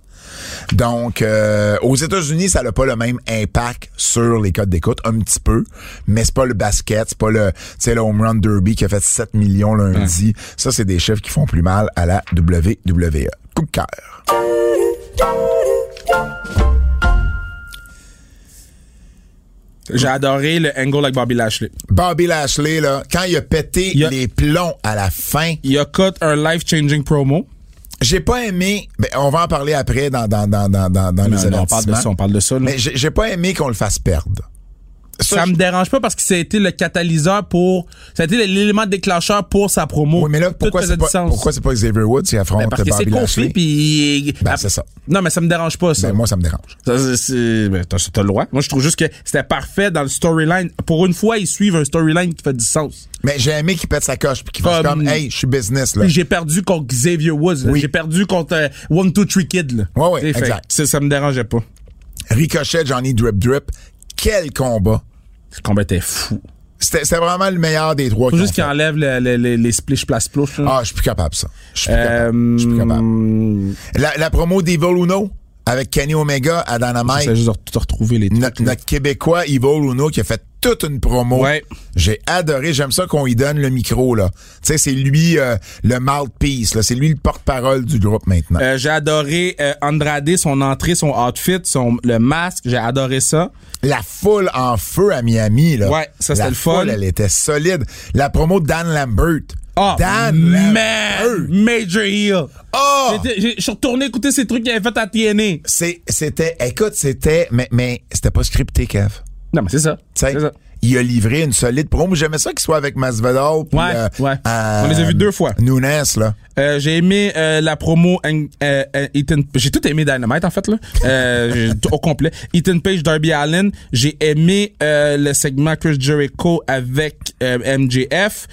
Speaker 2: Donc, euh, aux États-Unis, ça n'a pas le même impact sur les codes d'écoute, un petit peu, mais c'est pas le basket, c'est pas le, tu sais, le home run derby qui a fait 7 millions lundi. Ça, c'est des chiffres qui font plus mal à la WWE. Coup de cœur.
Speaker 3: J'ai adoré le angle avec Bobby Lashley.
Speaker 2: Bobby Lashley, là, quand il a pété
Speaker 3: Il a-
Speaker 2: les plombs à la fin,
Speaker 3: Il a cut un life-changing promo.
Speaker 2: Ah, j'ai pas aimé, ben, on va en parler après dans, dans, dans, dans, dans, dans les
Speaker 3: Non, non, on parle de
Speaker 2: avertissements.
Speaker 3: ça, on parle de ça. là.
Speaker 2: Mais j'ai j'ai pas aimé qu'on le fasse perdre.
Speaker 3: ça me dérange pas parce que ça a été le catalyseur pour. Ça a été l'élément déclencheur pour sa promo.
Speaker 2: Oui, mais là,
Speaker 3: Tout
Speaker 2: pourquoi
Speaker 3: faisait
Speaker 2: c'est
Speaker 3: du
Speaker 2: pas,
Speaker 3: sens.
Speaker 2: pourquoi c'est pas Xavier Woods qui affronte
Speaker 3: Ben, parce que c'est
Speaker 2: Bobby
Speaker 3: conflit,
Speaker 2: Lashley?
Speaker 3: puis.
Speaker 2: Ben, c'est ça.
Speaker 3: Non, mais ça me dérange pas, ça.
Speaker 2: Ben, moi, ça me dérange.
Speaker 3: Ça, c'est- c'est- ben, t'as t'as le droit. Moi, je trouve juste que c'était parfait dans le storyline. Pour une fois, ils suivent un storyline qui fait du sens.
Speaker 2: Mais j'ai aimé qu'il pète sa coche puis qu'il fasse
Speaker 3: Comme-
Speaker 2: comme, hey, je suis business, là.
Speaker 3: Puis Ah, J'ai perdu contre Xavier Woods. là.
Speaker 2: Oui.
Speaker 3: J'ai perdu contre euh, One Two Three Kid. Là.
Speaker 2: Ouais, ouais,
Speaker 3: T'sais, fait
Speaker 2: exact.
Speaker 3: que ça, ça me dérangeait pas.
Speaker 2: Ricochet, Johnny Drip Drip. Quel combat!
Speaker 3: Le combat était fou.
Speaker 2: C'était c'était vraiment le meilleur des trois.
Speaker 3: Faut
Speaker 2: qu'on
Speaker 3: juste qu'ils
Speaker 2: fait.
Speaker 3: enlèvent le- le- le- les splish place plouche. là.
Speaker 2: Ah, je suis plus capable, ça. Je suis plus capable. Ah,
Speaker 3: Euh,
Speaker 2: Je suis plus capable. La, la promo d'Evil Uno avec Kenny Omega à Dynamite.
Speaker 3: J'essaie juste de re- de retrouver les trucs.
Speaker 2: Notre,
Speaker 3: là.
Speaker 2: notre Québécois Evil Uno qui a fait toute une promo.
Speaker 3: Ouais.
Speaker 2: J'ai adoré. J'aime ça qu'on lui donne le micro, là. Tu sais, c'est lui euh, le mouthpiece, là. C'est lui le porte-parole du groupe maintenant.
Speaker 3: Euh, j'ai adoré euh, Andrade, son entrée, son outfit, son le masque, j'ai adoré ça.
Speaker 2: La foule en feu à Miami, là.
Speaker 3: Ouais, ça, c'était
Speaker 2: La
Speaker 3: le fun.
Speaker 2: foule, elle était solide. La promo de Dan Lambert.
Speaker 3: Oh,
Speaker 2: Dan
Speaker 3: man,
Speaker 2: Lambert.
Speaker 3: Major Hill.
Speaker 2: Oh!
Speaker 3: J'étais- j'ai- Je suis retourné écouter ces trucs qu'il avait fait à TNA.
Speaker 2: C'est- C'était, écoute, c'était, mais, mais c'était pas scripté, Kev.
Speaker 3: Non, mais c'est ça.
Speaker 2: Tu sais,
Speaker 3: C'est ça.
Speaker 2: il a livré une solide promo. J'aimais ça qu'il soit avec Masvidal. puis,
Speaker 3: Ouais,
Speaker 2: euh,
Speaker 3: ouais.
Speaker 2: euh,
Speaker 3: On les a vus deux fois.
Speaker 2: Nunes, là.
Speaker 3: Euh, j'ai aimé euh, la promo Ang- euh, euh, Ethan- j'ai tout aimé Dynamite en fait là Euh, j'ai tout- au complet Ethan Page Darby Allen j'ai aimé euh, le segment Chris Jericho avec euh, MJF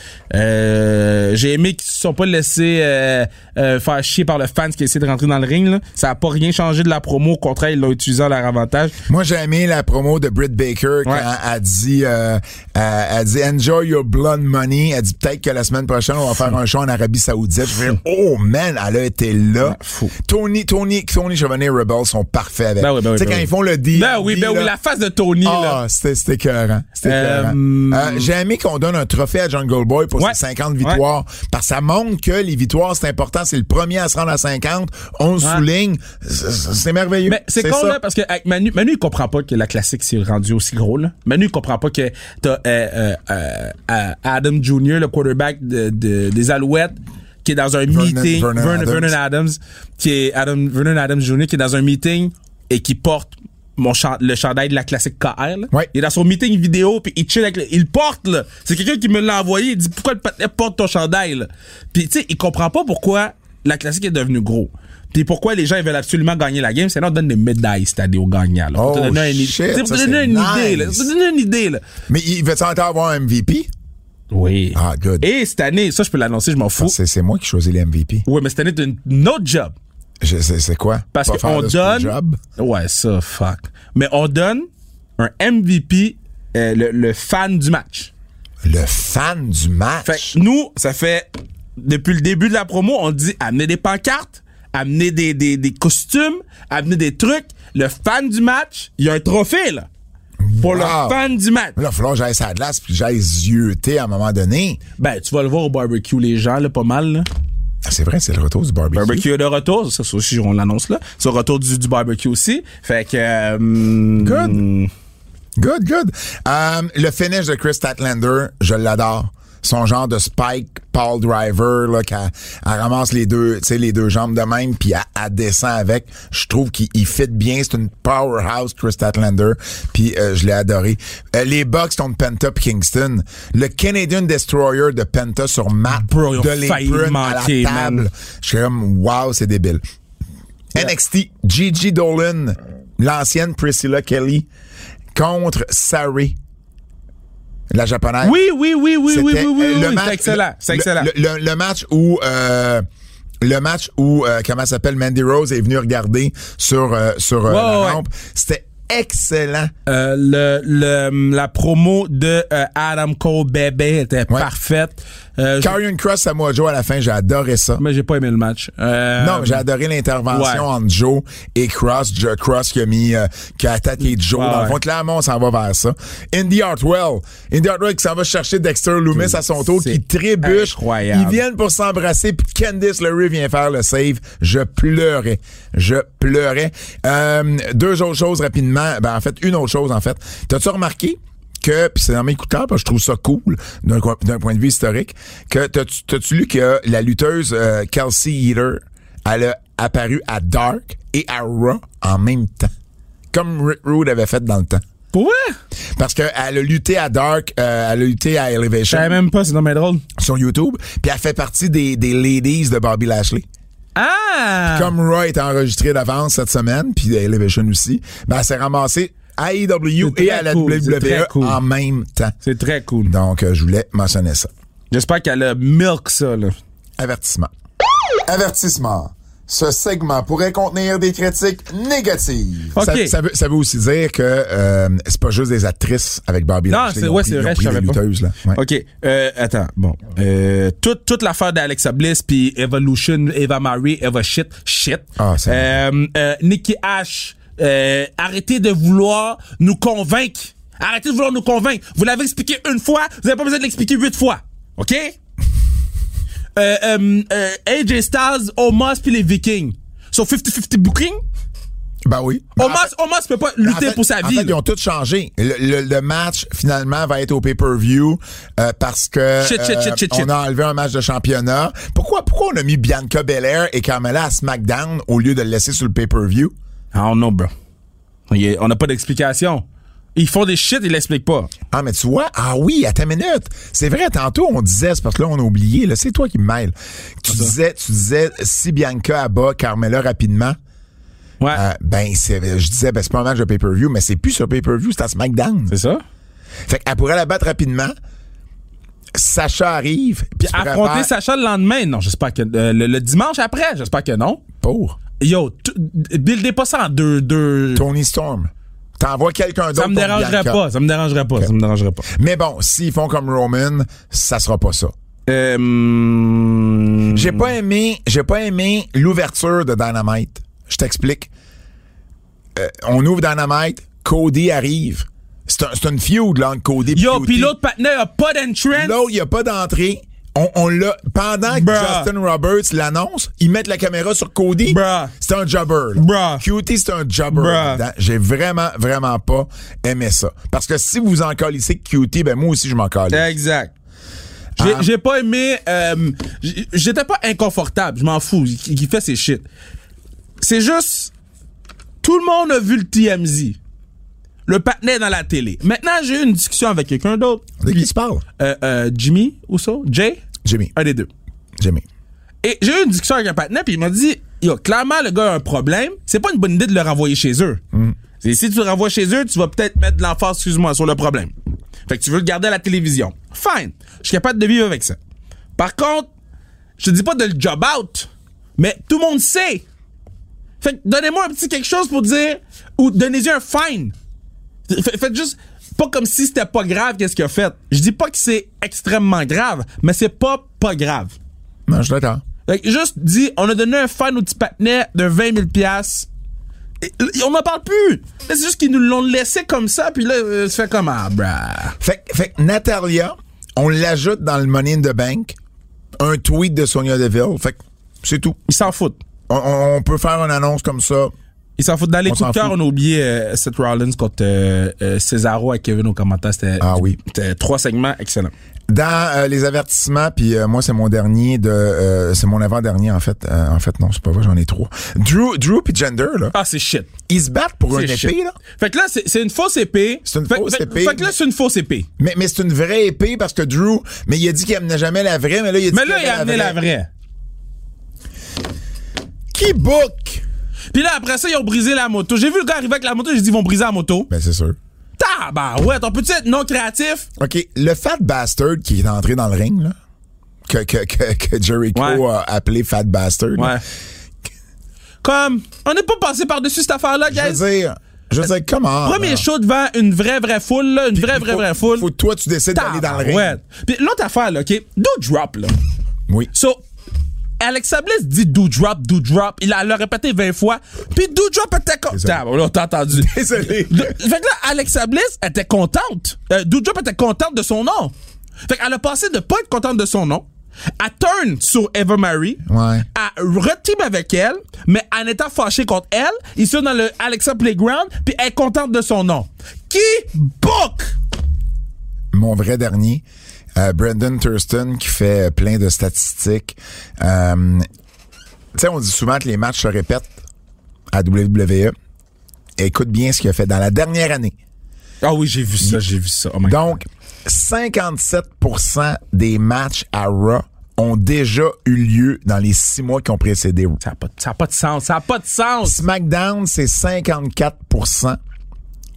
Speaker 3: Euh, j'ai aimé qu'ils se sont pas laissés euh, euh, faire chier par le fan qui essaie de rentrer dans le ring là. ça a pas rien changé de la promo au contraire ils l'ont utilisé à leur avantage
Speaker 2: Moi, j'ai aimé la promo de Britt Baker quand
Speaker 3: Ouais.
Speaker 2: elle dit, euh, elle, elle dit Enjoy your blood money. Elle dit peut-être que la semaine prochaine, on va faire un show en Arabie Saoudite. Je fais, oh man, elle a été là.
Speaker 3: fou.
Speaker 2: Tony, Tony, Tony Chauvenet et Rebel sont parfaits avec.
Speaker 3: Ben oui, ben oui,
Speaker 2: tu sais,
Speaker 3: ben
Speaker 2: quand
Speaker 3: oui.
Speaker 2: ils font le deal.
Speaker 3: ben oui ben oui la face de Tony là
Speaker 2: Ah, c'était c'était écœurant. C'était
Speaker 3: Euh,
Speaker 2: écœurant.
Speaker 3: hum.
Speaker 2: Euh, J'ai aimé qu'on donne un trophée à Jungle Boy pour
Speaker 3: Ouais.
Speaker 2: ses 50 victoires. Parce que ça montre que les victoires, c'est important. C'est le premier à se rendre à 50. On le
Speaker 3: Ouais.
Speaker 2: souligne. C'est- C'est c'est merveilleux.
Speaker 3: Mais c'est con,
Speaker 2: ça.
Speaker 3: là, parce que avec Manu, Manu, il comprend pas que la classique s'est rendue aussi gros, là. Manu, il comprend pas que t'as euh, euh, euh, euh, Adam Jr., le quarterback de, de- des Alouettes, qui est dans un
Speaker 2: Vernon-
Speaker 3: meeting.
Speaker 2: Vernon
Speaker 3: Vernon,
Speaker 2: Adams.
Speaker 3: Vernon Adams. Qui est Adam, Vernon Adams Jr., qui est dans un meeting et qui porte mon chan- le chandail de la classique KR, là.
Speaker 2: Ouais.
Speaker 3: Il est dans son meeting vidéo, puis il chill avec le, il le porte, là. C'est quelqu'un qui me l'a envoyé, il dit, pourquoi le patinet porte ton chandail, là? Puis, tu sais, il comprend pas pourquoi la classique est devenue gros. Puis pourquoi les gens ils veulent absolument gagner la game, c'est là on donne des médailles cette année aux gagnants, là. Pour te
Speaker 2: Oh,
Speaker 3: donner une,
Speaker 2: shit,
Speaker 3: tu sais, pour te
Speaker 2: ça,
Speaker 3: donner
Speaker 2: c'est
Speaker 3: une idée, là.
Speaker 2: nice.
Speaker 3: Pour te donner une idée, là.
Speaker 2: Mais il veut encore avoir un MVP?
Speaker 3: Oui.
Speaker 2: Ah, good.
Speaker 3: Et cette année, ça, je peux l'annoncer, je m'en fous.
Speaker 2: C'est c'est moi qui choisis les MVP.
Speaker 3: Ouais, mais cette année, t'as une, une autre job.
Speaker 2: Je- C'est c'est quoi?
Speaker 3: Parce
Speaker 2: Pas faire
Speaker 3: qu'on
Speaker 2: de screw
Speaker 3: donne.
Speaker 2: job?
Speaker 3: Ouais, ça, fuck. Mais on donne un MVP, euh, le, le fan du match.
Speaker 2: Le fan du match.
Speaker 3: Fait que nous, ça fait. Depuis le début de la promo, on dit amener des pancartes, amener des, des, des costumes, amener des trucs. Le fan du match, il y a un trophée, là. Pour le
Speaker 2: Wow.
Speaker 3: fan du
Speaker 2: Là,
Speaker 3: match.
Speaker 2: il va falloir que j'aille sur la glace puis que j'aille zioter à un moment donné.
Speaker 3: Ben, tu vas le voir au barbecue, les gens, là, pas mal, là.
Speaker 2: Ah, C'est vrai, c'est le retour du barbecue.
Speaker 3: Barbecue est de retour, ça, ça aussi, on l'annonce, là. C'est le retour du, du barbecue aussi. Fait que. euh, hmm,
Speaker 2: Good. Good, good. Euh, le finish de Chris Statlander, je l'adore. Son genre de Spike Paul Driver, là, qu'elle elle ramasse les deux, tu sais, les deux jambes de même, puis elle, elle descend avec. Je trouve qu'il il fit bien. C'est une powerhouse, Chris Statlander. Puis euh, je l'ai adoré. Euh, les Bucks contre Penta puis Kingston. Le Canadian Destroyer de Penta sur Matt
Speaker 3: Bro, ils ont
Speaker 2: de
Speaker 3: failli
Speaker 2: l'apron à la
Speaker 3: manquer, man.
Speaker 2: table. Je suis comme, wow, c'est débile. NXT, Gigi Dolan, l'ancienne Priscilla Kelly, contre Sari, la japonaise.
Speaker 3: Oui, oui, oui, oui, oui, oui,
Speaker 2: C'était,
Speaker 3: oui, oui,
Speaker 2: euh,
Speaker 3: oui,
Speaker 2: le
Speaker 3: c'est
Speaker 2: match-
Speaker 3: excellent, c'est
Speaker 2: le-
Speaker 3: excellent.
Speaker 2: Le, le- le match où... euh, le match où, euh, comment elle s'appelle, Mandy Rose est venue regarder sur, euh, sur euh,
Speaker 3: Ouais,
Speaker 2: la
Speaker 3: ouais, ouais.
Speaker 2: rampe. C'était excellent.
Speaker 3: Euh, le, le, la promo de euh, Adam Cole bébé était parfaite. Euh, je-
Speaker 2: Karrion Cross, Samoa Joe à la fin, j'ai adoré ça.
Speaker 3: mais j'ai pas aimé le match. Euh,
Speaker 2: Non, mais j'ai adoré l'intervention
Speaker 3: ouais.
Speaker 2: entre Joe et Cross. Je- Cross qui a mis, euh, qui a attaqué Joe.
Speaker 3: Ouais,
Speaker 2: Dans le fond,
Speaker 3: ouais.
Speaker 2: clairement, on s'en va vers ça. Indy Hartwell. Indy Hartwell qui s'en va chercher Dexter Loomis à son tour,
Speaker 3: c'est
Speaker 2: qui trébuche.
Speaker 3: incroyable.
Speaker 2: Ils viennent pour s'embrasser, puis Candice Lurie vient faire le save. Je pleurais. Je pleurais. Euh, deux autres choses rapidement. Ben, en fait, une autre chose, en fait. T'as-tu remarqué? que, puis c'est dans mes coups de cœur, parce que je trouve ça cool d'un co- d'un point de vue historique, que t'as-tu t'as-tu lu que la lutteuse euh, Kelsey Eater, elle a apparu à Dark et à Raw en même temps, comme Rick Rude avait fait dans le temps.
Speaker 3: Pour vrai?
Speaker 2: Parce qu'elle a lutté à Dark, euh, elle a lutté à
Speaker 3: Je
Speaker 2: Elevation
Speaker 3: savais même pas, c'est dommage drôle.
Speaker 2: sur YouTube, puis elle fait partie des, des ladies de Bobby Lashley.
Speaker 3: Ah!
Speaker 2: Comme Raw est enregistré d'avance cette semaine, puis Elevation aussi, ben elle s'est ramassée à AEW
Speaker 3: C'est
Speaker 2: et
Speaker 3: très
Speaker 2: à la
Speaker 3: cool, c'est très
Speaker 2: WWE
Speaker 3: cool.
Speaker 2: en même temps.
Speaker 3: C'est très cool.
Speaker 2: Donc, euh, je voulais mentionner ça.
Speaker 3: J'espère qu'elle a milk ça, là.
Speaker 2: Avertissement. Avertissement. Ce segment pourrait contenir des critiques négatives.
Speaker 3: OK.
Speaker 2: Ça, ça veut, ça veut aussi dire que euh, c'est pas juste des actrices avec Barbie
Speaker 3: Non,
Speaker 2: Lashley,
Speaker 3: c'est
Speaker 2: ils ont
Speaker 3: ouais,
Speaker 2: pris-
Speaker 3: c'est
Speaker 2: ils ont
Speaker 3: vrai, je
Speaker 2: pris des
Speaker 3: savais pas.
Speaker 2: lutteuses, là. Ouais.
Speaker 3: OK, euh, attends, bon. Euh, toute toute l'affaire d'Alexa Bliss puis Evolution, Eva Marie, Eva shit, shit.
Speaker 2: Ah, ça-
Speaker 3: euh, euh, Nikki H, euh, arrêtez de vouloir nous convaincre. Arrêtez de vouloir nous convaincre. Vous l'avez expliqué une fois, vous n'avez pas besoin de l'expliquer huit fois. OK? euh, euh, euh, AJ Styles, Omos puis les Vikings. Sur 50-50 booking,
Speaker 2: Ben oui. Ben, en
Speaker 3: Omos,
Speaker 2: fait-
Speaker 3: Omos peut pas
Speaker 2: en
Speaker 3: lutter
Speaker 2: fait-
Speaker 3: pour sa
Speaker 2: en
Speaker 3: vie.
Speaker 2: fait,
Speaker 3: là.
Speaker 2: ils ont tout changé. Le, le- le match, finalement, va être au pay-per-view euh, parce que euh,
Speaker 3: Shit, shit, shit, shit,
Speaker 2: on
Speaker 3: shit.
Speaker 2: a enlevé un match de championnat. Pourquoi, pourquoi on a mis Bianca Belair et Carmella à SmackDown au lieu de le laisser sur le pay-per-view?
Speaker 3: I don't know, bro. Il y a- on n'a pas d'explication. Ils font des shit, ils l'expliquent pas.
Speaker 2: Ah, mais tu vois, ah oui, à ta minute. C'est vrai, tantôt, on disait, c'est parce que là, on a oublié, là, c'est toi qui me mêle. Tu disais, tu disais, si Bianca abat Carmella rapidement,
Speaker 3: Ouais.
Speaker 2: euh, ben, c'est, je disais, ben, c'est pas un match de pay-per-view, mais c'est plus sur pay-per-view, c'est à SmackDown.
Speaker 3: c'est ça?
Speaker 2: Fait qu'elle pourrait la battre rapidement. Sacha arrive, puis tu pourrais
Speaker 3: Affronter
Speaker 2: faire
Speaker 3: Sacha le lendemain. Non, j'espère que. euh, le, le dimanche après, j'espère que non.
Speaker 2: pour
Speaker 3: Yo, tu- buildez pas ça en deux. deux
Speaker 2: Tony Storm. T'envoies quelqu'un d'autre.
Speaker 3: ça me
Speaker 2: pour
Speaker 3: dérangerait
Speaker 2: Bianca.
Speaker 3: pas. Ça me dérangerait pas. Ça me dérangerait pas.
Speaker 2: Mais bon, s'ils font comme Roman, ça sera pas ça.
Speaker 3: Euh,
Speaker 2: J'ai pas aimé, j'ai pas aimé l'ouverture de Dynamite. Je t'explique. Euh, on ouvre Dynamite, Cody arrive. C'est un- c'est une feud là entre Cody. et
Speaker 3: Yo,
Speaker 2: Cody.
Speaker 3: pis l'autre partenaire a pas d'entrance.
Speaker 2: L'autre, il n'y a pas d'entrée. On, on l'a. Pendant que
Speaker 3: Bruh.
Speaker 2: Justin Roberts l'annonce, ils mettent la caméra sur Cody.
Speaker 3: Bruh.
Speaker 2: C'est un jobber. là.
Speaker 3: Bruh.
Speaker 2: Cutie, c'est un jobber.
Speaker 3: Bruh.
Speaker 2: là-dedans. J'ai vraiment, vraiment pas aimé ça. Parce que si vous en colissez que Cutie, ben moi aussi je m'en calisse.
Speaker 3: Exact. J'ai
Speaker 2: Ah.
Speaker 3: j'ai pas aimé. euh, j'- J'étais pas inconfortable. Je m'en fous. Il, il fait ses shit. C'est juste. Tout le monde a vu le TMZ. Le partenaire dans la télé. Maintenant, j'ai eu une discussion avec quelqu'un d'autre.
Speaker 2: De qui
Speaker 3: Lui,
Speaker 2: tu parles?
Speaker 3: euh, euh, Jimmy ou ça? Jay?
Speaker 2: Jimmy.
Speaker 3: Un des deux.
Speaker 2: Jimmy.
Speaker 3: Et j'ai eu une discussion avec un partenaire, puis il m'a dit Yo, clairement, le gars a un problème. C'est pas une bonne idée de le renvoyer chez eux. C'est si tu le renvoies chez eux, tu vas peut-être mettre de l'emphase, excuse-moi, sur le problème. Fait que tu veux le garder à la télévision. Fine. Je suis capable de vivre avec ça. Par contre, je te dis pas de le job out, mais tout le monde sait. Fait que donnez-moi un petit quelque chose pour dire, ou donnez-lui un fine. Fait- Faites juste pas comme si c'était pas grave qu'est-ce qu'il a fait. Je dis pas que c'est extrêmement grave, mais c'est pas pas grave.
Speaker 2: Non, je suis d'accord.
Speaker 3: Fait que juste dit, on a donné un fan au petit patinet de 20 000 piastres. Et- et On n'en parle plus. Là, C'est juste qu'ils nous l'ont laissé comme ça, puis là, euh, ça fait comme ah, brah.
Speaker 2: Fait, que- fait que Natalia, on l'ajoute dans le Money in the Bank. Un tweet de Sonia Deville. Fait que c'est tout.
Speaker 3: Ils s'en foutent.
Speaker 2: On, on- on peut faire une annonce comme ça.
Speaker 3: Ils s'en foutent. Dans les
Speaker 2: On
Speaker 3: coups de
Speaker 2: s'en
Speaker 3: cœur,
Speaker 2: fout.
Speaker 3: on a oublié euh, Seth Rollins contre euh, euh, Cesaro et Kevin au commentaire. C'était
Speaker 2: Ah oui.
Speaker 3: c'était trois segments excellents.
Speaker 2: Dans euh, les avertissements, puis euh, moi c'est mon dernier de, euh, c'est mon avant-dernier en fait. Euh, en fait non, c'est pas vrai, j'en ai trois. Drew, Drew puis Gender là,
Speaker 3: Ah, c'est shit.
Speaker 2: ils se battent pour
Speaker 3: C'est
Speaker 2: une épée
Speaker 3: shit.
Speaker 2: là.
Speaker 3: Fait que là, c'est c'est une fausse épée.
Speaker 2: C'est une
Speaker 3: Fait-
Speaker 2: fausse
Speaker 3: fait-
Speaker 2: épée.
Speaker 3: Fait que là, c'est une fausse épée.
Speaker 2: Mais, mais c'est une vraie épée parce que Drew, mais il a dit qu'il amenait jamais la vraie, mais là il a dit
Speaker 3: Mais
Speaker 2: qu'il
Speaker 3: là, il a amené la vraie.
Speaker 2: Qui book
Speaker 3: Puis là, après ça, ils ont brisé la moto. J'ai vu le gars arriver avec la moto, j'ai dit, ils vont briser la moto.
Speaker 2: Ben c'est sûr.
Speaker 3: Tabarouette, on peut-tu être non créatif?
Speaker 2: OK, le fat bastard qui est entré dans le ring là, que que que, que Jericho
Speaker 3: Ouais.
Speaker 2: a appelé fat bastard. là.
Speaker 3: Comme, on n'est pas passé par-dessus cette affaire-là,
Speaker 2: Je
Speaker 3: guys.
Speaker 2: veux dire, je veux dire comment
Speaker 3: Premier show devant une vraie, vraie foule, là, une vraie, vraie, vraie foule.
Speaker 2: Faut que toi tu décides d'aller dans le ring.
Speaker 3: Tabarouette. Puis l'autre affaire, là, OK? Do drop, là.
Speaker 2: Oui.
Speaker 3: So, Alexa Bliss dit do drop, do drop. Il a- elle l'a répété 20 fois. Puis do drop était contente.
Speaker 2: Désolé.
Speaker 3: Tabarouette, t'as entendu.
Speaker 2: Désolé.
Speaker 3: Do- fait que là, Alexa Bliss était contente. Euh, do drop était contente de son nom. Fait qu'elle a passé de pas être contente de son nom à turn sur Eva Marie.
Speaker 2: Ouais.
Speaker 3: à reteam avec elle, mais en étant fâchée contre elle, ils sont dans le Alexa Playground, puis elle est contente de son nom. Qui book?
Speaker 2: mon vrai dernier, euh, Brandon Thurston qui fait euh, plein de statistiques. Euh, tu sais, on dit souvent que les matchs se E. répètent à WWE. Écoute bien ce qu'il a fait dans la dernière année.
Speaker 3: Ah oui, j'ai vu ça, j'ai vu ça. Oh my
Speaker 2: Donc, 57% des matchs à Raw ont déjà eu lieu dans les six mois qui ont précédé Raw.
Speaker 3: Ça n'a pas, ça a pas de sens. Ça n'a pas de sens.
Speaker 2: SmackDown, c'est 54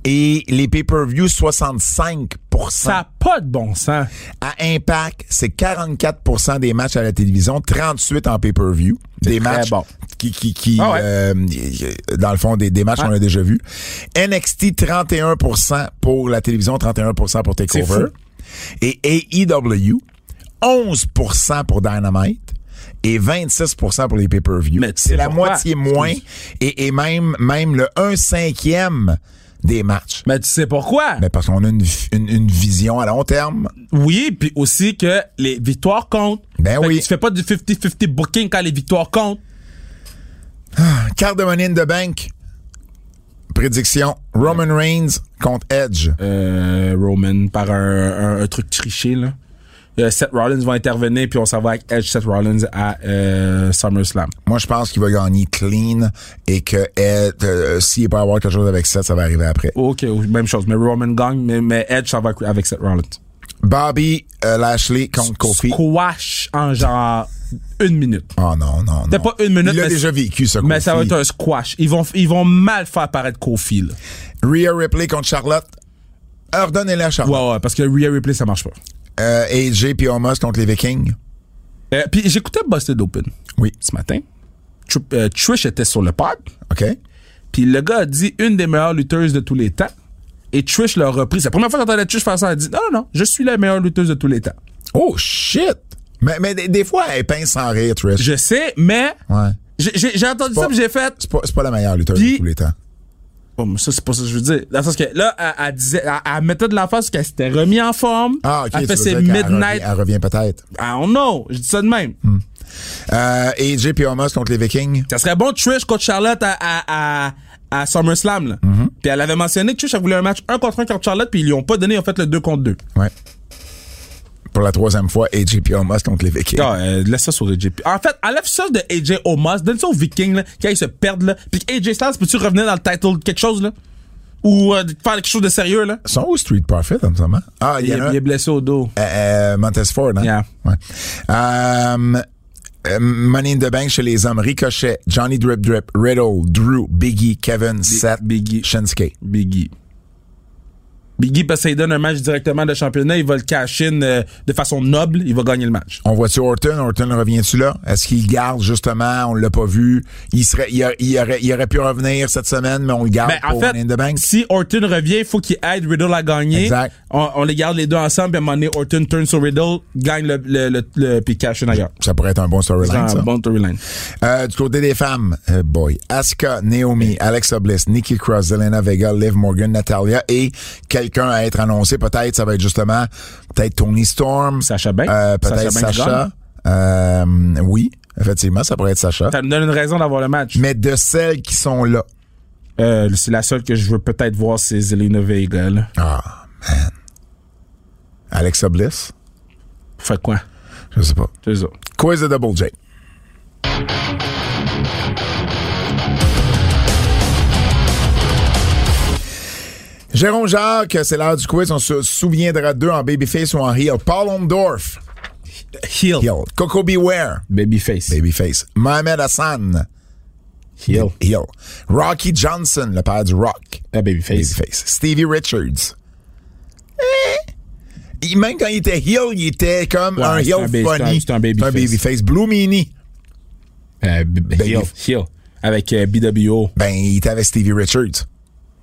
Speaker 2: et les pay-per-views, 65
Speaker 3: Ça n'a pas de bon sens.
Speaker 2: À Impact, c'est 44 des matchs à la télévision, 38 en pay-per-view. Des
Speaker 3: très
Speaker 2: matchs
Speaker 3: bon.
Speaker 2: qui, qui, qui
Speaker 3: Ah ouais.
Speaker 2: euh, dans le fond, des, des matchs qu'on a déjà vus. NXT, 31 pour la télévision, 31 pour
Speaker 3: C'est fou.
Speaker 2: TakeOver. Et AEW, 11 pour Dynamite et 26 pour les pay-per-view.
Speaker 3: Mais tu sais
Speaker 2: C'est la
Speaker 3: pourquoi?
Speaker 2: moitié moins et, et même, même le 1 cinquième des matchs.
Speaker 3: Mais tu sais pourquoi?
Speaker 2: Ben, parce qu'on a une, vi- une- une vision à long terme.
Speaker 3: Oui, puis aussi que les victoires comptent.
Speaker 2: Ben
Speaker 3: Fait que
Speaker 2: oui.
Speaker 3: Tu fais pas du 50-50 booking quand les victoires comptent.
Speaker 2: Carte de monnaie de bank. Prédiction. Roman Reigns contre Edge.
Speaker 3: Euh, Roman par un, un- un truc triché, là. Euh, Seth Rollins va intervenir, puis on s'en va avec Edge Seth Rollins à euh, SummerSlam.
Speaker 2: Moi, je pense qu'il va gagner clean et que Edge, euh, s'il peut avoir quelque chose avec ça, ça va arriver après.
Speaker 3: OK, oui, même chose. Mais Roman gagne, mais, mais Edge s'en va avec- avec Seth Rollins.
Speaker 2: Bobby euh, Lashley contre Kofi.
Speaker 3: Squash en genre une minute.
Speaker 2: Oh non, non, non.
Speaker 3: T'as pas une minute,
Speaker 2: Il a
Speaker 3: mais-
Speaker 2: déjà vécu, ce
Speaker 3: Mais ça va
Speaker 2: Kofi.
Speaker 3: être un squash. Ils vont, ils vont mal faire paraître Kofi, là.
Speaker 2: Rhea Ripley contre Charlotte. Ordonnez-la, Charlotte.
Speaker 3: Ouais, ouais, parce que Rhea Ripley, ça marche pas.
Speaker 2: Euh, AJ puis Omos contre les Vikings.
Speaker 3: Euh, puis j'écoutais Busted Open
Speaker 2: Oui.
Speaker 3: ce matin. Tr- euh, Trish était sur le pod.
Speaker 2: OK.
Speaker 3: Puis le gars a dit une des meilleures lutteuses de tous les temps. Et Trish l'a repris. C'est la première fois que j'entendais Trish faire ça. Elle dit non, non, non, je suis la meilleure lutteuse de tous les temps.
Speaker 2: Oh, shit! Mais, mais des, des fois, elle pince sans rire, Trish.
Speaker 3: Je sais, mais
Speaker 2: Ouais.
Speaker 3: j'ai- j'ai j'ai entendu
Speaker 2: pas-
Speaker 3: ça, puis j'ai fait.
Speaker 2: C'est pas, c'est pas la meilleure lutteuse
Speaker 3: Puis-
Speaker 2: de tous les temps.
Speaker 3: Bon, mais ça, c'est pas ça que je veux dire. Dans le sens que là, elle, elle disait, elle, elle mettait de l'emphase qu'elle s'était remis en forme.
Speaker 2: Ah, OK.
Speaker 3: Elle
Speaker 2: tu veux
Speaker 3: fait ses
Speaker 2: dire qu'elle revient-
Speaker 3: midnight.
Speaker 2: Elle revient peut-être.
Speaker 3: I don't know. Je dis ça de même.
Speaker 2: Euh, AJ puis Omos contre les Vikings.
Speaker 3: Ça serait bon Trish contre Charlotte à, à, à, à SummerSlam. Là. Puis elle avait mentionné que Trish, elle voulait un match 1 contre 1 contre Charlotte, puis ils lui ont pas donné, ils ont fait le 2 contre 2.
Speaker 2: Ouais. Pour la troisième fois, AJ puis Omos contre les Vikings.
Speaker 3: Ah, euh, laisse ça sur AJ. Puis En fait, enlève ça de AJ Omos, donne ça aux Vikings, là, quand ils se perdent, là. Puis AJ Styles, peux-tu revenir dans le title de quelque chose, là? Ou euh, faire quelque chose de sérieux, là?
Speaker 2: Ils sont où Street Profit en ce moment? Ah, il
Speaker 3: Il,
Speaker 2: y en a
Speaker 3: est-
Speaker 2: un.
Speaker 3: il est blessé au dos.
Speaker 2: Euh, euh, Montesford, hein?
Speaker 3: Yeah.
Speaker 2: Ouais. Euh, euh, Money in the Bank chez les hommes. Ricochet, Johnny Drip Drip, Riddle, Drew, Biggie, Kevin, Seth,
Speaker 3: Biggie.
Speaker 2: Shinsuke.
Speaker 3: Biggie. Biggie, parce qu'il donne un match directement de championnat, il va le cash in euh, de façon noble, il va gagner le match.
Speaker 2: On voit-tu Orton? Orton revient-tu là? Est-ce qu'il garde justement? On l'a pas vu. Il serait, il, a- il aurait, il aurait pu revenir cette semaine, mais on le garde
Speaker 3: Ben, en
Speaker 2: pour
Speaker 3: fait,
Speaker 2: Money in the Bank.
Speaker 3: si Orton revient, il faut qu'il aide Riddle à gagner.
Speaker 2: Exact.
Speaker 3: On, on les garde les deux ensemble, puis à un moment donné, Orton turn sur Riddle, gagne le, le, le, le- puis cash in ailleurs.
Speaker 2: Ça pourrait être un bon
Speaker 3: C'est
Speaker 2: storyline,
Speaker 3: un
Speaker 2: ça.
Speaker 3: bon storyline.
Speaker 2: Euh, du côté des femmes, euh, boy, Asuka, Naomi, Alexa Bliss, Nikki Cross, Zelena Vega, Liv Morgan, Natalia et quelqu'un à être annoncé. Peut-être, ça va être justement peut-être Tony Storm.
Speaker 3: Sacha Banks.
Speaker 2: Euh, peut-être
Speaker 3: Sacha Banks
Speaker 2: Sacha. Euh, oui, effectivement, ça pourrait être Sacha.
Speaker 3: Ça me donne une raison d'avoir le match.
Speaker 2: Mais de celles qui sont là.
Speaker 3: Euh, c'est la seule que je veux peut-être voir, c'est Zelina Vega. Là.
Speaker 2: Ah, man. Alexa Bliss?
Speaker 3: Fait quoi?
Speaker 2: Je sais pas.
Speaker 3: C'est ça.
Speaker 2: Quiz de Double J. Jérôme Jacques, c'est l'heure du quiz. On se souviendra d'eux en babyface ou en heel. Paul Ondorf,
Speaker 3: Heel.
Speaker 2: heel. Coco Beware,
Speaker 3: Babyface.
Speaker 2: babyface. Mohamed Hassan,
Speaker 3: Heel.
Speaker 2: heel. Rocky Johnson, le père du rock,
Speaker 3: Ah, babyface.
Speaker 2: babyface. Stevie Richards. Eh. Il- Même quand il était heel, il était comme
Speaker 3: Ouais,
Speaker 2: un
Speaker 3: c'est
Speaker 2: heel
Speaker 3: un ba- c'est un-
Speaker 2: funny.
Speaker 3: c'est un babyface.
Speaker 2: Blue Meanie.
Speaker 3: Euh, b- b- heel. Heel. Avec euh, BWO.
Speaker 2: Ben, il était avec Stevie Richards.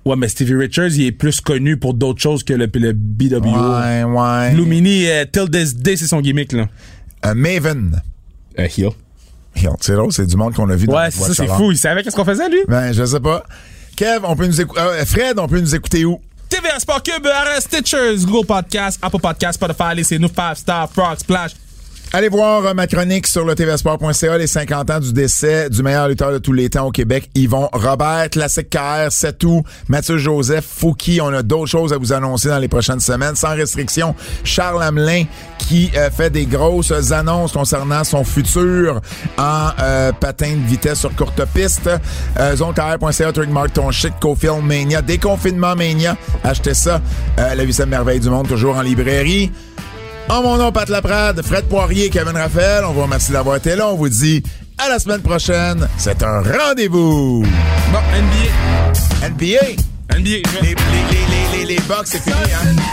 Speaker 3: Ouais, mais Stevie Richards, il est plus connu pour d'autres choses que le, le BWO.
Speaker 2: Ouais, ouais.
Speaker 3: Lumini, euh, till this day, c'est son gimmick, là.
Speaker 2: Euh, Maven.
Speaker 3: Euh, heel.
Speaker 2: Yo, C'est drôle, c'est du monde qu'on a vu dans
Speaker 3: Ouais,
Speaker 2: le
Speaker 3: c'est ça, c'est
Speaker 2: Watch
Speaker 3: fou. Il savait qu'est-ce qu'on faisait, lui?
Speaker 2: Along. Ben, je sais pas. Kev, on peut nous écouter. Fred, on peut nous écouter où?
Speaker 3: TVA Sport Cube, RS Stitchers, Google Podcast, Apple Podcast, Spotify, laissez-nous 5 Star, Frog Splash.
Speaker 2: Allez voir euh, ma chronique sur le tvsport.ca, les 50 ans du décès du meilleur lutteur de tous les temps au Québec, Yvon Robert, Classique KR, Setou, Mathieu Joseph, Fouki. On a d'autres choses à vous annoncer dans les prochaines semaines, sans restriction. Charles Hamelin qui euh, fait des grosses annonces concernant son futur en euh, patin de vitesse sur courte piste. Euh, ZoneKR.ca, Trademark Ton Shit, Cofilm Mania, Déconfinement Mania. Achetez ça. Euh, la huitième merveille du monde, toujours en librairie. En Oh, mon nom, Pat Laprade, Fred Poirier, Kevin Raphaël, on vous remercie d'avoir été là. On vous dit à la semaine prochaine. C'est un rendez-vous.
Speaker 3: Bon, NBA.
Speaker 2: NBA, les,
Speaker 3: NBA.
Speaker 2: les, les, les, les, les box, c'est fini, hein?